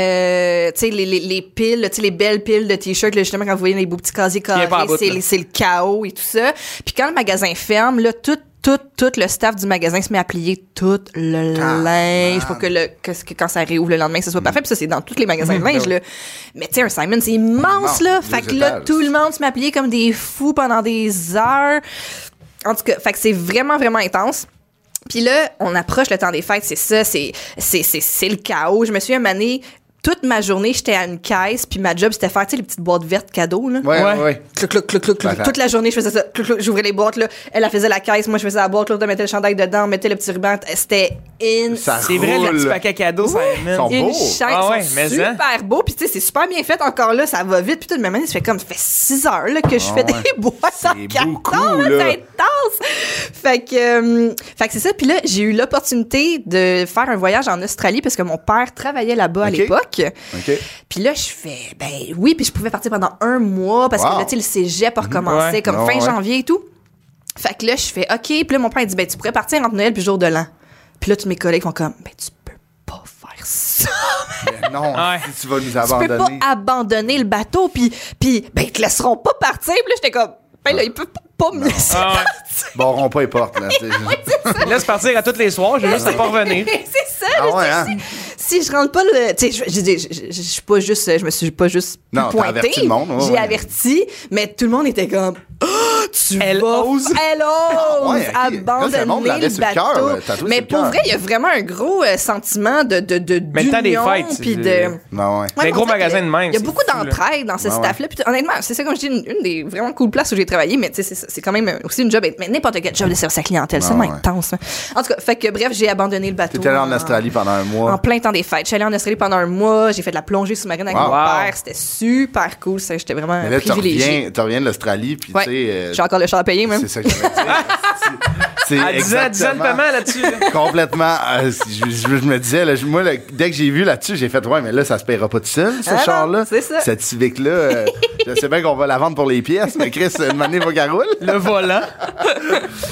[SPEAKER 4] Euh, tu sais, les, les, les piles, tu sais, les belles piles de t-shirts, là, justement, quand vous voyez les beaux petits casiers carrés,
[SPEAKER 2] pas à bout, là.
[SPEAKER 4] c'est, c'est le chaos et tout ça. Puis quand le magasin ferme, là, tout tout, tout le staff du magasin se met à plier tout le
[SPEAKER 2] Ah,
[SPEAKER 4] linge pour que, le, que, ce- que quand ça réouvre le lendemain, que ce soit parfait. Puis ça, c'est dans tous les magasins
[SPEAKER 2] Ben
[SPEAKER 4] de linge. Là. Mais tu sais, un Simon, c'est
[SPEAKER 1] Immense,
[SPEAKER 4] immense. là.
[SPEAKER 1] deux
[SPEAKER 4] Fait que là,
[SPEAKER 1] étages.
[SPEAKER 4] tout le monde se met à plier comme des fous pendant des heures. En tout cas, fait que c'est vraiment, vraiment intense. Puis là, on approche le temps des fêtes, c'est ça, c'est, c'est, c'est, c'est le chaos. Je me suis année, toute ma journée, j'étais à une caisse, puis ma job, c'était faire, tu sais, les petites boîtes vertes cadeaux, là.
[SPEAKER 1] Ouais,
[SPEAKER 2] Ouais.
[SPEAKER 1] ouais, ouais.
[SPEAKER 4] Clouc, clouc, clouc, clouc, clouc.
[SPEAKER 1] Attends.
[SPEAKER 4] Toute la journée, je faisais ça. Clouc, clouc. J'ouvrais les boîtes, là. Elle, elle faisait la caisse, moi, je faisais la boîte, l'autre, elle mettait le chandail dedans, on mettait le petit ruban. C'était in.
[SPEAKER 1] Ça
[SPEAKER 2] C'est vrai, le
[SPEAKER 1] roule.
[SPEAKER 2] petit paquet cadeau,
[SPEAKER 1] Ils sont
[SPEAKER 2] Simon.
[SPEAKER 1] beaux.
[SPEAKER 4] Une chaîne,
[SPEAKER 2] Ah
[SPEAKER 4] ils
[SPEAKER 2] ouais,
[SPEAKER 4] sont
[SPEAKER 2] mais ça.
[SPEAKER 4] super beau. Puis tu sais, c'est super bien fait. Encore là, ça va vite. Puis tout de même, ça fait comme, ça fait 6 heures là, que je fais
[SPEAKER 1] Ah ouais.
[SPEAKER 4] des boîtes en carton.
[SPEAKER 1] beaucoup,
[SPEAKER 4] là,
[SPEAKER 1] là.
[SPEAKER 4] C'est intense. Fait que, euh, fait que c'est ça. Puis là, j'ai eu l'opportunité de faire un voyage en Australie parce que mon père travaillait là-bas
[SPEAKER 1] Ok.
[SPEAKER 4] à l'époque.
[SPEAKER 1] OK.
[SPEAKER 4] Puis là, je fais, ben oui, puis je pouvais partir pendant un mois parce
[SPEAKER 1] Wow.
[SPEAKER 4] que là, tu sais, le cégep a recommencé
[SPEAKER 2] Ouais.
[SPEAKER 4] comme
[SPEAKER 1] Ah
[SPEAKER 4] fin
[SPEAKER 1] ouais.
[SPEAKER 4] janvier et tout. Fait que là, je fais, OK. Puis là, mon père, il dit, ben tu pourrais partir entre Noël puis jour de l'an. Puis là, tous mes collègues font comme, ben tu peux pas faire ça.
[SPEAKER 1] Mais Ben non,
[SPEAKER 2] Ouais.
[SPEAKER 1] si tu vas nous
[SPEAKER 4] Tu peux pas
[SPEAKER 1] abandonner.
[SPEAKER 4] abandonner le bateau, puis, puis ben, ils te laisseront pas partir. Puis là, j'étais comme, ben là, ils peuvent pas- pas me laisser.
[SPEAKER 2] Ah ouais.
[SPEAKER 1] Bon, on pas les portes, là. tu sais.
[SPEAKER 2] Laisse partir à tous les soirs, j'ai juste à pas revenir.
[SPEAKER 4] c'est ça,
[SPEAKER 1] Ah
[SPEAKER 4] là,
[SPEAKER 1] ouais,
[SPEAKER 4] c'est-
[SPEAKER 1] hein?
[SPEAKER 4] si, si je rentre pas le. Tu sais, je- je dis, je- je- je suis pas juste. Je me suis pas juste
[SPEAKER 1] Non, t'as
[SPEAKER 4] pointée.
[SPEAKER 1] averti le monde, ouais,
[SPEAKER 4] J'ai
[SPEAKER 1] ouais.
[SPEAKER 4] averti, mais tout le monde était comme. Ah, tu
[SPEAKER 2] Elle
[SPEAKER 4] vas-
[SPEAKER 2] ose.
[SPEAKER 4] Elle
[SPEAKER 1] Ah
[SPEAKER 4] ose
[SPEAKER 1] ouais, ok. Là, c'est le monde
[SPEAKER 4] abandonner
[SPEAKER 1] l'avait
[SPEAKER 4] le
[SPEAKER 1] sur le cœur,
[SPEAKER 4] bateau.
[SPEAKER 1] là, tatoué
[SPEAKER 4] mais
[SPEAKER 1] sur le
[SPEAKER 4] pour
[SPEAKER 1] cœur.
[SPEAKER 4] vrai, il y a vraiment un gros euh, sentiment de. de, de
[SPEAKER 2] Mais le temps des
[SPEAKER 4] d'union,
[SPEAKER 2] fêtes,
[SPEAKER 4] puis
[SPEAKER 2] c'est-
[SPEAKER 4] de.
[SPEAKER 1] Non, ouais.
[SPEAKER 4] Ouais,
[SPEAKER 2] Des
[SPEAKER 4] mais
[SPEAKER 2] gros
[SPEAKER 4] on dirait
[SPEAKER 2] magasins
[SPEAKER 4] que
[SPEAKER 2] de même,
[SPEAKER 4] Il y a
[SPEAKER 2] c'est
[SPEAKER 4] beaucoup
[SPEAKER 2] fou, là.
[SPEAKER 4] d'entraide dans ce
[SPEAKER 1] Ouais, ouais.
[SPEAKER 4] staff-là. Puis honnêtement, c'est ça, comme je dis, une, une des vraiment cool places où j'ai travaillé, mais tu sais, c'est ça, c'est quand même aussi une job. Mais n'importe quel job de service à clientèle, c'est
[SPEAKER 1] Ouais,
[SPEAKER 4] vraiment
[SPEAKER 1] ouais.
[SPEAKER 4] intense. hein. En tout cas, fait que bref, j'ai abandonné le bateau.
[SPEAKER 1] T'étais allé en
[SPEAKER 4] en-
[SPEAKER 1] Australie pendant un
[SPEAKER 4] En
[SPEAKER 1] mois.
[SPEAKER 4] plein temps des fêtes. Je suis allée en Australie pendant un mois, j'ai fait de la plongée sous-marine avec
[SPEAKER 1] Wow.
[SPEAKER 4] mon
[SPEAKER 2] Wow.
[SPEAKER 4] père. C'était super cool, ça, j'étais vraiment
[SPEAKER 1] Mais là, tu
[SPEAKER 4] privilégiée.
[SPEAKER 1] reviens, tu reviens de l'austranie, puis
[SPEAKER 4] Ouais,
[SPEAKER 1] tu sais. euh,
[SPEAKER 4] j'ai encore le char à payer, même.
[SPEAKER 1] C'est ça que je veux dire. C'est
[SPEAKER 2] À 10 ans, 10 ans le
[SPEAKER 1] exactement-
[SPEAKER 2] paiement là-dessus. là.
[SPEAKER 1] Complètement. euh, je, je- je me disais, là, je- moi, là, dès que j'ai vu là-dessus, j'ai fait, ouais, mais là, ça se paiera pas tout seul, ce
[SPEAKER 4] Ah non,
[SPEAKER 1] char-là.
[SPEAKER 4] c'est ça.
[SPEAKER 1] Cette Civic-là, euh, je sais bien qu'on va la vendre pour les pièces, mais Chris, une année, va qu'elle roule.
[SPEAKER 2] Le volant.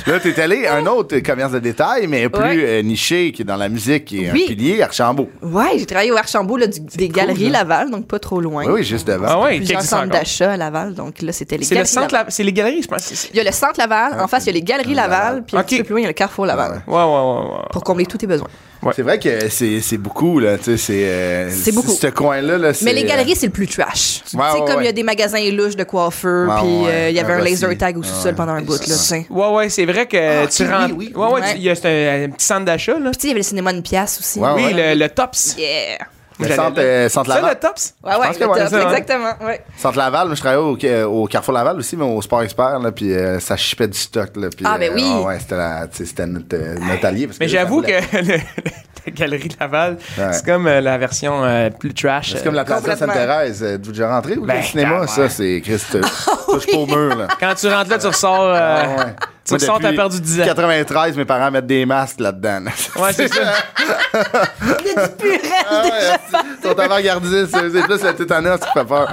[SPEAKER 1] Là, t'es allé à un autre commerce de détail, mais plus
[SPEAKER 4] Ouais.
[SPEAKER 1] euh, niché, qui est dans la musique, qui est
[SPEAKER 4] Oui.
[SPEAKER 1] un pilier, Archambault.
[SPEAKER 4] Ouais, j'ai travaillé au Archambault, là, du- des galeries Laval, donc pas trop loin.
[SPEAKER 1] Oui, oui, juste devant.
[SPEAKER 2] Ah ouais, il
[SPEAKER 4] Plusieurs
[SPEAKER 2] existe encore.
[SPEAKER 4] centres d'achat à Laval, donc là, c'était les
[SPEAKER 2] C'est le
[SPEAKER 4] galeries
[SPEAKER 2] centre,
[SPEAKER 4] Laval.
[SPEAKER 2] la- c'est les galeries, je pense. C'est- c'est-
[SPEAKER 4] Il y a le centre Laval,
[SPEAKER 1] Ah,
[SPEAKER 4] en face, il y a les galeries Laval, puis un
[SPEAKER 2] Ok.
[SPEAKER 4] petit peu plus loin, il y a le carrefour Laval.
[SPEAKER 2] Ouais, ouais, ouais, ouais.
[SPEAKER 4] Pour combler tous tes besoins.
[SPEAKER 1] C'est vrai que c'est c'est beaucoup, là. Tu sais, c'est. euh,
[SPEAKER 4] C'est beaucoup.
[SPEAKER 1] Ce coin-là, là, c'est.
[SPEAKER 4] Mais les
[SPEAKER 1] euh,
[SPEAKER 4] galeries, c'est le plus trash. tu sais,
[SPEAKER 1] Ouais, ouais,
[SPEAKER 4] comme il y
[SPEAKER 1] ouais.
[SPEAKER 4] a des magasins louches de coiffeurs,
[SPEAKER 1] Ouais,
[SPEAKER 4] puis
[SPEAKER 1] ouais,
[SPEAKER 4] euh, il y avait
[SPEAKER 1] un
[SPEAKER 4] un laser
[SPEAKER 1] Rossi.
[SPEAKER 4] tag au sous-sol
[SPEAKER 1] Ouais.
[SPEAKER 4] pendant un bout, là, tu sais. Puis
[SPEAKER 2] Ouais, ouais, c'est vrai que
[SPEAKER 1] Ah,
[SPEAKER 2] tu
[SPEAKER 1] ok,
[SPEAKER 2] rentres.
[SPEAKER 1] oui, oui,
[SPEAKER 2] ouais,
[SPEAKER 1] oui.
[SPEAKER 2] ouais, tu- il y a c'est un, un petit centre d'achat, là.
[SPEAKER 4] tu sais, il y avait le cinéma une pièce aussi.
[SPEAKER 1] Ouais,
[SPEAKER 2] oui,
[SPEAKER 1] Ah, ouais.
[SPEAKER 2] Le, le Tops.
[SPEAKER 4] Yeah!
[SPEAKER 1] Le
[SPEAKER 2] J'allais
[SPEAKER 1] centre,
[SPEAKER 2] là.
[SPEAKER 1] euh, centre
[SPEAKER 2] Ça,
[SPEAKER 1] Laval.
[SPEAKER 2] le Tops?
[SPEAKER 4] Ouais,
[SPEAKER 1] Je
[SPEAKER 4] ouais,
[SPEAKER 1] pense que
[SPEAKER 4] le
[SPEAKER 1] ouais,
[SPEAKER 4] top,
[SPEAKER 1] ça,
[SPEAKER 2] hein.
[SPEAKER 4] exactement. Ouais.
[SPEAKER 1] Centre Laval, moi, je travaillais au, au Carrefour Laval aussi, mais au Sport Expert, là, puis euh, ça chipait du stock, là. puis,
[SPEAKER 4] Ah, ben
[SPEAKER 1] euh,
[SPEAKER 4] oui.
[SPEAKER 1] ouais, ouais, c'était la- tu sais, c'était notre, euh, notre allié. parce
[SPEAKER 2] Mais
[SPEAKER 1] que
[SPEAKER 2] j'avoue
[SPEAKER 1] ça
[SPEAKER 2] que
[SPEAKER 1] voulait-
[SPEAKER 2] le- la galerie Laval,
[SPEAKER 1] Ouais.
[SPEAKER 2] c'est comme euh, la version euh, plus trash.
[SPEAKER 1] C'est comme la place de
[SPEAKER 4] Complètement.
[SPEAKER 1] Sainte-Thérèse. euh, D'où déjà rentré ou
[SPEAKER 2] Ben,
[SPEAKER 1] le cinéma,
[SPEAKER 2] quand
[SPEAKER 1] ça,
[SPEAKER 2] même.
[SPEAKER 1] c'est Christ. euh,
[SPEAKER 4] Ah
[SPEAKER 1] Touche pas au mur, là.
[SPEAKER 2] Quand tu rentres là, tu ressors. euh,
[SPEAKER 1] Ah, ouais.
[SPEAKER 2] Tu ressors, t'as
[SPEAKER 1] depuis
[SPEAKER 2] perdu 10 ans.
[SPEAKER 1] 93, mes parents mettent des masques là-dedans. là.
[SPEAKER 2] Ouais, c'est ça.
[SPEAKER 1] Ah ouais, Ils sont avant-gardistes. C'est c'est plus le tétanos qui fait peur.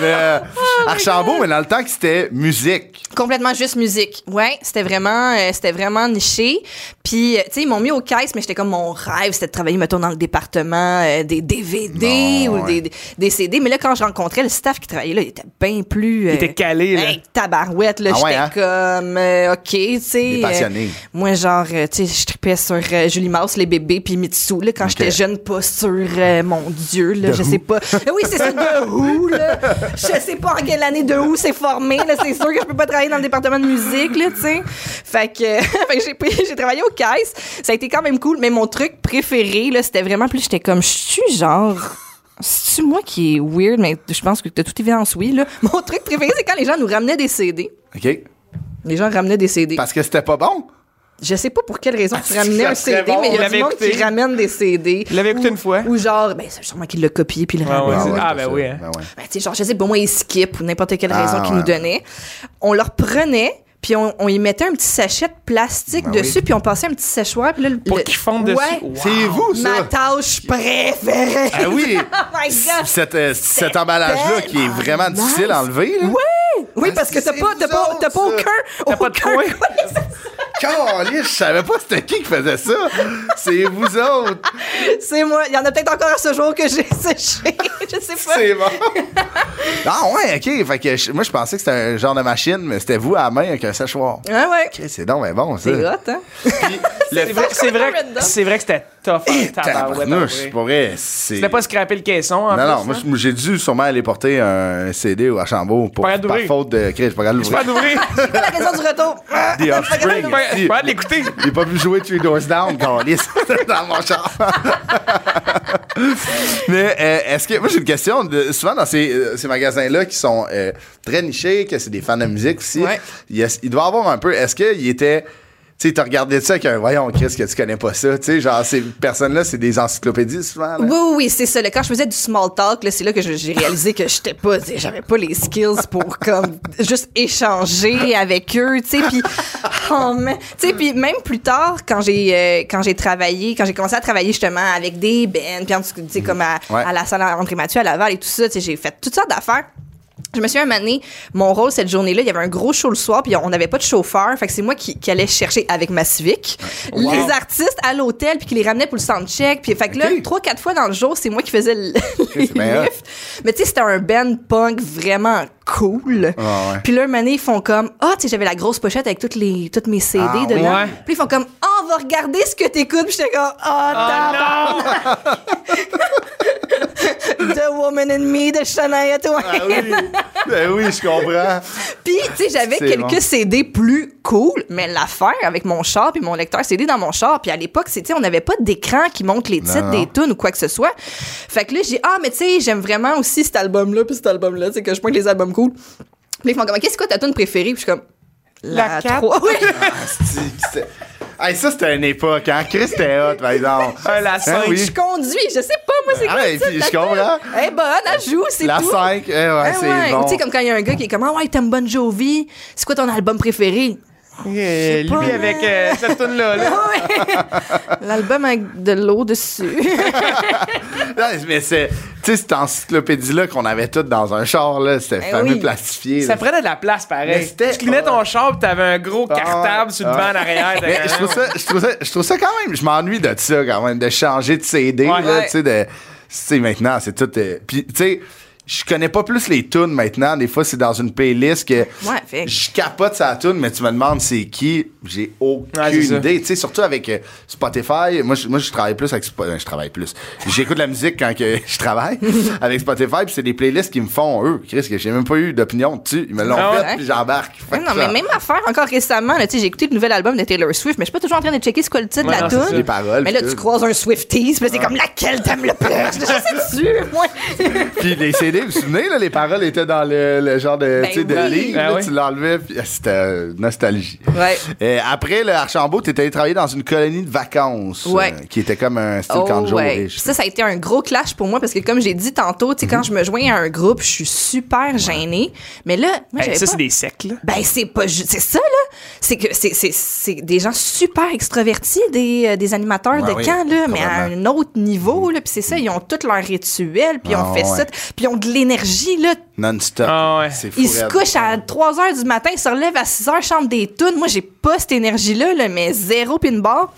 [SPEAKER 1] Mais, euh,
[SPEAKER 4] Oh
[SPEAKER 1] Archambault, mais dans le temps que c'était musique.
[SPEAKER 4] Complètement juste musique. Ouais, c'était vraiment, euh, c'était vraiment niché. Puis, euh, tu sais, ils m'ont mis aux caisses, mais j'étais comme mon rêve, c'était de travailler, mettons, dans le département euh, des DVD
[SPEAKER 1] Non,
[SPEAKER 4] ou des, des CD. Mais là, quand je rencontrais le staff qui travaillait là, il était bien plus. euh,
[SPEAKER 2] était calé, là.
[SPEAKER 4] hey, tabarouette, là.
[SPEAKER 1] Ah ouais,
[SPEAKER 4] j'étais
[SPEAKER 1] hein?
[SPEAKER 4] comme, euh, OK, tu sais.
[SPEAKER 1] Des passionnés.
[SPEAKER 4] euh, moi, genre, euh, tu sais, je tripais sur euh, Julie Mouse, les bébés, puis Mitsu, là, quand j'étais jeune, pas sur euh, mon Dieu, là, je sais pas. Ah Oui, c'est ça, de où, là. Je sais pas en quelle année de où c'est formé, là, c'est sûr que je peux pas travailler dans le département de musique, là, tu sais. Fait que, fait que j'ai pris- j'ai travaillé aux caisses, ça a été quand même cool, mais mon truc préféré, là, c'était vraiment plus, j'étais comme, je suis genre. C'est-tu moi qui est weird, mais je pense que t'as toute évidence, oui, là. Mon truc préféré, c'est quand les gens nous ramenaient des CD.
[SPEAKER 1] OK?
[SPEAKER 4] Les gens ramenaient des CD.
[SPEAKER 1] Parce que c'était pas bon.
[SPEAKER 4] Je sais pas pour quelle raison tu ramenais
[SPEAKER 1] Ah, ça
[SPEAKER 4] un
[SPEAKER 1] serait
[SPEAKER 4] CD,
[SPEAKER 1] bon.
[SPEAKER 4] mais il y
[SPEAKER 2] Il
[SPEAKER 4] a
[SPEAKER 2] l'avait
[SPEAKER 4] du monde
[SPEAKER 2] écouté.
[SPEAKER 4] qui ramène des CD.
[SPEAKER 2] Il l'avait écouté
[SPEAKER 4] Ou-
[SPEAKER 2] une fois.
[SPEAKER 4] Ou genre, ben, c'est sûrement qu'il l'a copié puis il le
[SPEAKER 2] Ouais,
[SPEAKER 4] ramène.
[SPEAKER 2] ouais. Ah,
[SPEAKER 1] c'est
[SPEAKER 2] ben
[SPEAKER 1] ça.
[SPEAKER 2] oui, hein.
[SPEAKER 1] Ben ouais.
[SPEAKER 4] Ben, tu sais, genre, je sais pas, moi, ils skip ou n'importe quelle
[SPEAKER 1] Ah,
[SPEAKER 4] raison qu'ils
[SPEAKER 1] ouais.
[SPEAKER 4] nous donnaient. On leur prenait, puis on, on y mettait un petit sachet de plastique
[SPEAKER 1] Ben
[SPEAKER 4] dessus,
[SPEAKER 1] oui.
[SPEAKER 4] puis on passait un petit séchoir. Puis là, le-
[SPEAKER 2] Pour
[SPEAKER 4] le-
[SPEAKER 2] qu'ils fondent dessus.
[SPEAKER 4] Ouais.
[SPEAKER 2] Wow.
[SPEAKER 1] C'est vous, ça.
[SPEAKER 4] Ma tâche préférée.
[SPEAKER 1] Ah oui!
[SPEAKER 4] oh my God.
[SPEAKER 1] Cet, euh, cet emballage-là qui est vraiment
[SPEAKER 4] nice.
[SPEAKER 1] difficile à enlever. là. Ah,
[SPEAKER 4] Oui, parce que t'as
[SPEAKER 1] c'est
[SPEAKER 4] pas, t'as
[SPEAKER 1] vous
[SPEAKER 4] pas, t'as
[SPEAKER 1] autres,
[SPEAKER 4] pas aucun,
[SPEAKER 2] T'as pas de
[SPEAKER 4] aucun-
[SPEAKER 2] coin.
[SPEAKER 1] Caliste, je savais pas c'était qui qui faisait ça. C'est vous autres.
[SPEAKER 4] C'est moi. Il y en a peut-être encore à ce jour que j'ai séché. Je sais pas.
[SPEAKER 1] C'est bon. Ah ouais, ok. Fait que je- moi, je pensais que c'était un genre de machine, mais c'était vous à la main avec un séchoir.
[SPEAKER 4] Ouais, ouais.
[SPEAKER 1] Ok, c'est donc ben bon, ça.
[SPEAKER 4] C'est hot, hein?
[SPEAKER 1] Puis le
[SPEAKER 2] C'est vrai, c'est vrai,
[SPEAKER 4] Random.
[SPEAKER 2] c'est vrai que c'était tough. en tabarouette, en
[SPEAKER 1] Eh,
[SPEAKER 2] vrai.
[SPEAKER 1] Tabarnouche, c'est pas vrai. c'est-
[SPEAKER 2] C'était pas scraper le caisson. En
[SPEAKER 1] Non,
[SPEAKER 2] plus,
[SPEAKER 1] non, moi,
[SPEAKER 2] hein.
[SPEAKER 1] je- j'ai dû sûrement aller porter un CD ou à Chambaud pour,
[SPEAKER 2] Pas à
[SPEAKER 1] par
[SPEAKER 2] l'ouvrir.
[SPEAKER 1] faute de. Chris, j'ai pas regardé
[SPEAKER 2] Je vais l'ouvrir.
[SPEAKER 4] C'est pas la question du retour. Ah,
[SPEAKER 1] The Offspring.
[SPEAKER 2] Je vais l'écouter.
[SPEAKER 1] J'ai pas pu jouer Three Doors Down, câlisse. C'était dans mon char. Mais euh, est-ce que. Moi, j'ai une question. de- souvent, dans ces, euh, ces magasins-là qui sont euh, très nichés, que c'est des fans de musique aussi,
[SPEAKER 4] Ouais.
[SPEAKER 1] il, y a- il doit y avoir un peu. Est-ce qu'il était. Tu sais, t'as regardé ça avec un voyons, Chris, que tu connais pas ça. Tu sais, genre, ces personnes-là, c'est des encyclopédies souvent. là.
[SPEAKER 4] Oui, oui, oui, c'est ça. là. Quand je faisais du small talk, là, c'est là que je- j'ai réalisé que j'étais pas, tu sais, j'avais pas les skills pour comme juste échanger avec eux, tu sais. Puis, oh, man. tu sais, puis même plus tard, quand j'ai euh, quand j'ai travaillé, quand j'ai commencé à travailler justement avec des bands, puis en tout cas, tu sais, comme à,
[SPEAKER 1] Ouais.
[SPEAKER 4] à la salle André Mathieu à Laval et tout ça, tu sais, j'ai fait toutes sortes d'affaires. Je me suis un moment donné, mon rôle cette journée-là, il y avait un gros show le soir, puis on n'avait pas de chauffeur. Fait que c'est moi qui, qui allais chercher avec ma Civic les artistes à l'hôtel, puis qui les ramenait pour le soundcheck. Puis fait que là,
[SPEAKER 1] Ok.
[SPEAKER 4] trois, quatre fois dans le jour, c'est moi qui faisais le les
[SPEAKER 1] c'est bien hot.
[SPEAKER 4] lifts. Mais tu sais, c'était un band punk vraiment cool.
[SPEAKER 1] Ah ouais.
[SPEAKER 4] Puis là, une année, ils font comme Ah, tu sais, j'avais la grosse pochette avec toutes, les, toutes mes CD
[SPEAKER 1] Ah
[SPEAKER 4] dedans.
[SPEAKER 2] ouais.
[SPEAKER 4] Puis ils font comme Ah, on va regarder ce que t'écoutes. Puis j'étais comme Ah,
[SPEAKER 2] Non!
[SPEAKER 4] The Woman in Me de Shania Twain.
[SPEAKER 1] Ah oui, ben oui, je comprends.
[SPEAKER 4] Puis, tu sais, j'avais
[SPEAKER 1] C'est
[SPEAKER 4] quelques
[SPEAKER 1] bon.
[SPEAKER 4] CD plus cool, mais l'affaire avec mon char puis mon lecteur CD dans mon char, puis à l'époque, c'est, tu sais, on n'avait pas d'écran qui montre les titres
[SPEAKER 1] non.
[SPEAKER 4] des tunes ou quoi que ce soit. Fait que là, j'ai ah, mais tu sais, j'aime vraiment aussi cet album-là puis cet album-là, tu sais, que je prends les albums cool. Puis là, ils font comme, qu'est-ce que ta tune préférée? Puis je suis comme,
[SPEAKER 2] La
[SPEAKER 4] la,
[SPEAKER 2] quatre.
[SPEAKER 4] 3. Oui.
[SPEAKER 1] Ah Asti, que c'est- Hey, ça, c'était une époque. Hein? Chris, c'était hot, par exemple. Hein,
[SPEAKER 2] Euh, la cinq,
[SPEAKER 1] oui.
[SPEAKER 4] Je conduis, je sais pas, moi, c'est
[SPEAKER 1] Ah,
[SPEAKER 4] quoi
[SPEAKER 1] et
[SPEAKER 4] le titre
[SPEAKER 1] puis,
[SPEAKER 4] de la
[SPEAKER 1] je
[SPEAKER 4] tune?
[SPEAKER 1] comprends.
[SPEAKER 4] Elle est bonne, elle joue, c'est
[SPEAKER 1] La
[SPEAKER 4] tout.
[SPEAKER 1] 5, eh ouais,
[SPEAKER 4] Ah
[SPEAKER 1] c'est
[SPEAKER 4] ouais.
[SPEAKER 1] bon.
[SPEAKER 4] Tu sais, comme quand il y a un gars qui est comme, ah ouais, t'aimes Bon Jovi, c'est quoi ton album préféré?
[SPEAKER 2] Euh,
[SPEAKER 4] pas.
[SPEAKER 2] Lui avec euh, cette toune-là. là.
[SPEAKER 4] L'album avec de l'eau dessus.
[SPEAKER 1] Non, mais c'est, tu sais, cette encyclopédie-là qu'on avait toutes dans un char, là, c'était
[SPEAKER 4] Eh
[SPEAKER 1] fameux
[SPEAKER 4] oui.
[SPEAKER 1] plastifié.
[SPEAKER 2] Ça
[SPEAKER 1] là.
[SPEAKER 2] prenait de la place,
[SPEAKER 1] Mais
[SPEAKER 2] pareil.
[SPEAKER 1] c'était-
[SPEAKER 2] Tu clinais ton char pis t'avais un gros cartable sur le
[SPEAKER 1] ouais.
[SPEAKER 2] banc en arrière.
[SPEAKER 1] Mais
[SPEAKER 2] T'avais-
[SPEAKER 1] je trouve ça, je trouve ça, je trouve ça quand même, je m'ennuie de ça quand même, de changer de CD,
[SPEAKER 2] Ouais.
[SPEAKER 1] là,
[SPEAKER 4] Ouais.
[SPEAKER 1] tu sais, de, tu sais, maintenant, c'est tout, euh, puis, tu sais, je connais pas plus les tunes maintenant. Des fois, c'est dans une playlist que
[SPEAKER 4] fait que-
[SPEAKER 1] je capote sa tune, mais tu me demandes c'est qui, j'ai aucune
[SPEAKER 2] Ouais, c'est ça.
[SPEAKER 1] idée. Tu sais, surtout avec euh, Spotify. Moi, je, moi, je travaille plus avec Spotify. Je travaille plus. J'écoute la musique quand que je travaille avec Spotify, puis c'est des playlists qui me font eux. Chris, que j'ai même pas eu d'opinion dessus. Ils me l'ont
[SPEAKER 2] Ah
[SPEAKER 1] fait,
[SPEAKER 4] ouais?
[SPEAKER 1] puis j'embarque. Fait
[SPEAKER 4] Ouais,
[SPEAKER 1] que
[SPEAKER 4] non,
[SPEAKER 1] ça-
[SPEAKER 4] mais même affaire encore récemment, là, tu sais, j'ai écouté le nouvel album de Taylor Swift, mais je suis pas toujours en train de checker ce qu'est le titre
[SPEAKER 2] Ouais,
[SPEAKER 4] de
[SPEAKER 2] non,
[SPEAKER 4] la
[SPEAKER 2] c'est ça.
[SPEAKER 4] tune.
[SPEAKER 1] Les paroles,
[SPEAKER 4] Mais là,
[SPEAKER 1] puis
[SPEAKER 4] tu
[SPEAKER 1] tout.
[SPEAKER 4] croises un Swifties, puis là, c'est comme laquelle t'aimes le plus. je sais dessus, moi.
[SPEAKER 1] Puis les CD, vous vous souvenez, là, les paroles étaient dans le, le genre de,
[SPEAKER 4] Ben
[SPEAKER 1] tu sais, de
[SPEAKER 4] oui.
[SPEAKER 1] livre.
[SPEAKER 2] Ben
[SPEAKER 1] là,
[SPEAKER 2] oui.
[SPEAKER 1] Tu l'enlevais, puis ah, c'était euh, nostalgie.
[SPEAKER 4] Ouais.
[SPEAKER 1] Euh, après le Archambault, t'étais allé travailler dans une colonie de vacances
[SPEAKER 4] Ouais.
[SPEAKER 1] euh, qui était comme un style
[SPEAKER 4] Oh,
[SPEAKER 1] canjo
[SPEAKER 4] ouais.
[SPEAKER 1] riche.
[SPEAKER 4] Ça, ça a été un gros clash pour moi parce que, comme j'ai dit tantôt, tu sais,
[SPEAKER 2] Mhm.
[SPEAKER 4] quand je me joins à un groupe, je suis super gênée. Mais là, moi,
[SPEAKER 2] Hey,
[SPEAKER 4] j'avais
[SPEAKER 2] ça,
[SPEAKER 4] pas-
[SPEAKER 2] c'est des secs, là.
[SPEAKER 4] Ben, c'est pas ju- C'est ça, là. C'est que c'est, c'est, c'est des gens super extrovertis, des, euh, des animateurs
[SPEAKER 1] Ouais,
[SPEAKER 4] de
[SPEAKER 1] oui,
[SPEAKER 4] camp, là, mais à
[SPEAKER 1] complètement. Mm.
[SPEAKER 4] un autre niveau, là. Puis c'est ça, ils ont tous leurs rituels, puis
[SPEAKER 1] Ah,
[SPEAKER 4] on fait
[SPEAKER 1] ouais.
[SPEAKER 4] ça. Puis ils ont de l'énergie, là.
[SPEAKER 1] Non-stop.
[SPEAKER 2] Ah ouais.
[SPEAKER 1] C'est fou.
[SPEAKER 4] Ils se
[SPEAKER 1] raide.
[SPEAKER 4] couchent à 3 h du matin, ils se relèvent à 6 h, chantent des tunes. Moi, j'ai pas cette énergie-là, là, mais zéro pin barre.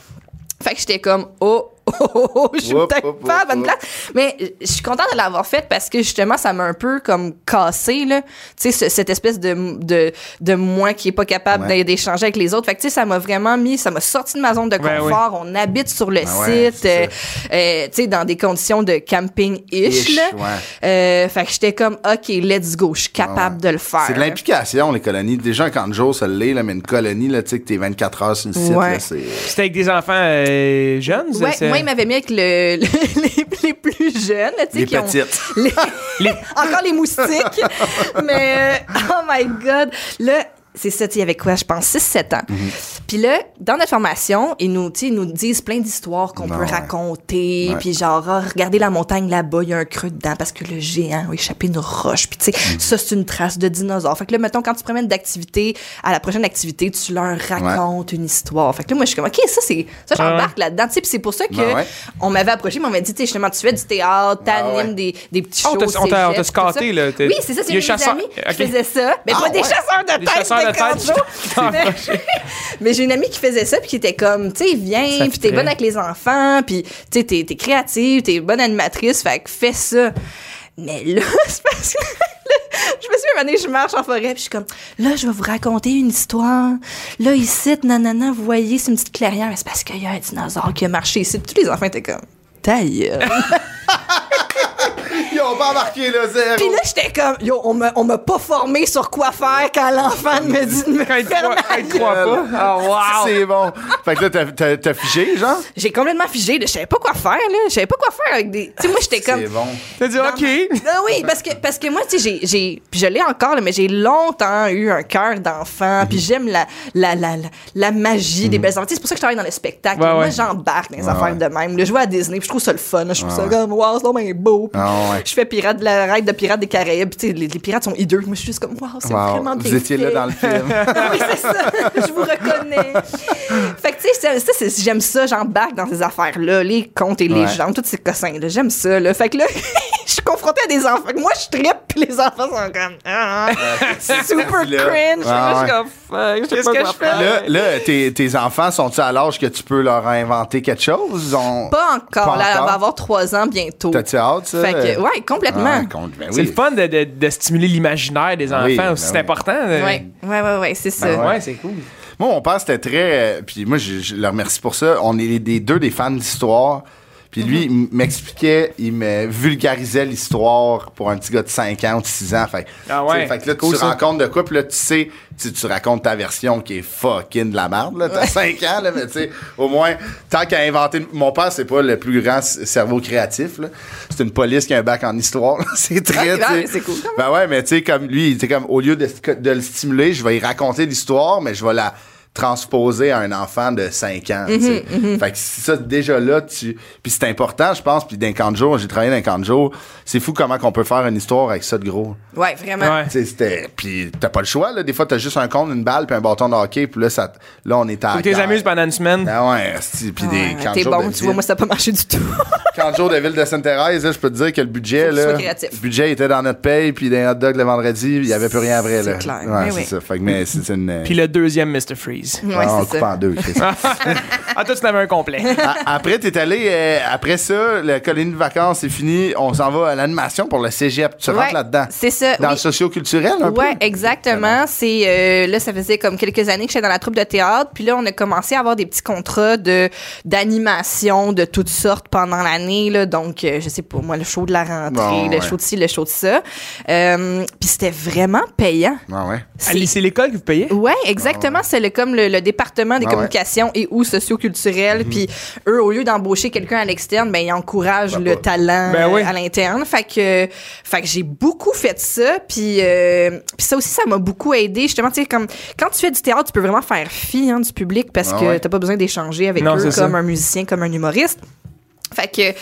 [SPEAKER 4] Fait que j'étais comme, oh, oh, oh, oh, je suis
[SPEAKER 1] Oup,
[SPEAKER 4] peut-être
[SPEAKER 1] oup,
[SPEAKER 4] pas à
[SPEAKER 1] oup,
[SPEAKER 4] bonne
[SPEAKER 1] oup.
[SPEAKER 4] place. Mais euh, je suis contente de l'avoir faite parce que justement, ça m'a un peu comme cassé, là. Tu sais, ce- cette espèce de, de, de moi qui est pas capable
[SPEAKER 1] Ouais.
[SPEAKER 4] d'a- d'échanger avec les autres. Fait que tu sais, ça m'a vraiment mis, ça m'a sorti de ma zone de
[SPEAKER 2] Ben
[SPEAKER 4] confort. On habite sur le
[SPEAKER 1] Ben ouais,
[SPEAKER 4] site,
[SPEAKER 1] c'est
[SPEAKER 4] euh, euh, tu sais, dans des conditions de camping-ish,
[SPEAKER 1] Ish,
[SPEAKER 4] là.
[SPEAKER 1] ouais.
[SPEAKER 4] Euh, fait que j'étais comme, OK, let's go, je suis capable de le faire.
[SPEAKER 1] C'est de l'implication, les colonies. Déjà, un camp de jour, ça l'est, là, mais une colonie, là, tu sais, que t'es 24 heures sur le site,
[SPEAKER 4] Ouais.
[SPEAKER 1] là, c'est.
[SPEAKER 2] C'était avec des enfants euh, jeunes, ça,
[SPEAKER 4] Ouais,
[SPEAKER 2] c'est-
[SPEAKER 4] moi, il m'avait mis avec le, le- les, les plus jeunes, là, tu sais,
[SPEAKER 1] Les
[SPEAKER 4] qui ont-
[SPEAKER 1] petites.
[SPEAKER 4] les-
[SPEAKER 2] Les-
[SPEAKER 4] Encore les moustiques. Mais, euh, oh my God. Là, c'est ça, tu sais, il y avait quoi, je pense, 6-7 ans.
[SPEAKER 1] Mhm.
[SPEAKER 4] Puis là, dans notre formation, ils nous, tu sais, ils nous disent plein d'histoires qu'on
[SPEAKER 1] Non,
[SPEAKER 4] peut
[SPEAKER 1] ouais.
[SPEAKER 4] raconter.
[SPEAKER 1] Ouais.
[SPEAKER 4] Puis genre, Ah, regardez la montagne là-bas, il y a un creux dedans parce que le géant a échappé une roche. Puis tu
[SPEAKER 1] Mhm.
[SPEAKER 4] sais, ça, c'est une trace de dinosaure. Fait que là, mettons, quand tu te promènes d'activité à la prochaine activité, tu leur racontes une histoire. Fait que là, moi, je suis comme, OK, ça, c'est ça j'embarque là-dedans. Tu sais, puis c'est pour ça que
[SPEAKER 1] Ah Ben Ouais, ouais.
[SPEAKER 4] on m'avait approché, mais on m'a dit, tu sais, justement, tu fais du théâtre, t'animes
[SPEAKER 1] Ouais, ouais.
[SPEAKER 4] des, des petits
[SPEAKER 2] Ah On t'a-
[SPEAKER 4] shows,
[SPEAKER 2] on t'a- on t'a
[SPEAKER 4] cégeps,
[SPEAKER 2] scotté,
[SPEAKER 4] tout ça.
[SPEAKER 2] là, t'es-
[SPEAKER 4] Oui, c'est ça, c'est
[SPEAKER 2] Il y a
[SPEAKER 4] mes
[SPEAKER 2] chasseur-
[SPEAKER 4] amis
[SPEAKER 2] Ok.
[SPEAKER 4] qui faisaient ça. Mais
[SPEAKER 1] Ah,
[SPEAKER 4] pas des
[SPEAKER 1] ouais.
[SPEAKER 4] chasseurs de
[SPEAKER 2] Des
[SPEAKER 4] tête,
[SPEAKER 2] chasseurs
[SPEAKER 4] de
[SPEAKER 2] de tête qui
[SPEAKER 4] canjo.
[SPEAKER 2] t'ont
[SPEAKER 4] Mais- Mais j'ai une amie qui faisait ça, puis qui était comme, tu sais,
[SPEAKER 2] Ça
[SPEAKER 4] viens, puis
[SPEAKER 2] fitrait.
[SPEAKER 4] t'es bonne avec les enfants, puis tu sais, t'es t'es créative, t'es bonne animatrice, fait que fais ça. Mais là, c'est parce que. là, Je me suis un moment donné, je marche en forêt, puis je suis comme, là, je vais vous raconter une histoire. Là, ici, nanana, vous voyez, c'est une petite clairière, mais c'est parce qu'il y a un dinosaure qui a marché ici. Puis tous les enfants étaient comme, ta gueule.
[SPEAKER 1] Ils ont pas embarqué, là, zéro.
[SPEAKER 4] Puis là, j'étais comme, yo, on m'a, on m'a pas formé sur quoi faire quand l'enfant me dit de me
[SPEAKER 2] Quand il te
[SPEAKER 4] faire
[SPEAKER 2] croit,
[SPEAKER 4] mal.
[SPEAKER 2] quand il te croit pas. Ah, wow.
[SPEAKER 1] C'est bon. Fait que là, t'as- t'as- t'as figé, genre?
[SPEAKER 4] J'ai complètement figé, là, je savais pas quoi faire, là. Je savais pas quoi faire avec des. Tu sais, moi, j'étais comme.
[SPEAKER 1] C'est bon.
[SPEAKER 2] T'as dit, OK.
[SPEAKER 4] Non, oui, parce que, parce que moi, tu sais, j'ai- j'ai. Puis je l'ai encore, là, mais j'ai longtemps eu un cœur
[SPEAKER 1] Mhm.
[SPEAKER 4] d'enfant. Puis j'aime la, la, la, la, la magie des belles artistes. C'est pour ça que je travaille dans le spectacle.
[SPEAKER 2] Ouais,
[SPEAKER 4] Moi,
[SPEAKER 2] ouais.
[SPEAKER 4] j'embarque dans les
[SPEAKER 1] Ouais,
[SPEAKER 4] affaires
[SPEAKER 1] ouais.
[SPEAKER 4] de même. Là, je vais à Disney, puis je trouve ça le fun. là. Je trouve
[SPEAKER 1] Ouais,
[SPEAKER 4] ça comme, wow, c'est donc bien beau. Puis
[SPEAKER 1] Ah, ouais.
[SPEAKER 4] je fais pirate de la raid de Pirates des Caraïbes. Puis tu sais, les, les pirates sont hideux. Moi, je suis juste comme, wow, c'est
[SPEAKER 1] Wow.
[SPEAKER 4] vraiment
[SPEAKER 1] Vous
[SPEAKER 4] bien
[SPEAKER 1] étiez là
[SPEAKER 4] fait.
[SPEAKER 1] dans le film.
[SPEAKER 4] Ah oui, c'est ça. Je vous reconnais. Fait que, tu sais, ça, ça, c'est- j'aime ça. J'embarque dans ces affaires-là. Les contes et les
[SPEAKER 1] Ouais.
[SPEAKER 4] gens, tous ces cossins-là. J'aime ça, là. Fait que là, je suis confrontée à des enfants. Moi, je trippe, puis les enfants sont comme. Ah, super
[SPEAKER 1] Dis-le.
[SPEAKER 4] cringe.
[SPEAKER 1] Ah,
[SPEAKER 4] Fait que là, je suis comme. Fuck, je sais
[SPEAKER 2] Qu'est-ce
[SPEAKER 4] pas
[SPEAKER 2] que
[SPEAKER 4] quoi
[SPEAKER 2] je fais?
[SPEAKER 4] faire.
[SPEAKER 1] Là, là, tes, tes enfants sont-ils à l'âge que tu peux leur inventer quelque chose? Ils ont-
[SPEAKER 4] Pas encore.
[SPEAKER 1] Pas
[SPEAKER 4] là, elle
[SPEAKER 1] encore?
[SPEAKER 4] va avoir trois ans bientôt.
[SPEAKER 1] T'as-tu hâte, ça?
[SPEAKER 4] Fait que, ouais, complètement.
[SPEAKER 1] Ah, con- ben oui.
[SPEAKER 2] C'est le fun de, de- de stimuler l'imaginaire des enfants
[SPEAKER 1] Oui, ben
[SPEAKER 2] aussi. C'est
[SPEAKER 1] oui.
[SPEAKER 2] important. euh,
[SPEAKER 4] Ouais, ouais, ouais, ouais, c'est ça.
[SPEAKER 1] Ben
[SPEAKER 2] Ouais, c'est cool.
[SPEAKER 1] Moi, mon père, c'était très. euh, puis moi, je, je le remercie pour ça. On est des deux des fans d'histoire. Puis lui,
[SPEAKER 2] Mm-hmm.
[SPEAKER 1] il m'expliquait, il me vulgarisait l'histoire pour un petit gars de 5 ans ou de 6 ans. Fait,
[SPEAKER 2] Ah
[SPEAKER 1] tu
[SPEAKER 2] ouais,
[SPEAKER 1] sais, fait que là, tu
[SPEAKER 2] cool,
[SPEAKER 1] te
[SPEAKER 2] ça.
[SPEAKER 1] rends compte de quoi, puis là, tu sais, tu, tu racontes ta version qui est fucking de la merde, là. T'as 5 ans, là, mais tu sais, au moins, tant qu'à inventer. Mon père, c'est pas le plus grand c- cerveau créatif, là. C'est une police qui a un bac en histoire, là. C'est très.
[SPEAKER 4] Ah,
[SPEAKER 1] tu sais.
[SPEAKER 4] mais c'est cool.
[SPEAKER 1] Ben ouais, mais tu sais, comme lui, il était comme, au lieu de, de le stimuler, je vais y raconter l'histoire, mais je vais la transposer à un enfant de 5 ans. tu sais.
[SPEAKER 4] Mm-hmm,
[SPEAKER 1] Fait que ça, déjà là, tu. Puis c'est important, je pense. Puis d'un camp de jour, j'ai travaillé dans un camp de jour. C'est fou comment qu'on peut faire une histoire avec ça de gros.
[SPEAKER 4] Ouais, vraiment.
[SPEAKER 2] Ouais.
[SPEAKER 1] Tu sais, c'était. Puis t'as pas le choix, là. Des fois, t'as juste un compte, une balle, puis un bâton de hockey, puis là, ça, t- là on est à.
[SPEAKER 2] Faut que t'es
[SPEAKER 1] guerre.
[SPEAKER 2] amuses pendant une semaine.
[SPEAKER 1] Ben ouais, esti, puis des
[SPEAKER 4] Ouais,
[SPEAKER 1] camps de
[SPEAKER 4] T'es
[SPEAKER 1] jour
[SPEAKER 4] bon,
[SPEAKER 1] de
[SPEAKER 4] tu vois,
[SPEAKER 1] ville.
[SPEAKER 4] moi, ça n'a pas marché du tout.
[SPEAKER 1] Quand le jour de Ville de Sainte-Thérèse, là, je peux te dire que le budget,
[SPEAKER 4] Faut que tu
[SPEAKER 1] là,
[SPEAKER 4] sois créatif.
[SPEAKER 1] le budget était dans notre paye, puis dans les hot dogs le vendredi, il n'y avait plus rien après.
[SPEAKER 4] C'est
[SPEAKER 1] là.
[SPEAKER 4] clair,
[SPEAKER 1] Ouais,
[SPEAKER 4] mais
[SPEAKER 1] c'est
[SPEAKER 4] oui.
[SPEAKER 1] ça. Fait que, mais c'est une.
[SPEAKER 2] Puis le deuxième Mr. Freeze.
[SPEAKER 4] ouais,
[SPEAKER 1] Ah, on
[SPEAKER 4] c'est
[SPEAKER 1] coupe
[SPEAKER 4] ça.
[SPEAKER 1] en deux, Chris.
[SPEAKER 2] Ah, toi, tu en avais un complet.
[SPEAKER 1] A- après, t'es allé, euh, après ça, la colonie de vacances, c'est fini. On s'en va à l'animation pour le cégep. Tu rentres
[SPEAKER 4] Ouais,
[SPEAKER 1] là-dedans.
[SPEAKER 4] c'est ça,
[SPEAKER 1] Dans
[SPEAKER 4] oui.
[SPEAKER 1] le socio-culturel, un peu.
[SPEAKER 4] Ouais, exactement. C'est euh, là, ça faisait comme quelques années que j'étais dans la troupe de théâtre, puis là, on a commencé à avoir des petits contrats de d'animation de toutes sortes pendant l'année là. Donc, euh, je sais pas moi, le show de la rentrée,
[SPEAKER 1] Bon,
[SPEAKER 4] le
[SPEAKER 1] ouais.
[SPEAKER 4] show de ci, le show de ça. Euh, puis c'était vraiment payant.
[SPEAKER 1] Ah ouais.
[SPEAKER 2] Ah, C'est l'école que vous payez?
[SPEAKER 4] Ouais, exactement. C'est le- comme le, le département des
[SPEAKER 1] Ah ouais.
[SPEAKER 4] communications et ou socioculturelles. Puis eux, au lieu d'embaucher quelqu'un à l'externe, ben ils encouragent le talent
[SPEAKER 2] Ben
[SPEAKER 4] euh,
[SPEAKER 2] oui.
[SPEAKER 4] à l'interne. Fait que, fait que j'ai beaucoup fait ça. Puis, euh, puis ça aussi, ça m'a beaucoup aidé. Justement, tu sais, comme quand tu fais du théâtre, tu peux vraiment faire fi hein, du public parce
[SPEAKER 1] Ah
[SPEAKER 4] que
[SPEAKER 1] ouais.
[SPEAKER 4] t'as pas besoin d'échanger avec
[SPEAKER 2] Non,
[SPEAKER 4] eux
[SPEAKER 2] c'est
[SPEAKER 4] comme
[SPEAKER 2] ça.
[SPEAKER 4] un musicien, comme un humoriste. Fait que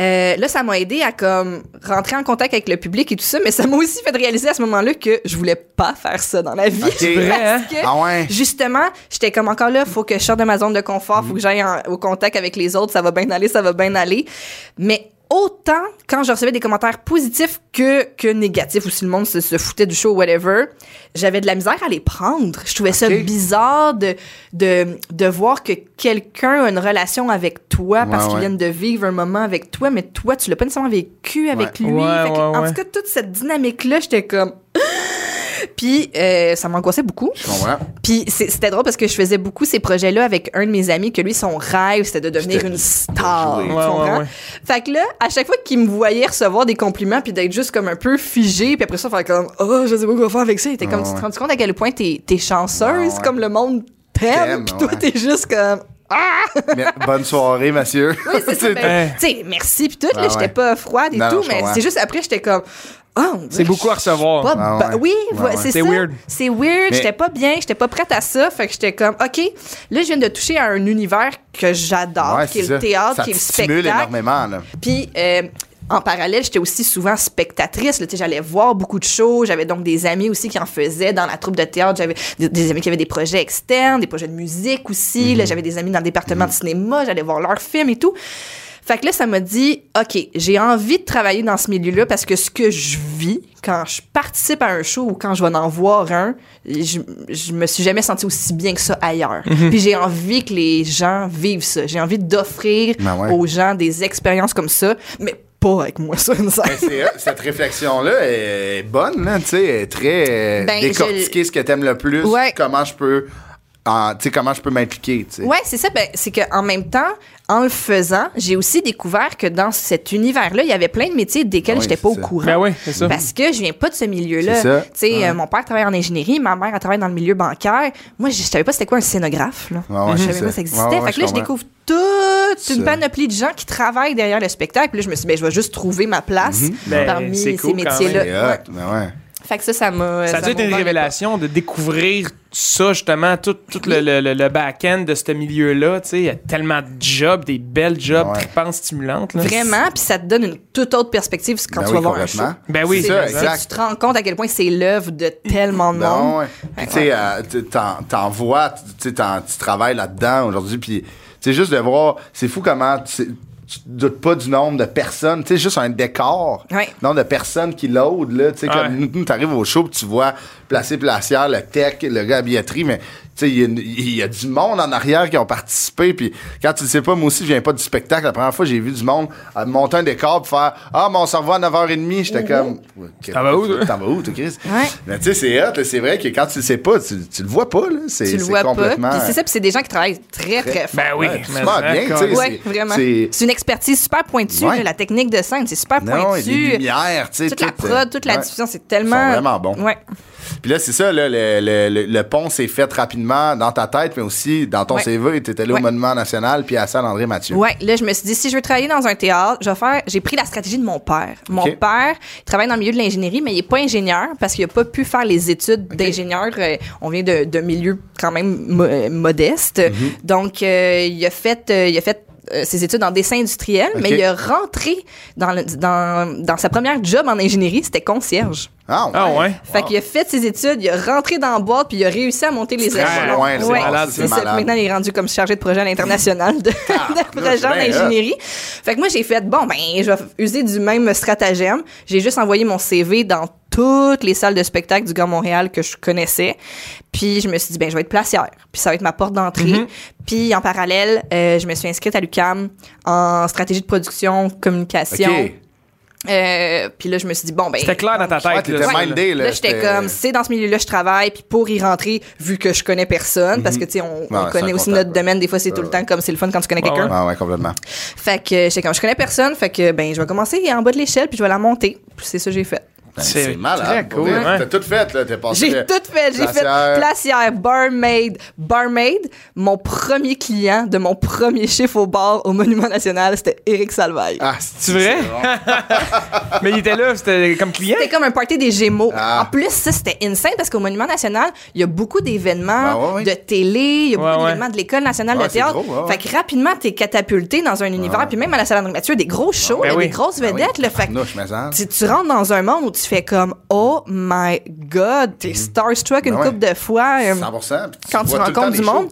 [SPEAKER 4] euh, là, ça m'a aidé à comme rentrer en contact avec le public et tout ça, mais ça m'a aussi fait de réaliser à ce moment-là que je voulais pas faire ça dans la vie.
[SPEAKER 1] Ok. C'est vrai,
[SPEAKER 4] Parce
[SPEAKER 2] hein?
[SPEAKER 4] que,
[SPEAKER 1] Ah ouais.
[SPEAKER 4] Justement, j'étais comme encore là, faut que je sorte de ma zone de confort, faut que j'aille en- au contact avec les autres, ça va bien aller, ça va bien aller. Mais autant quand je recevais des commentaires positifs que, que négatifs, ou si le monde se, se foutait du show ou whatever, j'avais de la misère à les prendre. Je trouvais ça
[SPEAKER 1] Ok.
[SPEAKER 4] bizarre de, de, de voir que quelqu'un a une relation avec toi parce
[SPEAKER 1] Ouais,
[SPEAKER 4] qu'ils
[SPEAKER 1] ouais.
[SPEAKER 4] viennent de vivre un moment avec toi, mais toi, tu l'as pas nécessairement vécu avec lui.
[SPEAKER 2] Ouais,
[SPEAKER 4] Fait que,
[SPEAKER 2] ouais,
[SPEAKER 4] en
[SPEAKER 2] ouais.
[SPEAKER 4] tout cas, toute cette dynamique-là, j'étais comme... Puis euh, ça m'angoissait beaucoup.
[SPEAKER 1] Je comprends.
[SPEAKER 4] Puis c'est- c'était drôle parce que je faisais beaucoup ces projets-là avec un de mes amis que lui son rêve c'était de devenir
[SPEAKER 1] C'était
[SPEAKER 4] une star.
[SPEAKER 1] jouer.
[SPEAKER 4] tu
[SPEAKER 2] Ouais, ouais,
[SPEAKER 4] comprends?
[SPEAKER 2] ouais.
[SPEAKER 4] Fait que là, à chaque fois qu'il me voyait recevoir des compliments puis d'être juste comme un peu figé, puis après ça faire comme oh je sais pas quoi faire avec ça, il était comme
[SPEAKER 1] Ouais,
[SPEAKER 4] tu te
[SPEAKER 1] ouais.
[SPEAKER 4] rends compte à quel point t'es es chanceuse
[SPEAKER 1] Ouais, ouais.
[SPEAKER 4] comme le monde t'aime
[SPEAKER 1] T'aime,
[SPEAKER 4] puis toi
[SPEAKER 1] ouais.
[SPEAKER 4] t'es juste comme
[SPEAKER 1] Mais bonne soirée, monsieur.
[SPEAKER 4] oui, c'est ça.
[SPEAKER 1] C'est-
[SPEAKER 4] ben, tu sais, merci puis tout.
[SPEAKER 1] Ah
[SPEAKER 4] là, j'étais
[SPEAKER 1] ouais.
[SPEAKER 4] pas froide et
[SPEAKER 1] Non,
[SPEAKER 4] tout,
[SPEAKER 1] je
[SPEAKER 4] mais
[SPEAKER 1] comprends.
[SPEAKER 4] c'est juste après, j'étais comme. Oh,
[SPEAKER 2] C'est beaucoup à recevoir.
[SPEAKER 4] Pas
[SPEAKER 1] Ah
[SPEAKER 4] ba-
[SPEAKER 1] ouais.
[SPEAKER 4] Oui,
[SPEAKER 1] Ouais,
[SPEAKER 4] vo-
[SPEAKER 1] ouais.
[SPEAKER 4] c'est
[SPEAKER 2] C'est
[SPEAKER 4] ça.
[SPEAKER 2] weird.
[SPEAKER 4] C'est weird.
[SPEAKER 1] Mais-
[SPEAKER 4] J'étais pas bien. J'étais pas prête à ça. Fait que j'étais comme, OK, là, je viens de toucher à un univers que j'adore,
[SPEAKER 1] Ouais,
[SPEAKER 4] qui est
[SPEAKER 1] c'est ça.
[SPEAKER 4] le théâtre,
[SPEAKER 1] Ça
[SPEAKER 4] qui est le
[SPEAKER 1] te stimule
[SPEAKER 4] spectacle.
[SPEAKER 1] énormément, là.
[SPEAKER 4] Puis euh, en parallèle, j'étais aussi souvent spectatrice. là, tu sais, J'allais voir beaucoup de shows. J'avais donc des amis aussi qui en faisaient dans la troupe de théâtre. J'avais des, des amis qui avaient des projets
[SPEAKER 1] Mhm.
[SPEAKER 4] externes, des projets de musique aussi. là, J'avais des amis dans le département de cinéma. J'allais voir leurs films et tout. Fait que là, ça m'a dit, OK, j'ai envie de travailler dans ce milieu-là parce que ce que je vis quand je participe à un show ou quand je vais en voir un, je, je me suis jamais sentie aussi bien que ça ailleurs.
[SPEAKER 1] Mhm.
[SPEAKER 4] Puis j'ai envie que les gens vivent ça. J'ai envie d'offrir
[SPEAKER 1] Ben ouais.
[SPEAKER 4] aux gens des expériences comme ça, mais pas avec moi sur une scène.
[SPEAKER 1] Mais c'est- euh, cette réflexion-là est bonne, là, tu sais, elle est très euh,
[SPEAKER 4] Ben,
[SPEAKER 1] décortiquer ce que t'aimes le plus,
[SPEAKER 4] Ouais.
[SPEAKER 1] comment je peux, en- tu sais, comment je peux m'impliquer, tu sais.
[SPEAKER 4] Ouais, c'est ça. Ben, c'est qu'en même temps, en le faisant, j'ai aussi découvert que dans cet univers-là, il y avait plein de métiers desquels
[SPEAKER 1] Ouais,
[SPEAKER 4] j'étais pas
[SPEAKER 1] c'est
[SPEAKER 4] au
[SPEAKER 1] ça.
[SPEAKER 4] courant.
[SPEAKER 2] Ben oui, c'est ça.
[SPEAKER 4] Parce que je viens pas de ce milieu-là.
[SPEAKER 1] C'est ça.
[SPEAKER 4] Tu sais, euh, mon père travaille en ingénierie, ma mère elle travaille dans le milieu bancaire. Moi, je je savais pas c'était quoi un scénographe. Là.
[SPEAKER 1] Ouais, ouais,
[SPEAKER 4] je
[SPEAKER 1] c'est
[SPEAKER 4] savais pas
[SPEAKER 1] ça.
[SPEAKER 4] ça existait.
[SPEAKER 1] Ouais, ouais,
[SPEAKER 4] fait que là,
[SPEAKER 1] je
[SPEAKER 4] je
[SPEAKER 1] comprends.
[SPEAKER 4] découvre toute
[SPEAKER 1] Ça.
[SPEAKER 4] une panoplie de gens qui travaillent derrière le spectacle. Puis là, je me suis dit, ben, je vais juste trouver ma place
[SPEAKER 1] Mhm.
[SPEAKER 2] Ben,
[SPEAKER 4] parmi
[SPEAKER 2] c'est cool
[SPEAKER 4] ces
[SPEAKER 2] quand
[SPEAKER 4] métiers-là.
[SPEAKER 1] C'est
[SPEAKER 4] Ouais.
[SPEAKER 1] hot, ben ouais.
[SPEAKER 4] Fait que ça, ça m'a.
[SPEAKER 2] Ça a dû être
[SPEAKER 4] m'a
[SPEAKER 2] une
[SPEAKER 4] ouvert les
[SPEAKER 2] révélation de découvrir ça, justement, tout, tout le, le- le- le back-end de ce milieu-là. tu sais. Il y a tellement de jobs, des belles jobs
[SPEAKER 1] Ouais.
[SPEAKER 2] tripantes, stimulantes. Là.
[SPEAKER 4] portes. Vraiment, puis ça te donne une toute autre perspective quand
[SPEAKER 1] Ben
[SPEAKER 4] tu
[SPEAKER 1] oui,
[SPEAKER 4] vas voir un show.
[SPEAKER 1] complètement.
[SPEAKER 2] Ben oui,
[SPEAKER 1] c'est
[SPEAKER 4] C'est
[SPEAKER 1] ça,
[SPEAKER 4] c'est-
[SPEAKER 1] exact.
[SPEAKER 4] Tu te rends compte à quel point c'est l'œuvre de tellement de
[SPEAKER 1] Non,
[SPEAKER 4] monde.
[SPEAKER 1] Ben ouais. Puis, tu sais, euh, tu- t'en- t'en vois, tu tu sais, t'en- tu travailles là-dedans aujourd'hui, puis, tu sais, juste de voir, c'est fou comment, tu sais, tu te doutes pas du nombre de personnes, tu sais, juste un décor,
[SPEAKER 4] Ouais.
[SPEAKER 1] le nombre de personnes qui loadent, là, tu sais, comme
[SPEAKER 2] Ouais.
[SPEAKER 1] nous, nous, t'arrives au show, puis tu vois placer placière, le tech, le gars à billetterie, mais, tu sais, il y a une- il y, a du monde en arrière qui ont participé, puis quand tu le sais pas, moi aussi, je viens pas du spectacle, la première fois, j'ai vu du monde euh, monter un décor, puis faire, ah, mon cerveau à 9h30,
[SPEAKER 4] Mhm.
[SPEAKER 1] j'étais comme,
[SPEAKER 2] T'en vas où, toi?
[SPEAKER 1] T'en vas où, toi, Chris?
[SPEAKER 4] Ouais.
[SPEAKER 1] Mais tu sais, c'est hot, là. c'est vrai que quand tu le sais pas, tu, tu le vois pas, là. C'est,
[SPEAKER 4] Tu le
[SPEAKER 1] c'est
[SPEAKER 4] vois pas.
[SPEAKER 1] complètement. euh,
[SPEAKER 4] Puis c'est ça, puis c'est des gens qui travaillent très, très fort.
[SPEAKER 2] Ben oui.
[SPEAKER 1] Ouais, tu te
[SPEAKER 2] mais
[SPEAKER 1] marres bien, tu sais.
[SPEAKER 2] d'accord.
[SPEAKER 4] Oui,
[SPEAKER 1] c'est-
[SPEAKER 4] vraiment.
[SPEAKER 1] c'est-
[SPEAKER 4] C'est une expertise super pointue,
[SPEAKER 1] Ouais.
[SPEAKER 4] là, la technique de scène, c'est super
[SPEAKER 1] Non,
[SPEAKER 4] pointu.
[SPEAKER 1] et les lumières, tu sais.
[SPEAKER 4] toute la
[SPEAKER 1] tout, euh,
[SPEAKER 4] prod, toute la
[SPEAKER 1] ouais.
[SPEAKER 4] diffusion, c'est tellement.
[SPEAKER 1] Ils sont vraiment bons.
[SPEAKER 4] Ouais.
[SPEAKER 1] Puis là, c'est ça, là, le, le- le- le pont s'est fait rapidement dans ta tête, mais aussi dans ton
[SPEAKER 4] Ouais.
[SPEAKER 1] CV. Tu étais là au
[SPEAKER 4] Ouais.
[SPEAKER 1] Monument National, puis à Saint-André Mathieu.
[SPEAKER 4] Ouais, là, je me suis dit, si je veux travailler dans un théâtre, je vais faire. J'ai pris la stratégie de mon père. Mon
[SPEAKER 1] Ok.
[SPEAKER 4] père il travaille dans le milieu de l'ingénierie, mais il n'est pas ingénieur parce qu'il n'a pas pu faire les études d'ingénieur. Euh, on vient de, de milieu quand même mo- euh, modeste.
[SPEAKER 1] Mhm.
[SPEAKER 4] Donc, euh, il a fait. euh, il a fait euh, ses études en dessin industriel, mais
[SPEAKER 1] Ok.
[SPEAKER 4] il est rentré dans, le- dans, dans sa première job en ingénierie, c'était concierge.
[SPEAKER 1] Ah, ouais.
[SPEAKER 2] Ah ouais?
[SPEAKER 4] Fait qu'il a fait ses études, il a rentré dans la boîte, puis il a réussi à monter les
[SPEAKER 1] très
[SPEAKER 4] échelons.
[SPEAKER 1] loin, c'est
[SPEAKER 2] malade,
[SPEAKER 4] c'est
[SPEAKER 1] ça.
[SPEAKER 4] ça. Puis Maintenant, il est rendu comme chargé de projet à l'international de, de projet en
[SPEAKER 1] c'est bien hot.
[SPEAKER 4] ingénierie. Fait que moi, j'ai fait, bon, ben, je vais user du même stratagème. J'ai juste envoyé mon CV dans toutes les salles de spectacle du Grand Montréal que je connaissais. Puis je me suis dit, ben, je vais être placière. Puis ça va être ma porte d'entrée.
[SPEAKER 1] Mhm.
[SPEAKER 4] Puis en parallèle, euh, je me suis inscrite à l'UCAM en stratégie de production, communication.
[SPEAKER 1] OK.
[SPEAKER 4] Euh, puis là, je me suis dit, bon, ben.
[SPEAKER 2] C'était clair dans ta
[SPEAKER 1] Ouais,
[SPEAKER 2] tête. là,
[SPEAKER 1] t'étais
[SPEAKER 2] ça, là.
[SPEAKER 1] mindé, là.
[SPEAKER 4] Là, j'étais comme, c'est dans ce milieu-là que je travaille, puis pour y rentrer, vu que je connais personne, parce que, tu sais, on, on
[SPEAKER 1] Mhm. Ouais, c'est
[SPEAKER 4] connaît
[SPEAKER 1] un
[SPEAKER 4] aussi
[SPEAKER 1] contact,
[SPEAKER 4] notre
[SPEAKER 1] ouais.
[SPEAKER 4] domaine, des fois, c'est tout le temps comme c'est le fun quand tu connais quelqu'un.
[SPEAKER 1] Ah, ouais, complètement.
[SPEAKER 4] Fait que euh, j'étais comme, je connais personne, fait que, ben, je vais commencer en bas de l'échelle, puis je vais la monter. Puis c'est ça que j'ai fait.
[SPEAKER 1] Ben,
[SPEAKER 2] C'est
[SPEAKER 1] c'est, malade.
[SPEAKER 2] très
[SPEAKER 1] pour
[SPEAKER 2] cool,
[SPEAKER 1] vrai.
[SPEAKER 2] ouais.
[SPEAKER 1] T'as tout fait, là. T'es passé.
[SPEAKER 4] J'ai
[SPEAKER 1] de-
[SPEAKER 4] tout fait. J'ai fait
[SPEAKER 1] Placière.
[SPEAKER 4] placière, barmaid, barmaid. Mon premier client de mon premier chiffre au bar au Monument National, c'était Éric Salvaille.
[SPEAKER 1] Ah,
[SPEAKER 2] C'est vrai? Mais il était là, c'était comme client.
[SPEAKER 4] C'était comme un party des Gémeaux.
[SPEAKER 1] Ah.
[SPEAKER 4] En plus, ça, c'était insane parce qu'au Monument National, il y a beaucoup d'événements
[SPEAKER 1] Ah ouais, ouais.
[SPEAKER 4] de télé, il y a
[SPEAKER 2] Ouais,
[SPEAKER 4] beaucoup
[SPEAKER 2] ouais.
[SPEAKER 4] d'événements de l'École nationale
[SPEAKER 1] Ouais,
[SPEAKER 4] de
[SPEAKER 1] c'est
[SPEAKER 4] théâtre.
[SPEAKER 1] gros, ouais, ouais.
[SPEAKER 4] Fait que rapidement, t'es catapulté dans un univers. Puis même à la salle André Mathieu, il y a des gros shows,
[SPEAKER 2] Ben
[SPEAKER 4] il y a
[SPEAKER 2] oui.
[SPEAKER 4] des grosses
[SPEAKER 1] Ben oui.
[SPEAKER 4] vedettes. là. fait que
[SPEAKER 1] Tabarnouche, mais ça.
[SPEAKER 4] tu, tu rentres dans un monde où tu fais comme Oh my God, t'es starstruck une
[SPEAKER 1] Ben ouais.
[SPEAKER 4] couple de fois. euh,
[SPEAKER 1] 100 puis
[SPEAKER 4] quand tu
[SPEAKER 1] vois tout le temps
[SPEAKER 4] rencontres du
[SPEAKER 1] les shows.
[SPEAKER 4] monde.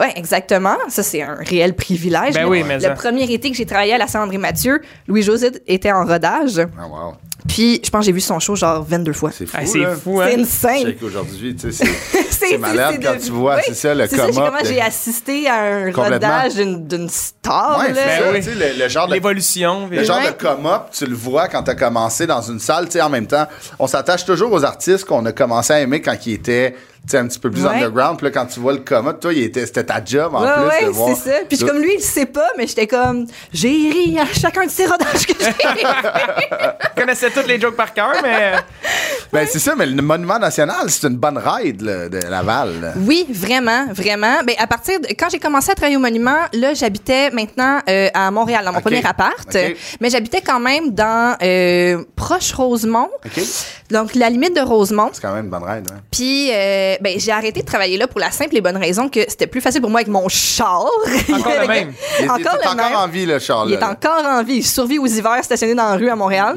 [SPEAKER 4] Oui, exactement. Ça, c'est un réel privilège.
[SPEAKER 2] Ben
[SPEAKER 4] là.
[SPEAKER 2] oui, mais
[SPEAKER 4] le
[SPEAKER 2] ça.
[SPEAKER 4] premier été que j'ai travaillé à la salle André Mathieu, Louis-José était en rodage.
[SPEAKER 1] Ah, wow.
[SPEAKER 4] Puis, je pense que j'ai vu son show genre 22 fois.
[SPEAKER 1] C'est fou.
[SPEAKER 2] Ah, c'est
[SPEAKER 1] là.
[SPEAKER 2] fou, hein?
[SPEAKER 4] C'est
[SPEAKER 1] Je sais
[SPEAKER 4] insane.
[SPEAKER 1] qu'aujourd'hui, tu sais, c'est- c'est malade quand
[SPEAKER 4] devenu-
[SPEAKER 1] tu vois,
[SPEAKER 4] Oui,
[SPEAKER 1] c'est ça, le
[SPEAKER 4] C'est ça, j'ai-
[SPEAKER 1] coma.
[SPEAKER 4] comment j'ai assisté à un
[SPEAKER 1] Complètement.
[SPEAKER 4] rodage d'une d'une star.
[SPEAKER 1] Ouais,
[SPEAKER 4] là.
[SPEAKER 1] c'est ça,
[SPEAKER 2] oui.
[SPEAKER 1] tu sais, le, le genre de
[SPEAKER 2] L'évolution.
[SPEAKER 1] le genre
[SPEAKER 4] Ouais.
[SPEAKER 1] de come-up, tu le vois quand t'as commencé dans une salle, tu sais, en même temps, on s'attache toujours aux artistes qu'on a commencé à aimer quand ils étaient, tu sais, un petit peu plus
[SPEAKER 4] Ouais.
[SPEAKER 1] underground. Puis là, quand tu vois le come-up, toi, il était- c'était ta job en
[SPEAKER 4] Ouais,
[SPEAKER 1] plus de
[SPEAKER 4] ouais,
[SPEAKER 1] voir.
[SPEAKER 4] c'est ça. Puis je- comme lui, il le sait pas, mais j'étais comme, j'ai ri à chacun de ces rodages que j'ai
[SPEAKER 2] Je connaissais toutes les jokes par cœur, mais
[SPEAKER 1] Ben, c'est ça, mais le Monument National, c'est une bonne ride, là, de Laval. là.
[SPEAKER 4] Oui, vraiment, vraiment. Ben, à partir de, quand j'ai commencé à travailler au monument, là, j'habitais maintenant euh, à Montréal, dans mon
[SPEAKER 1] Ok.
[SPEAKER 4] premier appart.
[SPEAKER 1] Ok.
[SPEAKER 4] Mais j'habitais quand même dans euh, proche Rosemont.
[SPEAKER 1] OK?
[SPEAKER 4] Donc, la limite de Rosemont.
[SPEAKER 1] C'est quand même une bonne ride, hein.
[SPEAKER 4] Puis, euh, ben, j'ai arrêté de travailler là pour la simple et bonne raison que c'était plus facile pour moi avec mon char.
[SPEAKER 2] Encore le même.
[SPEAKER 1] Il est- il est
[SPEAKER 4] encore le
[SPEAKER 1] encore
[SPEAKER 4] même.
[SPEAKER 1] en vie, le Charles.
[SPEAKER 4] Il est encore en vie. Il survit aux hivers stationnés dans la rue à Montréal.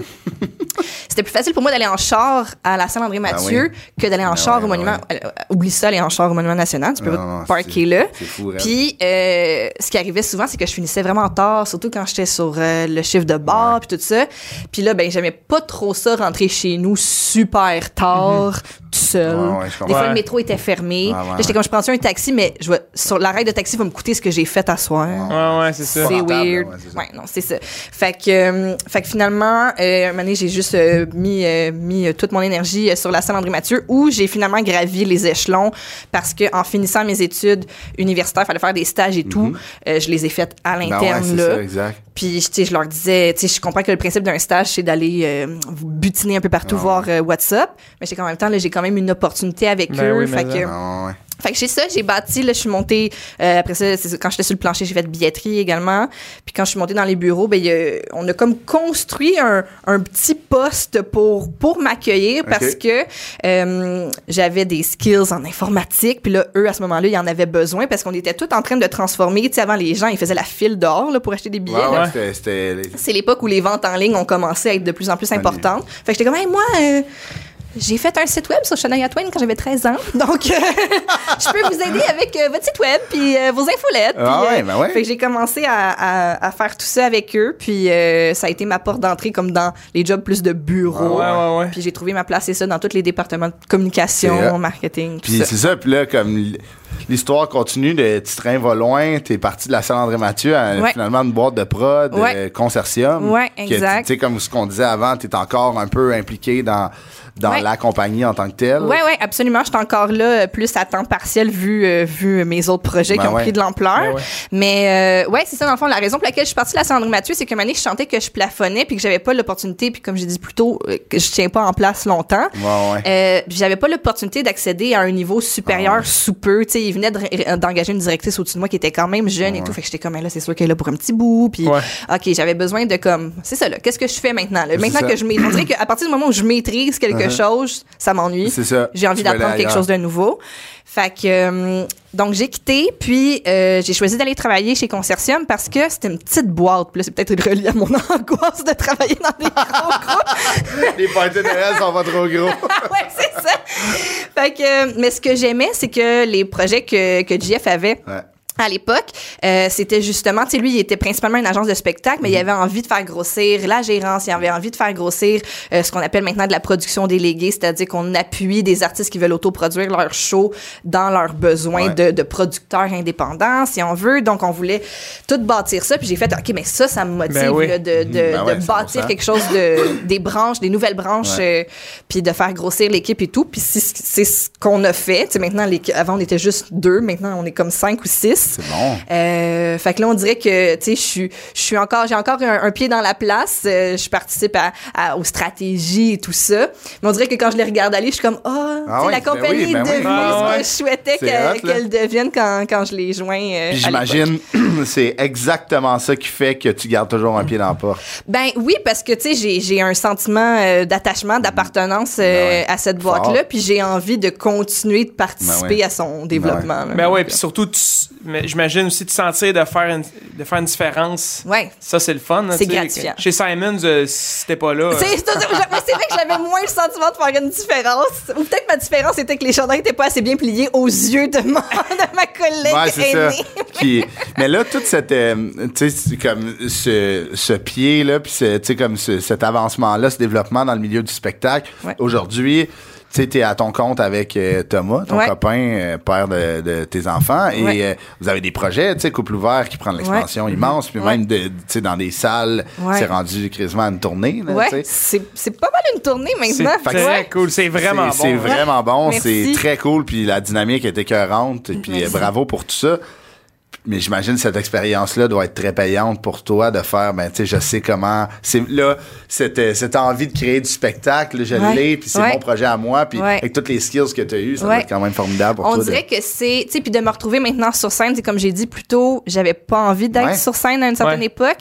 [SPEAKER 4] c'était plus facile pour moi d'aller en char à la Saint-André-Mathieu que d'aller en
[SPEAKER 1] Ben
[SPEAKER 4] char
[SPEAKER 1] ouais,
[SPEAKER 4] au
[SPEAKER 1] ben
[SPEAKER 4] Monument. euh, Oublie ça, aller en char au Monument National. Tu peux
[SPEAKER 1] Non,
[SPEAKER 4] pas te
[SPEAKER 1] non, c'est-
[SPEAKER 4] parker là.
[SPEAKER 1] c'est fou, hein. raide.
[SPEAKER 4] Puis, euh, ce qui arrivait souvent, c'est que je finissais vraiment tard, surtout quand j'étais sur euh, le chiffre de bar puis tout ça. Puis là, ben, j'aimais pas trop ça rentrer chez nous super tard, tout seul.
[SPEAKER 1] Mhm. Ouais, ouais, je
[SPEAKER 4] Des
[SPEAKER 1] comprends.
[SPEAKER 4] fois,
[SPEAKER 2] Ouais.
[SPEAKER 4] le métro était fermé.
[SPEAKER 1] Ouais, ouais,
[SPEAKER 4] Là, j'étais
[SPEAKER 1] ouais.
[SPEAKER 4] comme, je prends un taxi, mais je vais- sur l'arrêt de taxi va me coûter ce que j'ai fait à
[SPEAKER 2] euh,
[SPEAKER 4] soir.
[SPEAKER 1] Ben
[SPEAKER 2] Ouais, ouais, c'est ça.
[SPEAKER 4] C'est
[SPEAKER 1] Pas rentable,
[SPEAKER 4] weird.
[SPEAKER 1] là, ouais, c'est ça.
[SPEAKER 4] ouais, non, c'est ça. Fait que, euh, fait que finalement, euh, un moment donné, j'ai juste euh, mis, euh, mis euh, toute mon énergie euh, sur la salle André Mathieu où j'ai finalement gravi les échelons parce que en finissant mes études universitaires, fallait faire des stages et tout. euh, je les ai faites
[SPEAKER 1] Mm-hmm.
[SPEAKER 4] à
[SPEAKER 1] Ben ouais,
[SPEAKER 4] l'interne,
[SPEAKER 1] c'est
[SPEAKER 4] là.
[SPEAKER 1] ça, exact.
[SPEAKER 4] Puis, tu sais, je leur disais, tu sais, je comprends que le principe d'un stage, c'est d'aller euh, butiner un peu
[SPEAKER 1] Ah
[SPEAKER 4] partout, voir euh, what's up. Mais c'est qu'en même temps, là, j'ai quand même une opportunité avec
[SPEAKER 2] Ben
[SPEAKER 4] eux.
[SPEAKER 2] oui, mais
[SPEAKER 4] fait que,
[SPEAKER 2] ça.
[SPEAKER 1] Ben ouais.
[SPEAKER 4] fait que j'ai ça, j'ai bâti, là, je suis montée, euh, après ça, c'est ça, quand j'étais sur le plancher, j'ai fait de billetterie également. Puis quand je suis montée dans les bureaux, ben, il y a- on a comme construit un, un petit poste pour, pour m'accueillir
[SPEAKER 1] Ok.
[SPEAKER 4] parce que euh, j'avais des skills en informatique. Puis là, eux, à ce moment-là, ils en avaient besoin parce qu'on était tous en train de transformer. Tu sais, avant, les gens, ils faisaient la file dehors, là, pour acheter des billets.
[SPEAKER 1] Ouais,
[SPEAKER 4] là.
[SPEAKER 1] ouais, c'était- c'était les-
[SPEAKER 4] C'est l'époque où les ventes en ligne ont commencé à être de plus en plus importantes. Fait que j'étais comme, Hey, moi, euh, j'ai fait un site web sur Shania Twain quand j'avais 13 ans. Donc, euh, je peux vous aider avec euh, votre site web puis euh, vos infolettes. puis,
[SPEAKER 1] Ah ouais,
[SPEAKER 4] euh,
[SPEAKER 1] ben ouais.
[SPEAKER 4] Fait que j'ai commencé à, à- à faire tout ça avec eux. Puis euh, ça a été ma porte d'entrée comme dans les jobs plus de bureau.
[SPEAKER 2] Ouais, ouais, ouais.
[SPEAKER 4] Puis j'ai trouvé ma place et ça dans tous les départements de communication,
[SPEAKER 1] C'est hot.
[SPEAKER 4] marketing, tout
[SPEAKER 1] Puis
[SPEAKER 4] ça.
[SPEAKER 1] c'est ça, puis là, comme l- l'histoire continue, le petit train va loin, t'es parti de la salle André-Mathieu à
[SPEAKER 4] Ouais.
[SPEAKER 1] finalement une boîte de prod,
[SPEAKER 4] Ouais.
[SPEAKER 1] euh, consortium.
[SPEAKER 4] Ouais,
[SPEAKER 1] que,
[SPEAKER 4] exact.
[SPEAKER 1] Tu sais, comme ce qu'on disait avant, t'es encore un peu impliqué dans, dans
[SPEAKER 4] Ouais.
[SPEAKER 1] la compagnie en tant que telle.
[SPEAKER 4] Ouais, ouais, absolument. Je suis encore là euh, plus à temps partiel vu, euh, vu mes autres projets
[SPEAKER 1] Ben
[SPEAKER 4] qui ont
[SPEAKER 1] ouais.
[SPEAKER 4] pris de l'ampleur.
[SPEAKER 2] Ben ouais.
[SPEAKER 4] Mais euh, ouais, c'est ça, dans le fond, la raison pour laquelle je suis partie de la Sandrine Mathieu, c'est que année, je sentais que je plafonnais puis que j'avais pas l'opportunité, puis comme j'ai dit plus tôt, euh, que je tiens pas en place longtemps.
[SPEAKER 1] Ah, Ouais, Ah, ouais.
[SPEAKER 4] Euh, puis j'avais pas l'opportunité d'accéder à un niveau supérieur sous peu. Tu sais, il venait de ré- euh, d'engager une directrice au-dessus de moi qui était quand même jeune et tout. Fait que j'étais comme, Ah, là, c'est sûr qu'elle est là pour un petit bout. Puis,
[SPEAKER 2] Ouais.
[SPEAKER 4] OK, j'avais besoin de comme, c'est ça, là. Qu'est-ce que je fais maintenant? là? Maintenant
[SPEAKER 1] ça. Uh-huh.
[SPEAKER 4] que je maîtrise, on dirait qu'à partir du moment où je maîtrise quelque chose, ça m'ennuie.
[SPEAKER 1] C'est ça.
[SPEAKER 4] J'ai envie
[SPEAKER 1] Tu veux
[SPEAKER 4] d'apprendre
[SPEAKER 1] aller
[SPEAKER 4] quelque chose de nouveau. Fait que, euh, donc, j'ai quitté, puis euh, j'ai choisi d'aller travailler chez Consortium parce que c'était une petite boîte. Puis là, c'est peut-être relié à mon angoisse de travailler dans des gros groupes.
[SPEAKER 1] Les parties de Noël sont pas trop gros.
[SPEAKER 4] ouais, c'est ça. Fait que, euh, mais ce que j'aimais, c'est que les projets que, que JF avait.
[SPEAKER 1] Ouais.
[SPEAKER 4] À l'époque, euh, c'était justement, tu sais, lui, il était principalement une agence de spectacle, mais il
[SPEAKER 1] Mhm.
[SPEAKER 4] avait envie de faire grossir la gérance, il avait envie de faire grossir euh, ce qu'on appelle maintenant de la production déléguée, c'est-à-dire qu'on appuie des artistes qui veulent autoproduire leur show dans leurs besoins
[SPEAKER 1] Ouais.
[SPEAKER 4] de, de producteurs indépendants, si on veut. Donc, on voulait tout bâtir ça, puis j'ai fait, OK, mais ça, ça me motive
[SPEAKER 2] Ben oui.
[SPEAKER 4] là, de, de,
[SPEAKER 1] Ben ouais,
[SPEAKER 4] de
[SPEAKER 1] 100%.
[SPEAKER 4] bâtir quelque chose de, des branches, des nouvelles branches, euh, puis de faire grossir l'équipe et tout. Puis c'est ce- c'est ce qu'on a fait. Tu sais, maintenant, l'équi- avant, on était juste deux. Maintenant, on est comme cinq ou six.
[SPEAKER 1] C'est bon.
[SPEAKER 4] Euh, fait que là, on dirait que, tu sais, je suis- je suis encore, j'ai encore un, un pied dans la place. Euh, je participe à, à- aux stratégies et tout ça. Mais on dirait que quand je les regarde aller, je suis comme, ah,
[SPEAKER 1] Ah
[SPEAKER 4] tu sais,
[SPEAKER 1] oui,
[SPEAKER 4] la
[SPEAKER 1] ben
[SPEAKER 4] compagnie
[SPEAKER 1] oui, ben oui.
[SPEAKER 4] est devenue
[SPEAKER 2] Ah ouais.
[SPEAKER 4] ce que je souhaitais
[SPEAKER 1] C'est
[SPEAKER 4] qu'elle
[SPEAKER 1] hot, là.
[SPEAKER 4] qu'elle devienne quand, quand je les joins. euh,
[SPEAKER 1] Puis
[SPEAKER 4] à l'époque.
[SPEAKER 1] j'imagine, c'est exactement ça qui fait que tu gardes toujours un pied dans la porte.
[SPEAKER 4] Ben oui, parce que tu sais, j'ai, j'ai un sentiment euh, d'attachement, d'appartenance euh,
[SPEAKER 1] Ben ouais.
[SPEAKER 4] à cette boîte-là,
[SPEAKER 1] Fort.
[SPEAKER 4] puis j'ai envie de continuer de participer
[SPEAKER 1] Ben ouais.
[SPEAKER 4] à son développement. là.
[SPEAKER 2] Ben ouais, puis surtout, tu s- mais j'imagine aussi de sentir de faire une, de faire une différence.
[SPEAKER 4] Ouais.
[SPEAKER 2] Ça, c'est le fun. là,
[SPEAKER 4] C'est
[SPEAKER 2] tu sais.
[SPEAKER 4] gratifiant.
[SPEAKER 2] Chez Simons, euh, si t'es pas là. euh,
[SPEAKER 4] C'est, c'est- c'est- mais c'est vrai que j'avais moins le sentiment de faire une différence. Ou peut-être ma différence était que les chandails n'étaient pas assez bien pliés aux yeux de, mon- de ma collègue
[SPEAKER 1] Ouais, c'est ça.
[SPEAKER 4] aînée.
[SPEAKER 1] Puis- mais là, toute cette, euh, tu sais, c'est comme ce, ce pied-là, puis ce- tu sais, comme ce- cet avancement-là, ce développement dans le milieu du spectacle,
[SPEAKER 4] Ouais.
[SPEAKER 1] aujourd'hui, tu sais, t'es à ton compte avec euh, Thomas, ton
[SPEAKER 4] Ouais.
[SPEAKER 1] copain, euh, père de, de tes enfants, et
[SPEAKER 4] Ouais. Mm-hmm.
[SPEAKER 1] euh, vous avez des projets, tu sais, couple ouvert qui prend de l'expansion immense, puis
[SPEAKER 4] Ouais.
[SPEAKER 1] même, de- tu sais, dans des salles,
[SPEAKER 4] Ouais.
[SPEAKER 1] c'est rendu quasiment à une tournée, là, tu
[SPEAKER 4] Ouais,
[SPEAKER 1] sais.
[SPEAKER 4] c'est, c'est pas mal une tournée
[SPEAKER 2] c'est
[SPEAKER 4] maintenant.
[SPEAKER 2] très
[SPEAKER 4] Ouais.
[SPEAKER 2] cool. C'est vraiment
[SPEAKER 1] C'est- C'est
[SPEAKER 2] bon. hein?
[SPEAKER 1] vraiment bon,
[SPEAKER 4] Merci.
[SPEAKER 1] c'est très cool, puis la dynamique est écœurante, et puis euh, bravo pour tout ça. Mais j'imagine que cette expérience-là doit être très payante pour toi de faire, ben, tu sais, je sais comment. C'est là, cette, euh, cette envie de créer du spectacle, je
[SPEAKER 4] Ouais.
[SPEAKER 1] l'ai, puis c'est
[SPEAKER 4] Ouais.
[SPEAKER 1] mon projet à moi, puis
[SPEAKER 4] Ouais.
[SPEAKER 1] avec toutes les skills que tu as eues, ça doit
[SPEAKER 4] Ouais.
[SPEAKER 1] être quand même formidable pour
[SPEAKER 4] On
[SPEAKER 1] toi. de-
[SPEAKER 4] dirait que c'est, tu sais, puis de me retrouver maintenant sur scène, c'est comme j'ai dit plus tôt, j'avais pas envie d'être
[SPEAKER 1] Ouais.
[SPEAKER 4] sur scène à une certaine
[SPEAKER 2] Ouais.
[SPEAKER 4] époque.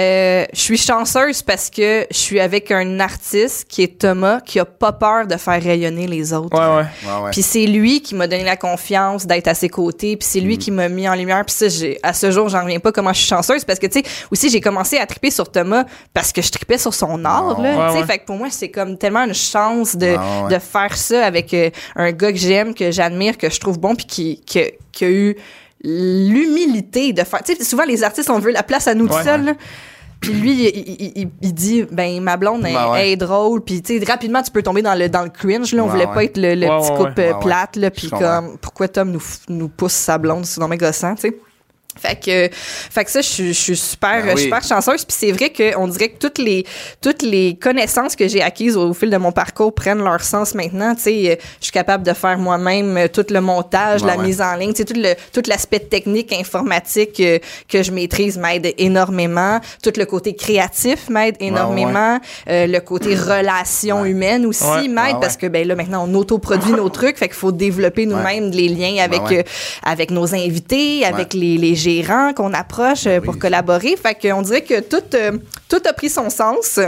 [SPEAKER 4] Euh, je suis chanceuse parce que je suis avec un artiste qui est Thomas, qui a pas peur de faire rayonner les autres.
[SPEAKER 2] Ouais, ouais.
[SPEAKER 1] Ah Ouais, ouais.
[SPEAKER 4] Puis c'est lui qui m'a donné la confiance d'être à ses côtés, puis c'est lui qui m'a mis en lumière, puis Puis ça, j'ai- à ce jour, j'en reviens pas comment je suis chanceuse parce que, tu sais, aussi, j'ai commencé à triper sur Thomas parce que je tripais sur son art, là.
[SPEAKER 2] Ouais,
[SPEAKER 4] tu sais,
[SPEAKER 2] ouais.
[SPEAKER 4] fait que pour moi, c'est comme tellement une chance de,
[SPEAKER 1] Ah, ouais.
[SPEAKER 4] de faire ça avec euh, un gars que j'aime, que j'admire, que je trouve bon, puis qui, que- qui a eu l'humilité de faire. Tu sais, souvent, les artistes, on veut la place à nous
[SPEAKER 2] Ouais.
[SPEAKER 4] tout seuls, là. Puis lui, il, il- il- il dit, ben, ma blonde, elle,
[SPEAKER 1] Ouais, ouais.
[SPEAKER 4] elle est drôle. Puis, tu sais, rapidement, tu peux tomber dans le, dans le cringe. Là, on
[SPEAKER 1] Ouais,
[SPEAKER 4] voulait
[SPEAKER 1] ouais.
[SPEAKER 4] pas être le, le
[SPEAKER 2] Ouais,
[SPEAKER 4] petit
[SPEAKER 2] ouais,
[SPEAKER 4] couple
[SPEAKER 1] ouais.
[SPEAKER 4] euh,
[SPEAKER 1] Ouais,
[SPEAKER 4] plate, là.
[SPEAKER 1] Je
[SPEAKER 4] Puis,
[SPEAKER 1] comprends.
[SPEAKER 4] comme, pourquoi Tom nous, f- nous pousse sa blonde? C'est mes gossant, tu sais. Fait que, fait que ça, je, suis- je suis super,
[SPEAKER 1] Ben oui.
[SPEAKER 4] super chanceuse. Puis c'est vrai qu'on dirait que toutes les, toutes les connaissances que j'ai acquises au, au fil de mon parcours prennent leur sens maintenant. Tu sais, euh, je suis capable de faire moi-même euh, tout le montage,
[SPEAKER 1] Ouais,
[SPEAKER 4] la
[SPEAKER 1] ouais.
[SPEAKER 4] mise en ligne, tu sais, tout, le, tout l'aspect technique, informatique euh, que je maîtrise m'aide énormément. Tout le côté créatif m'aide énormément. Euh, le côté relation humaine aussi
[SPEAKER 2] Ouais,
[SPEAKER 4] m'aide
[SPEAKER 1] ouais, ouais.
[SPEAKER 4] parce que ben là, maintenant, on autoproduit nos trucs. Fait qu'il faut développer nous-mêmes les liens avec,
[SPEAKER 1] Ben ouais.
[SPEAKER 4] euh, avec nos invités, avec les, les gérants qu'on approche euh,
[SPEAKER 1] Ben
[SPEAKER 4] pour
[SPEAKER 1] oui.
[SPEAKER 4] collaborer. Fait qu'on dirait que tout, euh, tout a pris son sens.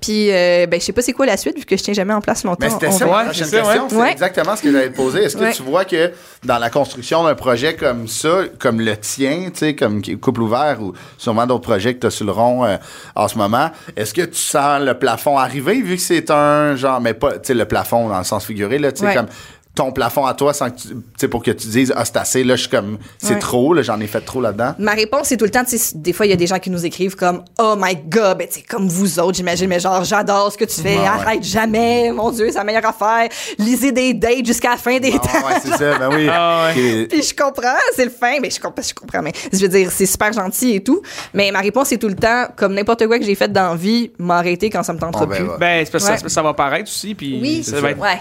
[SPEAKER 4] Puis, euh, ben, je sais pas c'est quoi la suite, vu que je tiens jamais en place mon temps.
[SPEAKER 1] Mais Ben, c'était
[SPEAKER 4] On
[SPEAKER 1] ça,
[SPEAKER 4] verra.
[SPEAKER 1] ma
[SPEAKER 2] Ouais,
[SPEAKER 1] prochaine
[SPEAKER 2] c'est ça,
[SPEAKER 1] question.
[SPEAKER 2] ouais.
[SPEAKER 1] C'est
[SPEAKER 4] Ouais.
[SPEAKER 1] exactement ce que j'avais posé. Est-ce que
[SPEAKER 4] Ouais.
[SPEAKER 1] tu vois que dans la construction d'un projet comme ça, comme le tien, tu sais, comme qui- Couple ouvert ou sûrement d'autres projets que tu as sur le rond euh, en ce moment, est-ce que tu sens le plafond arriver vu que c'est un genre, mais pas, tu sais, le plafond dans le sens figuré, là, tu sais,
[SPEAKER 4] Ouais.
[SPEAKER 1] comme ton plafond à toi sans que tu, tu sais, pour que tu dises, ah, c'est assez, là, je suis comme, c'est
[SPEAKER 4] Ouais.
[SPEAKER 1] trop, là, j'en ai fait trop là-dedans.
[SPEAKER 4] Ma réponse, c'est tout le temps, tu sais, des fois, il y a des gens qui nous écrivent comme Oh my God, ben, tu sais, comme vous autres, j'imagine, mais genre, j'adore ce que tu fais,
[SPEAKER 1] Ouais, ouais.
[SPEAKER 4] arrête jamais, mon Dieu, c'est la meilleure affaire, lisez des dates jusqu'à la fin des
[SPEAKER 1] Ah,
[SPEAKER 4] temps.
[SPEAKER 1] ouais, c'est ça, ben oui.
[SPEAKER 2] Ah, ouais.
[SPEAKER 1] Qui est-
[SPEAKER 4] Puis je comprends, c'est le fin, mais je comprends, je comprends, mais je veux dire, c'est super gentil et tout. Mais ma réponse est tout le temps, comme n'importe quoi que j'ai fait dans la vie, m'arrêter quand ça me tentera
[SPEAKER 1] On
[SPEAKER 4] plus.
[SPEAKER 1] verra.
[SPEAKER 2] Ben, c'est parce que
[SPEAKER 4] Ouais.
[SPEAKER 2] ça, ça va paraître aussi, puis
[SPEAKER 4] Oui,
[SPEAKER 2] ça va être
[SPEAKER 4] ouais.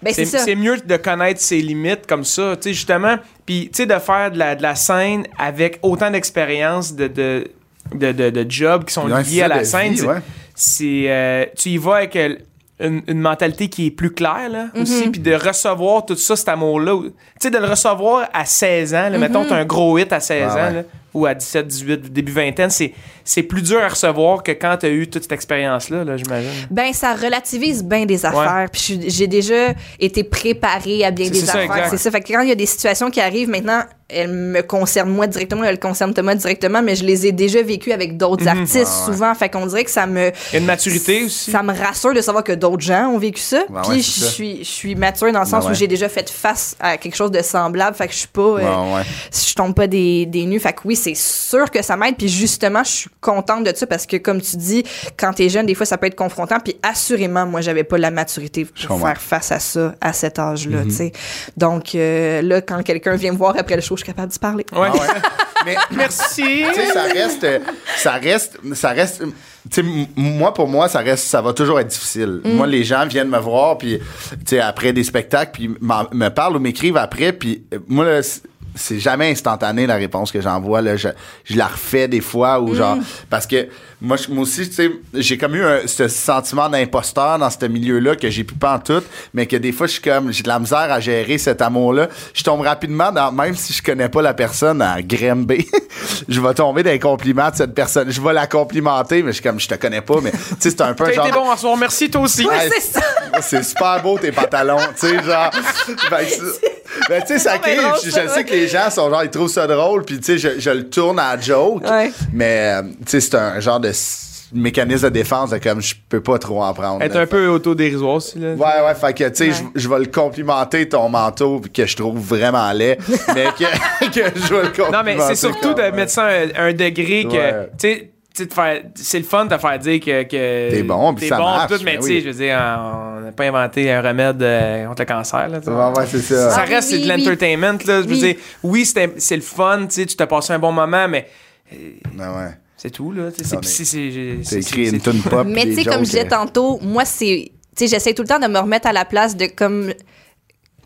[SPEAKER 4] Ben, c'est
[SPEAKER 2] C'est
[SPEAKER 4] ça.
[SPEAKER 2] c'est mieux de connaître ses limites comme ça, tu sais, justement. Puis, tu sais, de faire de la, de la scène avec autant d'expérience de, de, de, de, de jobs qui sont
[SPEAKER 1] Ouais, c'est
[SPEAKER 2] liés à
[SPEAKER 1] ça,
[SPEAKER 2] la
[SPEAKER 1] de
[SPEAKER 2] scène.
[SPEAKER 1] vie,
[SPEAKER 2] c'est-
[SPEAKER 1] ouais.
[SPEAKER 2] c'est euh, Tu y vas avec euh, une, une mentalité qui est plus claire, là,
[SPEAKER 4] Mm-hmm.
[SPEAKER 2] aussi. Puis de recevoir tout ça, cet amour-là. Tu sais, de le recevoir à 16
[SPEAKER 4] Mm-hmm.
[SPEAKER 2] ans, là, mettons, t'as un gros hit à 16
[SPEAKER 1] Ah,
[SPEAKER 2] ans,
[SPEAKER 1] ouais.
[SPEAKER 2] là, ou à 17, 18, début vingtaine, c'est c'est plus dur à recevoir que quand t'as eu toute cette expérience-là, là, j'imagine.
[SPEAKER 4] Ben, ça relativise bien des affaires. Puis je suis- j'ai déjà été préparée à bien
[SPEAKER 2] C'est-
[SPEAKER 4] des
[SPEAKER 2] c'est ça,
[SPEAKER 4] affaires.
[SPEAKER 2] exact.
[SPEAKER 4] C'est ça. Fait que quand il y a des situations qui arrivent maintenant, elles me concernent moi directement, elles concernent Thomas directement, mais je les ai déjà vécues avec d'autres
[SPEAKER 2] Mhm.
[SPEAKER 4] artistes
[SPEAKER 1] Ah ouais.
[SPEAKER 4] souvent. Fait qu'on dirait que ça me.
[SPEAKER 2] Il y a une maturité aussi.
[SPEAKER 4] Ça me rassure de savoir que d'autres gens ont vécu ça.
[SPEAKER 1] Ben
[SPEAKER 4] Puis
[SPEAKER 1] ouais, c'est
[SPEAKER 4] je
[SPEAKER 1] ça.
[SPEAKER 4] suis, je suis mature dans le sens
[SPEAKER 1] Ben
[SPEAKER 4] où
[SPEAKER 1] ouais.
[SPEAKER 4] j'ai déjà fait face à quelque chose de semblable. Fait que je suis pas. euh,
[SPEAKER 1] Ben Ouais, ouais.
[SPEAKER 4] si je tombe pas des, des nues. Fait que oui, c'est sûr que ça m'aide. Puis justement, je suis contente de ça parce que, comme tu dis, quand t'es jeune, des fois, ça peut être confrontant. Puis assurément, moi, j'avais pas la maturité
[SPEAKER 1] Je
[SPEAKER 4] pour
[SPEAKER 1] comprends. Mhm.
[SPEAKER 4] faire face à ça à cet âge-là, tu sais. Donc euh, là, quand quelqu'un vient me voir après le show, je suis capable d'y parler.
[SPEAKER 2] Ouais.
[SPEAKER 1] Ah ouais. Mais
[SPEAKER 2] Merci.
[SPEAKER 1] tu sais, ça reste, euh, ça reste, ça reste. Tu sais, m- moi pour moi, ça reste, ça va toujours être difficile. Moi, les gens viennent me voir, puis tu sais, après des spectacles, puis m'en- me parlent ou m'écrivent après, puis euh, moi là, c- c'est jamais instantané la réponse que j'envoie là, je, je la refais des fois ou genre parce que moi, je- moi aussi, tu sais, j'ai comme eu un- ce sentiment d'imposteur dans ce milieu-là que j'ai pu pas en tout, mais que des fois, je suis comme, j'ai de la misère à gérer cet amour-là. Je tombe rapidement dans, même si je connais pas la personne, à grimper. je vais tomber dans les compliments de cette personne. Je vais la complimenter, mais je suis comme, je te connais pas, mais tu sais, c'est un peu
[SPEAKER 2] T'as
[SPEAKER 1] genre.
[SPEAKER 2] été bon à soir. Merci, toi aussi.
[SPEAKER 4] Ouais,
[SPEAKER 1] Hey,
[SPEAKER 4] c'est ça.
[SPEAKER 1] c'est super beau tes pantalons, tu sais, genre. Fait que c'est- ben, tu sais, ça
[SPEAKER 4] non, mais
[SPEAKER 1] crée.
[SPEAKER 4] drôle,
[SPEAKER 1] je je
[SPEAKER 4] ça,
[SPEAKER 1] le
[SPEAKER 4] ouais.
[SPEAKER 1] sais que les gens sont genre, ils trouvent ça drôle, puis tu sais, je, je le tourne à joke.
[SPEAKER 4] Ouais.
[SPEAKER 1] Mais, euh, tu sais, c'est un genre de s- mécanisme de défense, de comme je peux pas trop en prendre.
[SPEAKER 2] Être un peu autodérisoire aussi, là.
[SPEAKER 1] Ouais, ouais, fait que, tu sais,
[SPEAKER 4] Ouais.
[SPEAKER 1] je- je vais le complimenter ton manteau, puis que je trouve vraiment laid, mais que, que je vais le complimenter.
[SPEAKER 2] Non, mais c'est surtout de
[SPEAKER 1] quand même.
[SPEAKER 2] mettre ça à un, à un degré que,
[SPEAKER 1] Ouais.
[SPEAKER 2] tu sais, tu sais, de faire- c'est le fun de faire dire que, que
[SPEAKER 1] T'es bon, puis
[SPEAKER 2] t'es
[SPEAKER 1] ça
[SPEAKER 2] bon,
[SPEAKER 1] marche,
[SPEAKER 2] tout, mais
[SPEAKER 1] ben
[SPEAKER 2] tu sais,
[SPEAKER 1] oui.
[SPEAKER 2] je veux dire, on n'a pas inventé un remède euh, contre le cancer. Là, tu sais.
[SPEAKER 1] Ouais, ouais, c'est ça.
[SPEAKER 2] Ça
[SPEAKER 4] Ah oui,
[SPEAKER 2] reste c'est de
[SPEAKER 4] oui, oui.
[SPEAKER 2] l'entertainment. là. Je veux
[SPEAKER 4] Oui.
[SPEAKER 2] dire, oui, c'est un- c'est le fun, tu sais, tu t'as passé un bon moment, mais
[SPEAKER 1] Ouais, ouais.
[SPEAKER 2] c'est tout. là. tu sais, c'est-
[SPEAKER 1] Non, mais
[SPEAKER 2] c'est- c'est-
[SPEAKER 1] T'as
[SPEAKER 2] c'est-
[SPEAKER 1] écrit
[SPEAKER 2] c'est-
[SPEAKER 1] une tune pop.
[SPEAKER 4] Mais
[SPEAKER 1] des
[SPEAKER 4] tu sais, comme
[SPEAKER 1] jokes,
[SPEAKER 4] je disais
[SPEAKER 1] euh,
[SPEAKER 4] tantôt, moi, c'est. Tu sais, j'essaie tout le temps de me remettre à la place de comme.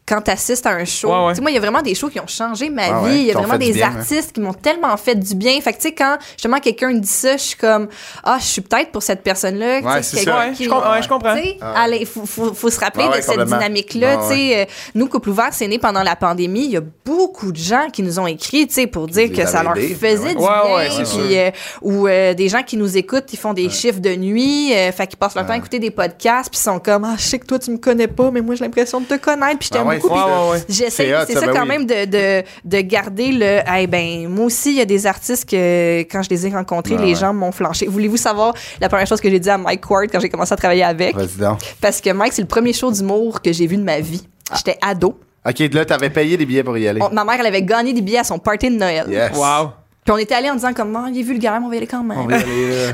[SPEAKER 4] Quand t'assistes à un show,
[SPEAKER 2] Ouais, ouais.
[SPEAKER 4] tu sais, moi, il y a vraiment des shows qui ont changé ma
[SPEAKER 1] Ah
[SPEAKER 4] vie.
[SPEAKER 1] ouais,
[SPEAKER 4] il y
[SPEAKER 1] qui
[SPEAKER 4] a
[SPEAKER 1] ont
[SPEAKER 4] vraiment
[SPEAKER 1] fait du
[SPEAKER 4] des
[SPEAKER 1] bien, hein.
[SPEAKER 4] artistes qui m'ont tellement fait du bien. Fait que, tu sais, quand justement quelqu'un dit ça, je suis comme, ah, je suis peut-être pour cette personne-là.
[SPEAKER 1] Ouais,
[SPEAKER 4] Tu sais,
[SPEAKER 1] c'est ça.
[SPEAKER 4] quelqu'un
[SPEAKER 2] Ouais, je comprends. ouais, je comprends.
[SPEAKER 4] tu sais, allez, faut, faut, faut se rappeler
[SPEAKER 1] Ah ouais,
[SPEAKER 4] de cette
[SPEAKER 1] complètement.
[SPEAKER 4] dynamique-là.
[SPEAKER 1] Ah
[SPEAKER 4] tu sais, euh, nous, Couple Ouvert, c'est né pendant la pandémie. Il y a beaucoup de gens qui nous ont écrit tu sais, pour dire
[SPEAKER 1] les
[SPEAKER 4] que ça
[SPEAKER 1] avaient
[SPEAKER 4] leur
[SPEAKER 1] aidés,
[SPEAKER 4] faisait
[SPEAKER 1] ben ouais.
[SPEAKER 4] du
[SPEAKER 2] Ouais,
[SPEAKER 4] bien.
[SPEAKER 2] ouais, c'est
[SPEAKER 4] puis, euh, ou euh, des gens qui nous écoutent, ils font des chiffres de nuit, euh, fait qu'ils passent leur temps à écouter des podcasts, puis ils sont comme Ah, je sais que toi, tu me connais pas, mais moi, j'ai l'impression de te connaître, puis je
[SPEAKER 1] Ah
[SPEAKER 4] t'aime
[SPEAKER 1] ouais, nice.
[SPEAKER 4] beaucoup.
[SPEAKER 1] Ouais,
[SPEAKER 4] Puis
[SPEAKER 1] ouais, ouais.
[SPEAKER 4] J'essaie,
[SPEAKER 1] C'est hot,
[SPEAKER 4] c'est
[SPEAKER 1] ça,
[SPEAKER 4] ça,
[SPEAKER 1] ben
[SPEAKER 4] quand
[SPEAKER 1] oui.
[SPEAKER 4] même de, de, de garder le. Eh ben, moi aussi, il y a des artistes que quand je les ai rencontrés,
[SPEAKER 1] Ouais,
[SPEAKER 4] les
[SPEAKER 1] Ben ouais.
[SPEAKER 4] gens m'ont flanché. Voulez-vous savoir la première chose que j'ai dit à Mike Ward quand j'ai commencé à travailler avec?
[SPEAKER 1] Vas-y donc.
[SPEAKER 4] Parce que Mike, c'est le premier show d'humour que j'ai vu de ma vie.
[SPEAKER 1] Ah.
[SPEAKER 4] J'étais ado.
[SPEAKER 1] Ok, là, t'avais payé des billets pour y aller.
[SPEAKER 4] On- ma mère, elle avait gagné des billets à son party de Noël.
[SPEAKER 1] Yes.
[SPEAKER 2] Wow.
[SPEAKER 4] Puis on était allés en disant comme, Ah, il est vulgaire, mais on va y aller quand même.
[SPEAKER 1] On va y aller, euh.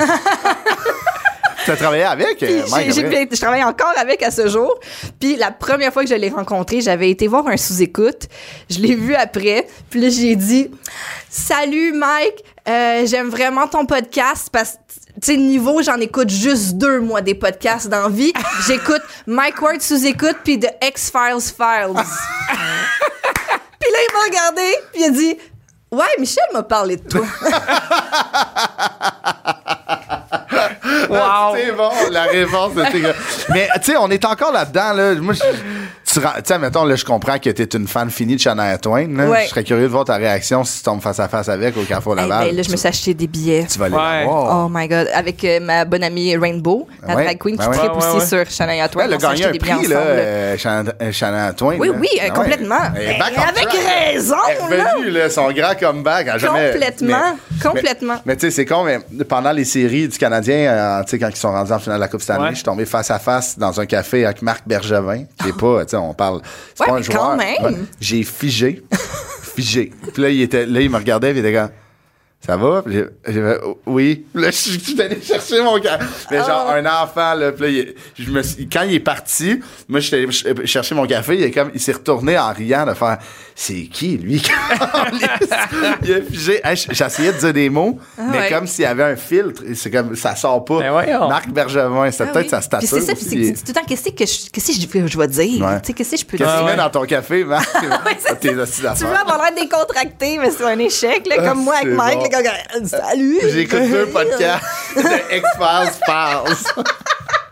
[SPEAKER 1] T'as travaillé avec euh,
[SPEAKER 4] Puis
[SPEAKER 1] Mike?
[SPEAKER 4] j'ai- j'ai-
[SPEAKER 1] après?
[SPEAKER 4] je travaille encore avec à ce jour. Puis la première fois que je l'ai rencontré, j'avais été voir un sous-écoute. Je l'ai vu après. Puis là, j'ai dit Salut Mike, euh, j'aime vraiment ton podcast parce que. Tu sais, niveau, j'en écoute juste deux, moi, des podcasts dans vie. J'écoute Mike Ward sous-écoute puis The X-Files Files. puis là, il m'a regardé, puis il a dit Ouais, Michel m'a parlé de toi.
[SPEAKER 2] Wow.
[SPEAKER 1] Ah, C'est bon, la réponse de tes gars. Mais tu sais, on est encore là-dedans. Là. Moi, je- tu ra- tu sais, mettons, là, je comprends que t'es une fan finie de Shania Twain. là.
[SPEAKER 4] Ouais.
[SPEAKER 1] Je serais curieux de voir ta réaction si tu tombes face à face avec au Carrefour
[SPEAKER 4] Eh
[SPEAKER 1] Laval.
[SPEAKER 4] ben, là, je me suis acheté des billets.
[SPEAKER 1] Tu vas aller
[SPEAKER 2] Ouais.
[SPEAKER 1] la voir.
[SPEAKER 4] Oh my god, avec euh, ma bonne amie Rainbow, la
[SPEAKER 1] Ouais.
[SPEAKER 4] drag queen qui
[SPEAKER 1] Ben ouais. Ben,
[SPEAKER 4] tripe
[SPEAKER 2] Ouais,
[SPEAKER 4] aussi
[SPEAKER 2] ouais,
[SPEAKER 4] sur Shania Twain.
[SPEAKER 1] Elle a
[SPEAKER 4] On s'est
[SPEAKER 1] gagné
[SPEAKER 4] acheté
[SPEAKER 1] un
[SPEAKER 4] des billets
[SPEAKER 1] prix, là,
[SPEAKER 4] ensemble.
[SPEAKER 1] euh, Shana- euh, Shania Twain.
[SPEAKER 4] Oui,
[SPEAKER 1] là.
[SPEAKER 4] oui, euh,
[SPEAKER 1] Ah ouais.
[SPEAKER 4] complètement.
[SPEAKER 1] Elle est
[SPEAKER 4] Ben,
[SPEAKER 1] back on
[SPEAKER 4] avec
[SPEAKER 1] track.
[SPEAKER 4] raison,
[SPEAKER 1] Elle est
[SPEAKER 4] là.
[SPEAKER 1] revenue, là, son grand comeback. elle a jamais-
[SPEAKER 4] Complètement,
[SPEAKER 1] mais-
[SPEAKER 4] complètement.
[SPEAKER 1] Mais, mais tu sais, c'est con, mais pendant les séries du Canadien, euh, tu sais, quand ils sont rendus en finale de la Coupe Stanley,
[SPEAKER 2] Ouais.
[SPEAKER 1] je suis tombé face à face dans un café avec Marc Bergevin, qui est pas, tu sais, on parle. C'est
[SPEAKER 4] Ouais,
[SPEAKER 1] pas un
[SPEAKER 4] mais
[SPEAKER 1] joueur.
[SPEAKER 4] quand même.
[SPEAKER 1] J'ai figé. figé. Puis là, il, était, là, il me regardait, puis il était comme. Ça va? Puis j'ai- j'ai fait, Oh, oui. Puis là, je suis je suis allé chercher mon gars. Mais
[SPEAKER 4] Ah.
[SPEAKER 1] genre, un enfant, là. Puis là, il- je me suis- quand il est parti, moi, je suis allé ch- chercher mon café. Il, est comme, il s'est retourné en riant de faire C'est qui, lui? il a figé. Hey, j- J'essayais de dire des mots, mais
[SPEAKER 4] Ah, ouais.
[SPEAKER 1] comme s'il y avait un filtre. Et C'est comme, ça sort pas.
[SPEAKER 2] Ben voyons.
[SPEAKER 1] Marc Bergevin, c'était
[SPEAKER 4] Ah
[SPEAKER 1] peut-être
[SPEAKER 4] oui.
[SPEAKER 1] sa stature.
[SPEAKER 4] Puis c'est ça, puis
[SPEAKER 1] aussi.
[SPEAKER 4] c'est que tu dis tout le temps, qu'est-ce que je, qu'est-ce que je, je vais dire?
[SPEAKER 1] Ouais.
[SPEAKER 4] Tu sais, qu'est-ce que je peux
[SPEAKER 2] Ah,
[SPEAKER 1] Qu'est-ce que tu
[SPEAKER 4] dire?
[SPEAKER 1] mets dans ton café, Marc? Tes hosties
[SPEAKER 4] Tu
[SPEAKER 1] d'affaires.
[SPEAKER 4] veux avoir l'air décontracté, mais c'est un échec, là,
[SPEAKER 1] Ah,
[SPEAKER 4] comme moi avec
[SPEAKER 1] c'est
[SPEAKER 4] Mike,
[SPEAKER 1] bon.
[SPEAKER 4] là, quand- euh, salut!
[SPEAKER 1] J'écoute deux podcasts de X-Files Files.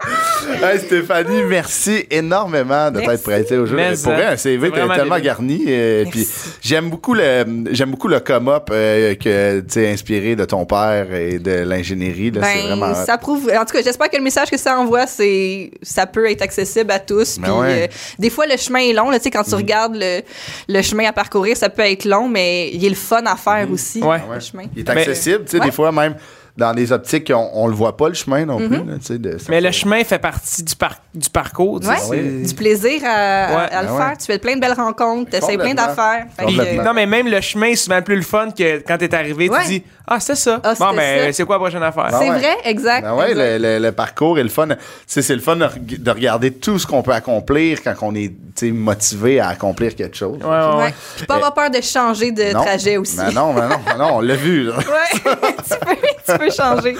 [SPEAKER 1] Hey, Stéphanie, merci énormément de t'être
[SPEAKER 4] Merci.
[SPEAKER 1] prêtée au jeu.
[SPEAKER 2] Mais
[SPEAKER 1] Pour
[SPEAKER 2] ça,
[SPEAKER 1] vrai, un CV
[SPEAKER 2] c'est
[SPEAKER 1] t'es
[SPEAKER 2] vraiment
[SPEAKER 1] tellement
[SPEAKER 2] débile.
[SPEAKER 1] garni. euh,
[SPEAKER 4] Merci.
[SPEAKER 1] puis j'aime beaucoup le j'aime beaucoup le come-up euh, que tu es inspiré de ton père et de l'ingénierie. là, c'est vraiment.
[SPEAKER 4] Ben, ça prouve. En tout cas, j'espère que le message que ça envoie, c'est ça peut être accessible à tous.
[SPEAKER 1] Ben
[SPEAKER 4] Puis,
[SPEAKER 1] ouais. Mm.
[SPEAKER 4] euh, des fois, le chemin est long. Là, tu sais, quand tu regardes le, le chemin à parcourir, ça peut être long, mais il est le fun à faire aussi.
[SPEAKER 2] Ouais.
[SPEAKER 1] Ah ouais.
[SPEAKER 4] Le chemin.
[SPEAKER 1] Il est
[SPEAKER 2] Mais-
[SPEAKER 1] accessible, tu sais,
[SPEAKER 4] Ouais. Mm-hmm.
[SPEAKER 1] des fois même dans des optiques, on, on le voit pas le chemin non plus. là, tu sais, de-
[SPEAKER 2] Mais le chemin fait partie du, par- du parcours. tu sais,
[SPEAKER 4] Ouais.
[SPEAKER 2] c'est-
[SPEAKER 4] Du plaisir à, à-
[SPEAKER 2] Ouais.
[SPEAKER 4] à le
[SPEAKER 1] Ben
[SPEAKER 4] faire.
[SPEAKER 1] Ah ouais.
[SPEAKER 4] Tu fais plein de belles rencontres, tu essaies plein
[SPEAKER 1] Complètement.
[SPEAKER 4] d'affaires. Fait que, euh,
[SPEAKER 2] Puis,
[SPEAKER 1] Complètement.
[SPEAKER 2] non, mais même le chemin est souvent plus le fun que quand t'es arrivé,
[SPEAKER 4] Ouais.
[SPEAKER 2] tu dis Ah, c'est ça.
[SPEAKER 4] Ah,
[SPEAKER 2] bon,
[SPEAKER 4] c'était
[SPEAKER 2] ben,
[SPEAKER 4] ça.
[SPEAKER 2] c'est quoi la prochaine affaire?
[SPEAKER 1] Ah
[SPEAKER 4] C'est
[SPEAKER 1] ouais.
[SPEAKER 4] vrai, exact.
[SPEAKER 1] Ben ouais,
[SPEAKER 4] exact.
[SPEAKER 1] le, le- le parcours est le fun. Tu sais, c'est le fun de, reg- de regarder tout ce qu'on peut accomplir quand on est tu sais, motivé à accomplir quelque chose.
[SPEAKER 2] Ouais, ouais, ouais.
[SPEAKER 4] Ouais. Puis pas avoir peur de changer de
[SPEAKER 1] Eh. Non.
[SPEAKER 4] trajet aussi.
[SPEAKER 1] Ben non, ben non, ben non, on l'a vu. là.
[SPEAKER 4] Ouais, tu, peux, tu peux changer.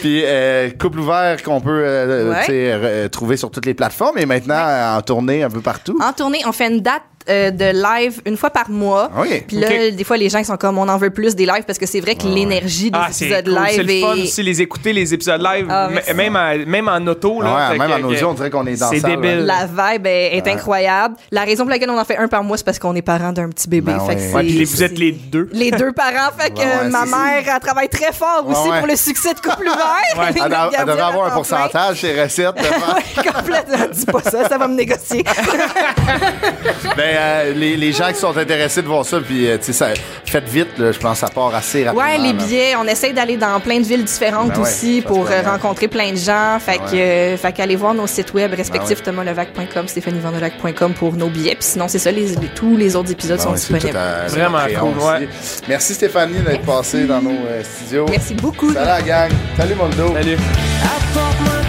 [SPEAKER 1] Puis euh, couple ouvert qu'on peut euh,
[SPEAKER 4] Ouais.
[SPEAKER 1] tu sais, re- euh, trouver sur toutes les plateformes et maintenant euh, en tournée un peu partout.
[SPEAKER 4] En tournée, on fait une date euh, de live une fois par mois.
[SPEAKER 1] Ah Oui.
[SPEAKER 4] Puis là,
[SPEAKER 2] Ok.
[SPEAKER 4] des fois, les gens ils sont comme, on en veut plus des lives parce que c'est vrai que l'énergie des
[SPEAKER 2] Ah, c'est
[SPEAKER 4] épisodes
[SPEAKER 2] cool. C'est
[SPEAKER 4] live
[SPEAKER 2] le
[SPEAKER 4] est.
[SPEAKER 2] fun aussi, les écouter, les épisodes live,
[SPEAKER 4] Ah,
[SPEAKER 2] m-
[SPEAKER 4] merci.
[SPEAKER 2] même, en, même en auto. Là,
[SPEAKER 1] Ouais,
[SPEAKER 2] Fait
[SPEAKER 1] même
[SPEAKER 2] que-
[SPEAKER 1] en audio,
[SPEAKER 2] que-
[SPEAKER 1] on dirait qu'on est dans
[SPEAKER 2] C'est
[SPEAKER 1] la salle,
[SPEAKER 2] débile.
[SPEAKER 4] La vibe est, est incroyable. La raison pour laquelle on en fait un par mois, c'est parce qu'on est parents d'un petit bébé.
[SPEAKER 1] Ben
[SPEAKER 4] Fait que
[SPEAKER 1] ouais.
[SPEAKER 4] c'est-
[SPEAKER 2] Ouais, puis les- vous
[SPEAKER 4] c'est-
[SPEAKER 2] êtes les deux.
[SPEAKER 4] Les deux parents, fait que
[SPEAKER 1] Ouais, ouais,
[SPEAKER 4] euh,
[SPEAKER 1] c'est-
[SPEAKER 4] ma mère, elle travaille très fort
[SPEAKER 1] Ouais,
[SPEAKER 4] aussi
[SPEAKER 1] ouais.
[SPEAKER 4] pour le succès de Couple Ouvert.
[SPEAKER 2] Ouais.
[SPEAKER 4] Elle est
[SPEAKER 1] Elle, doit-
[SPEAKER 4] notre
[SPEAKER 1] elle devrait
[SPEAKER 4] gardienne
[SPEAKER 1] avoir
[SPEAKER 4] à
[SPEAKER 1] un
[SPEAKER 4] temps plein.
[SPEAKER 1] pourcentage ses recettes. de faire-
[SPEAKER 4] Ouais, complètement. Dis pas ça, ça va me négocier.
[SPEAKER 1] ben, euh, les, les gens qui sont intéressés de voir ça, puis euh, tu sais, ça- faites vite, là, je pense que ça part assez rapidement.
[SPEAKER 4] Ouais,
[SPEAKER 1] là.
[SPEAKER 4] les billets, on essaye d'aller dans plein de villes différentes
[SPEAKER 1] Ben ouais,
[SPEAKER 4] aussi
[SPEAKER 1] ça
[SPEAKER 4] pour
[SPEAKER 1] se
[SPEAKER 4] euh,
[SPEAKER 1] permet.
[SPEAKER 4] rencontrer plein de gens. Fait
[SPEAKER 1] Ben
[SPEAKER 4] que, euh, fait qu'allez voir nos sites web respectifs
[SPEAKER 1] ouais.
[SPEAKER 4] thomaslevac.com, stéphanievandevac.com pour nos billets. Puis sinon, c'est ça, les, les- tous les autres épisodes
[SPEAKER 1] Ah
[SPEAKER 4] sont
[SPEAKER 1] ouais, c'est
[SPEAKER 4] disponibles.
[SPEAKER 1] tout à-
[SPEAKER 2] Vraiment
[SPEAKER 1] à
[SPEAKER 2] cool,
[SPEAKER 1] créer
[SPEAKER 2] ouais.
[SPEAKER 1] aussi. Merci Stéphanie d'être passée dans nos euh, studios.
[SPEAKER 4] Merci beaucoup.
[SPEAKER 1] Salut la gang. Salut mon dos.
[SPEAKER 2] Salut.
[SPEAKER 3] I thought my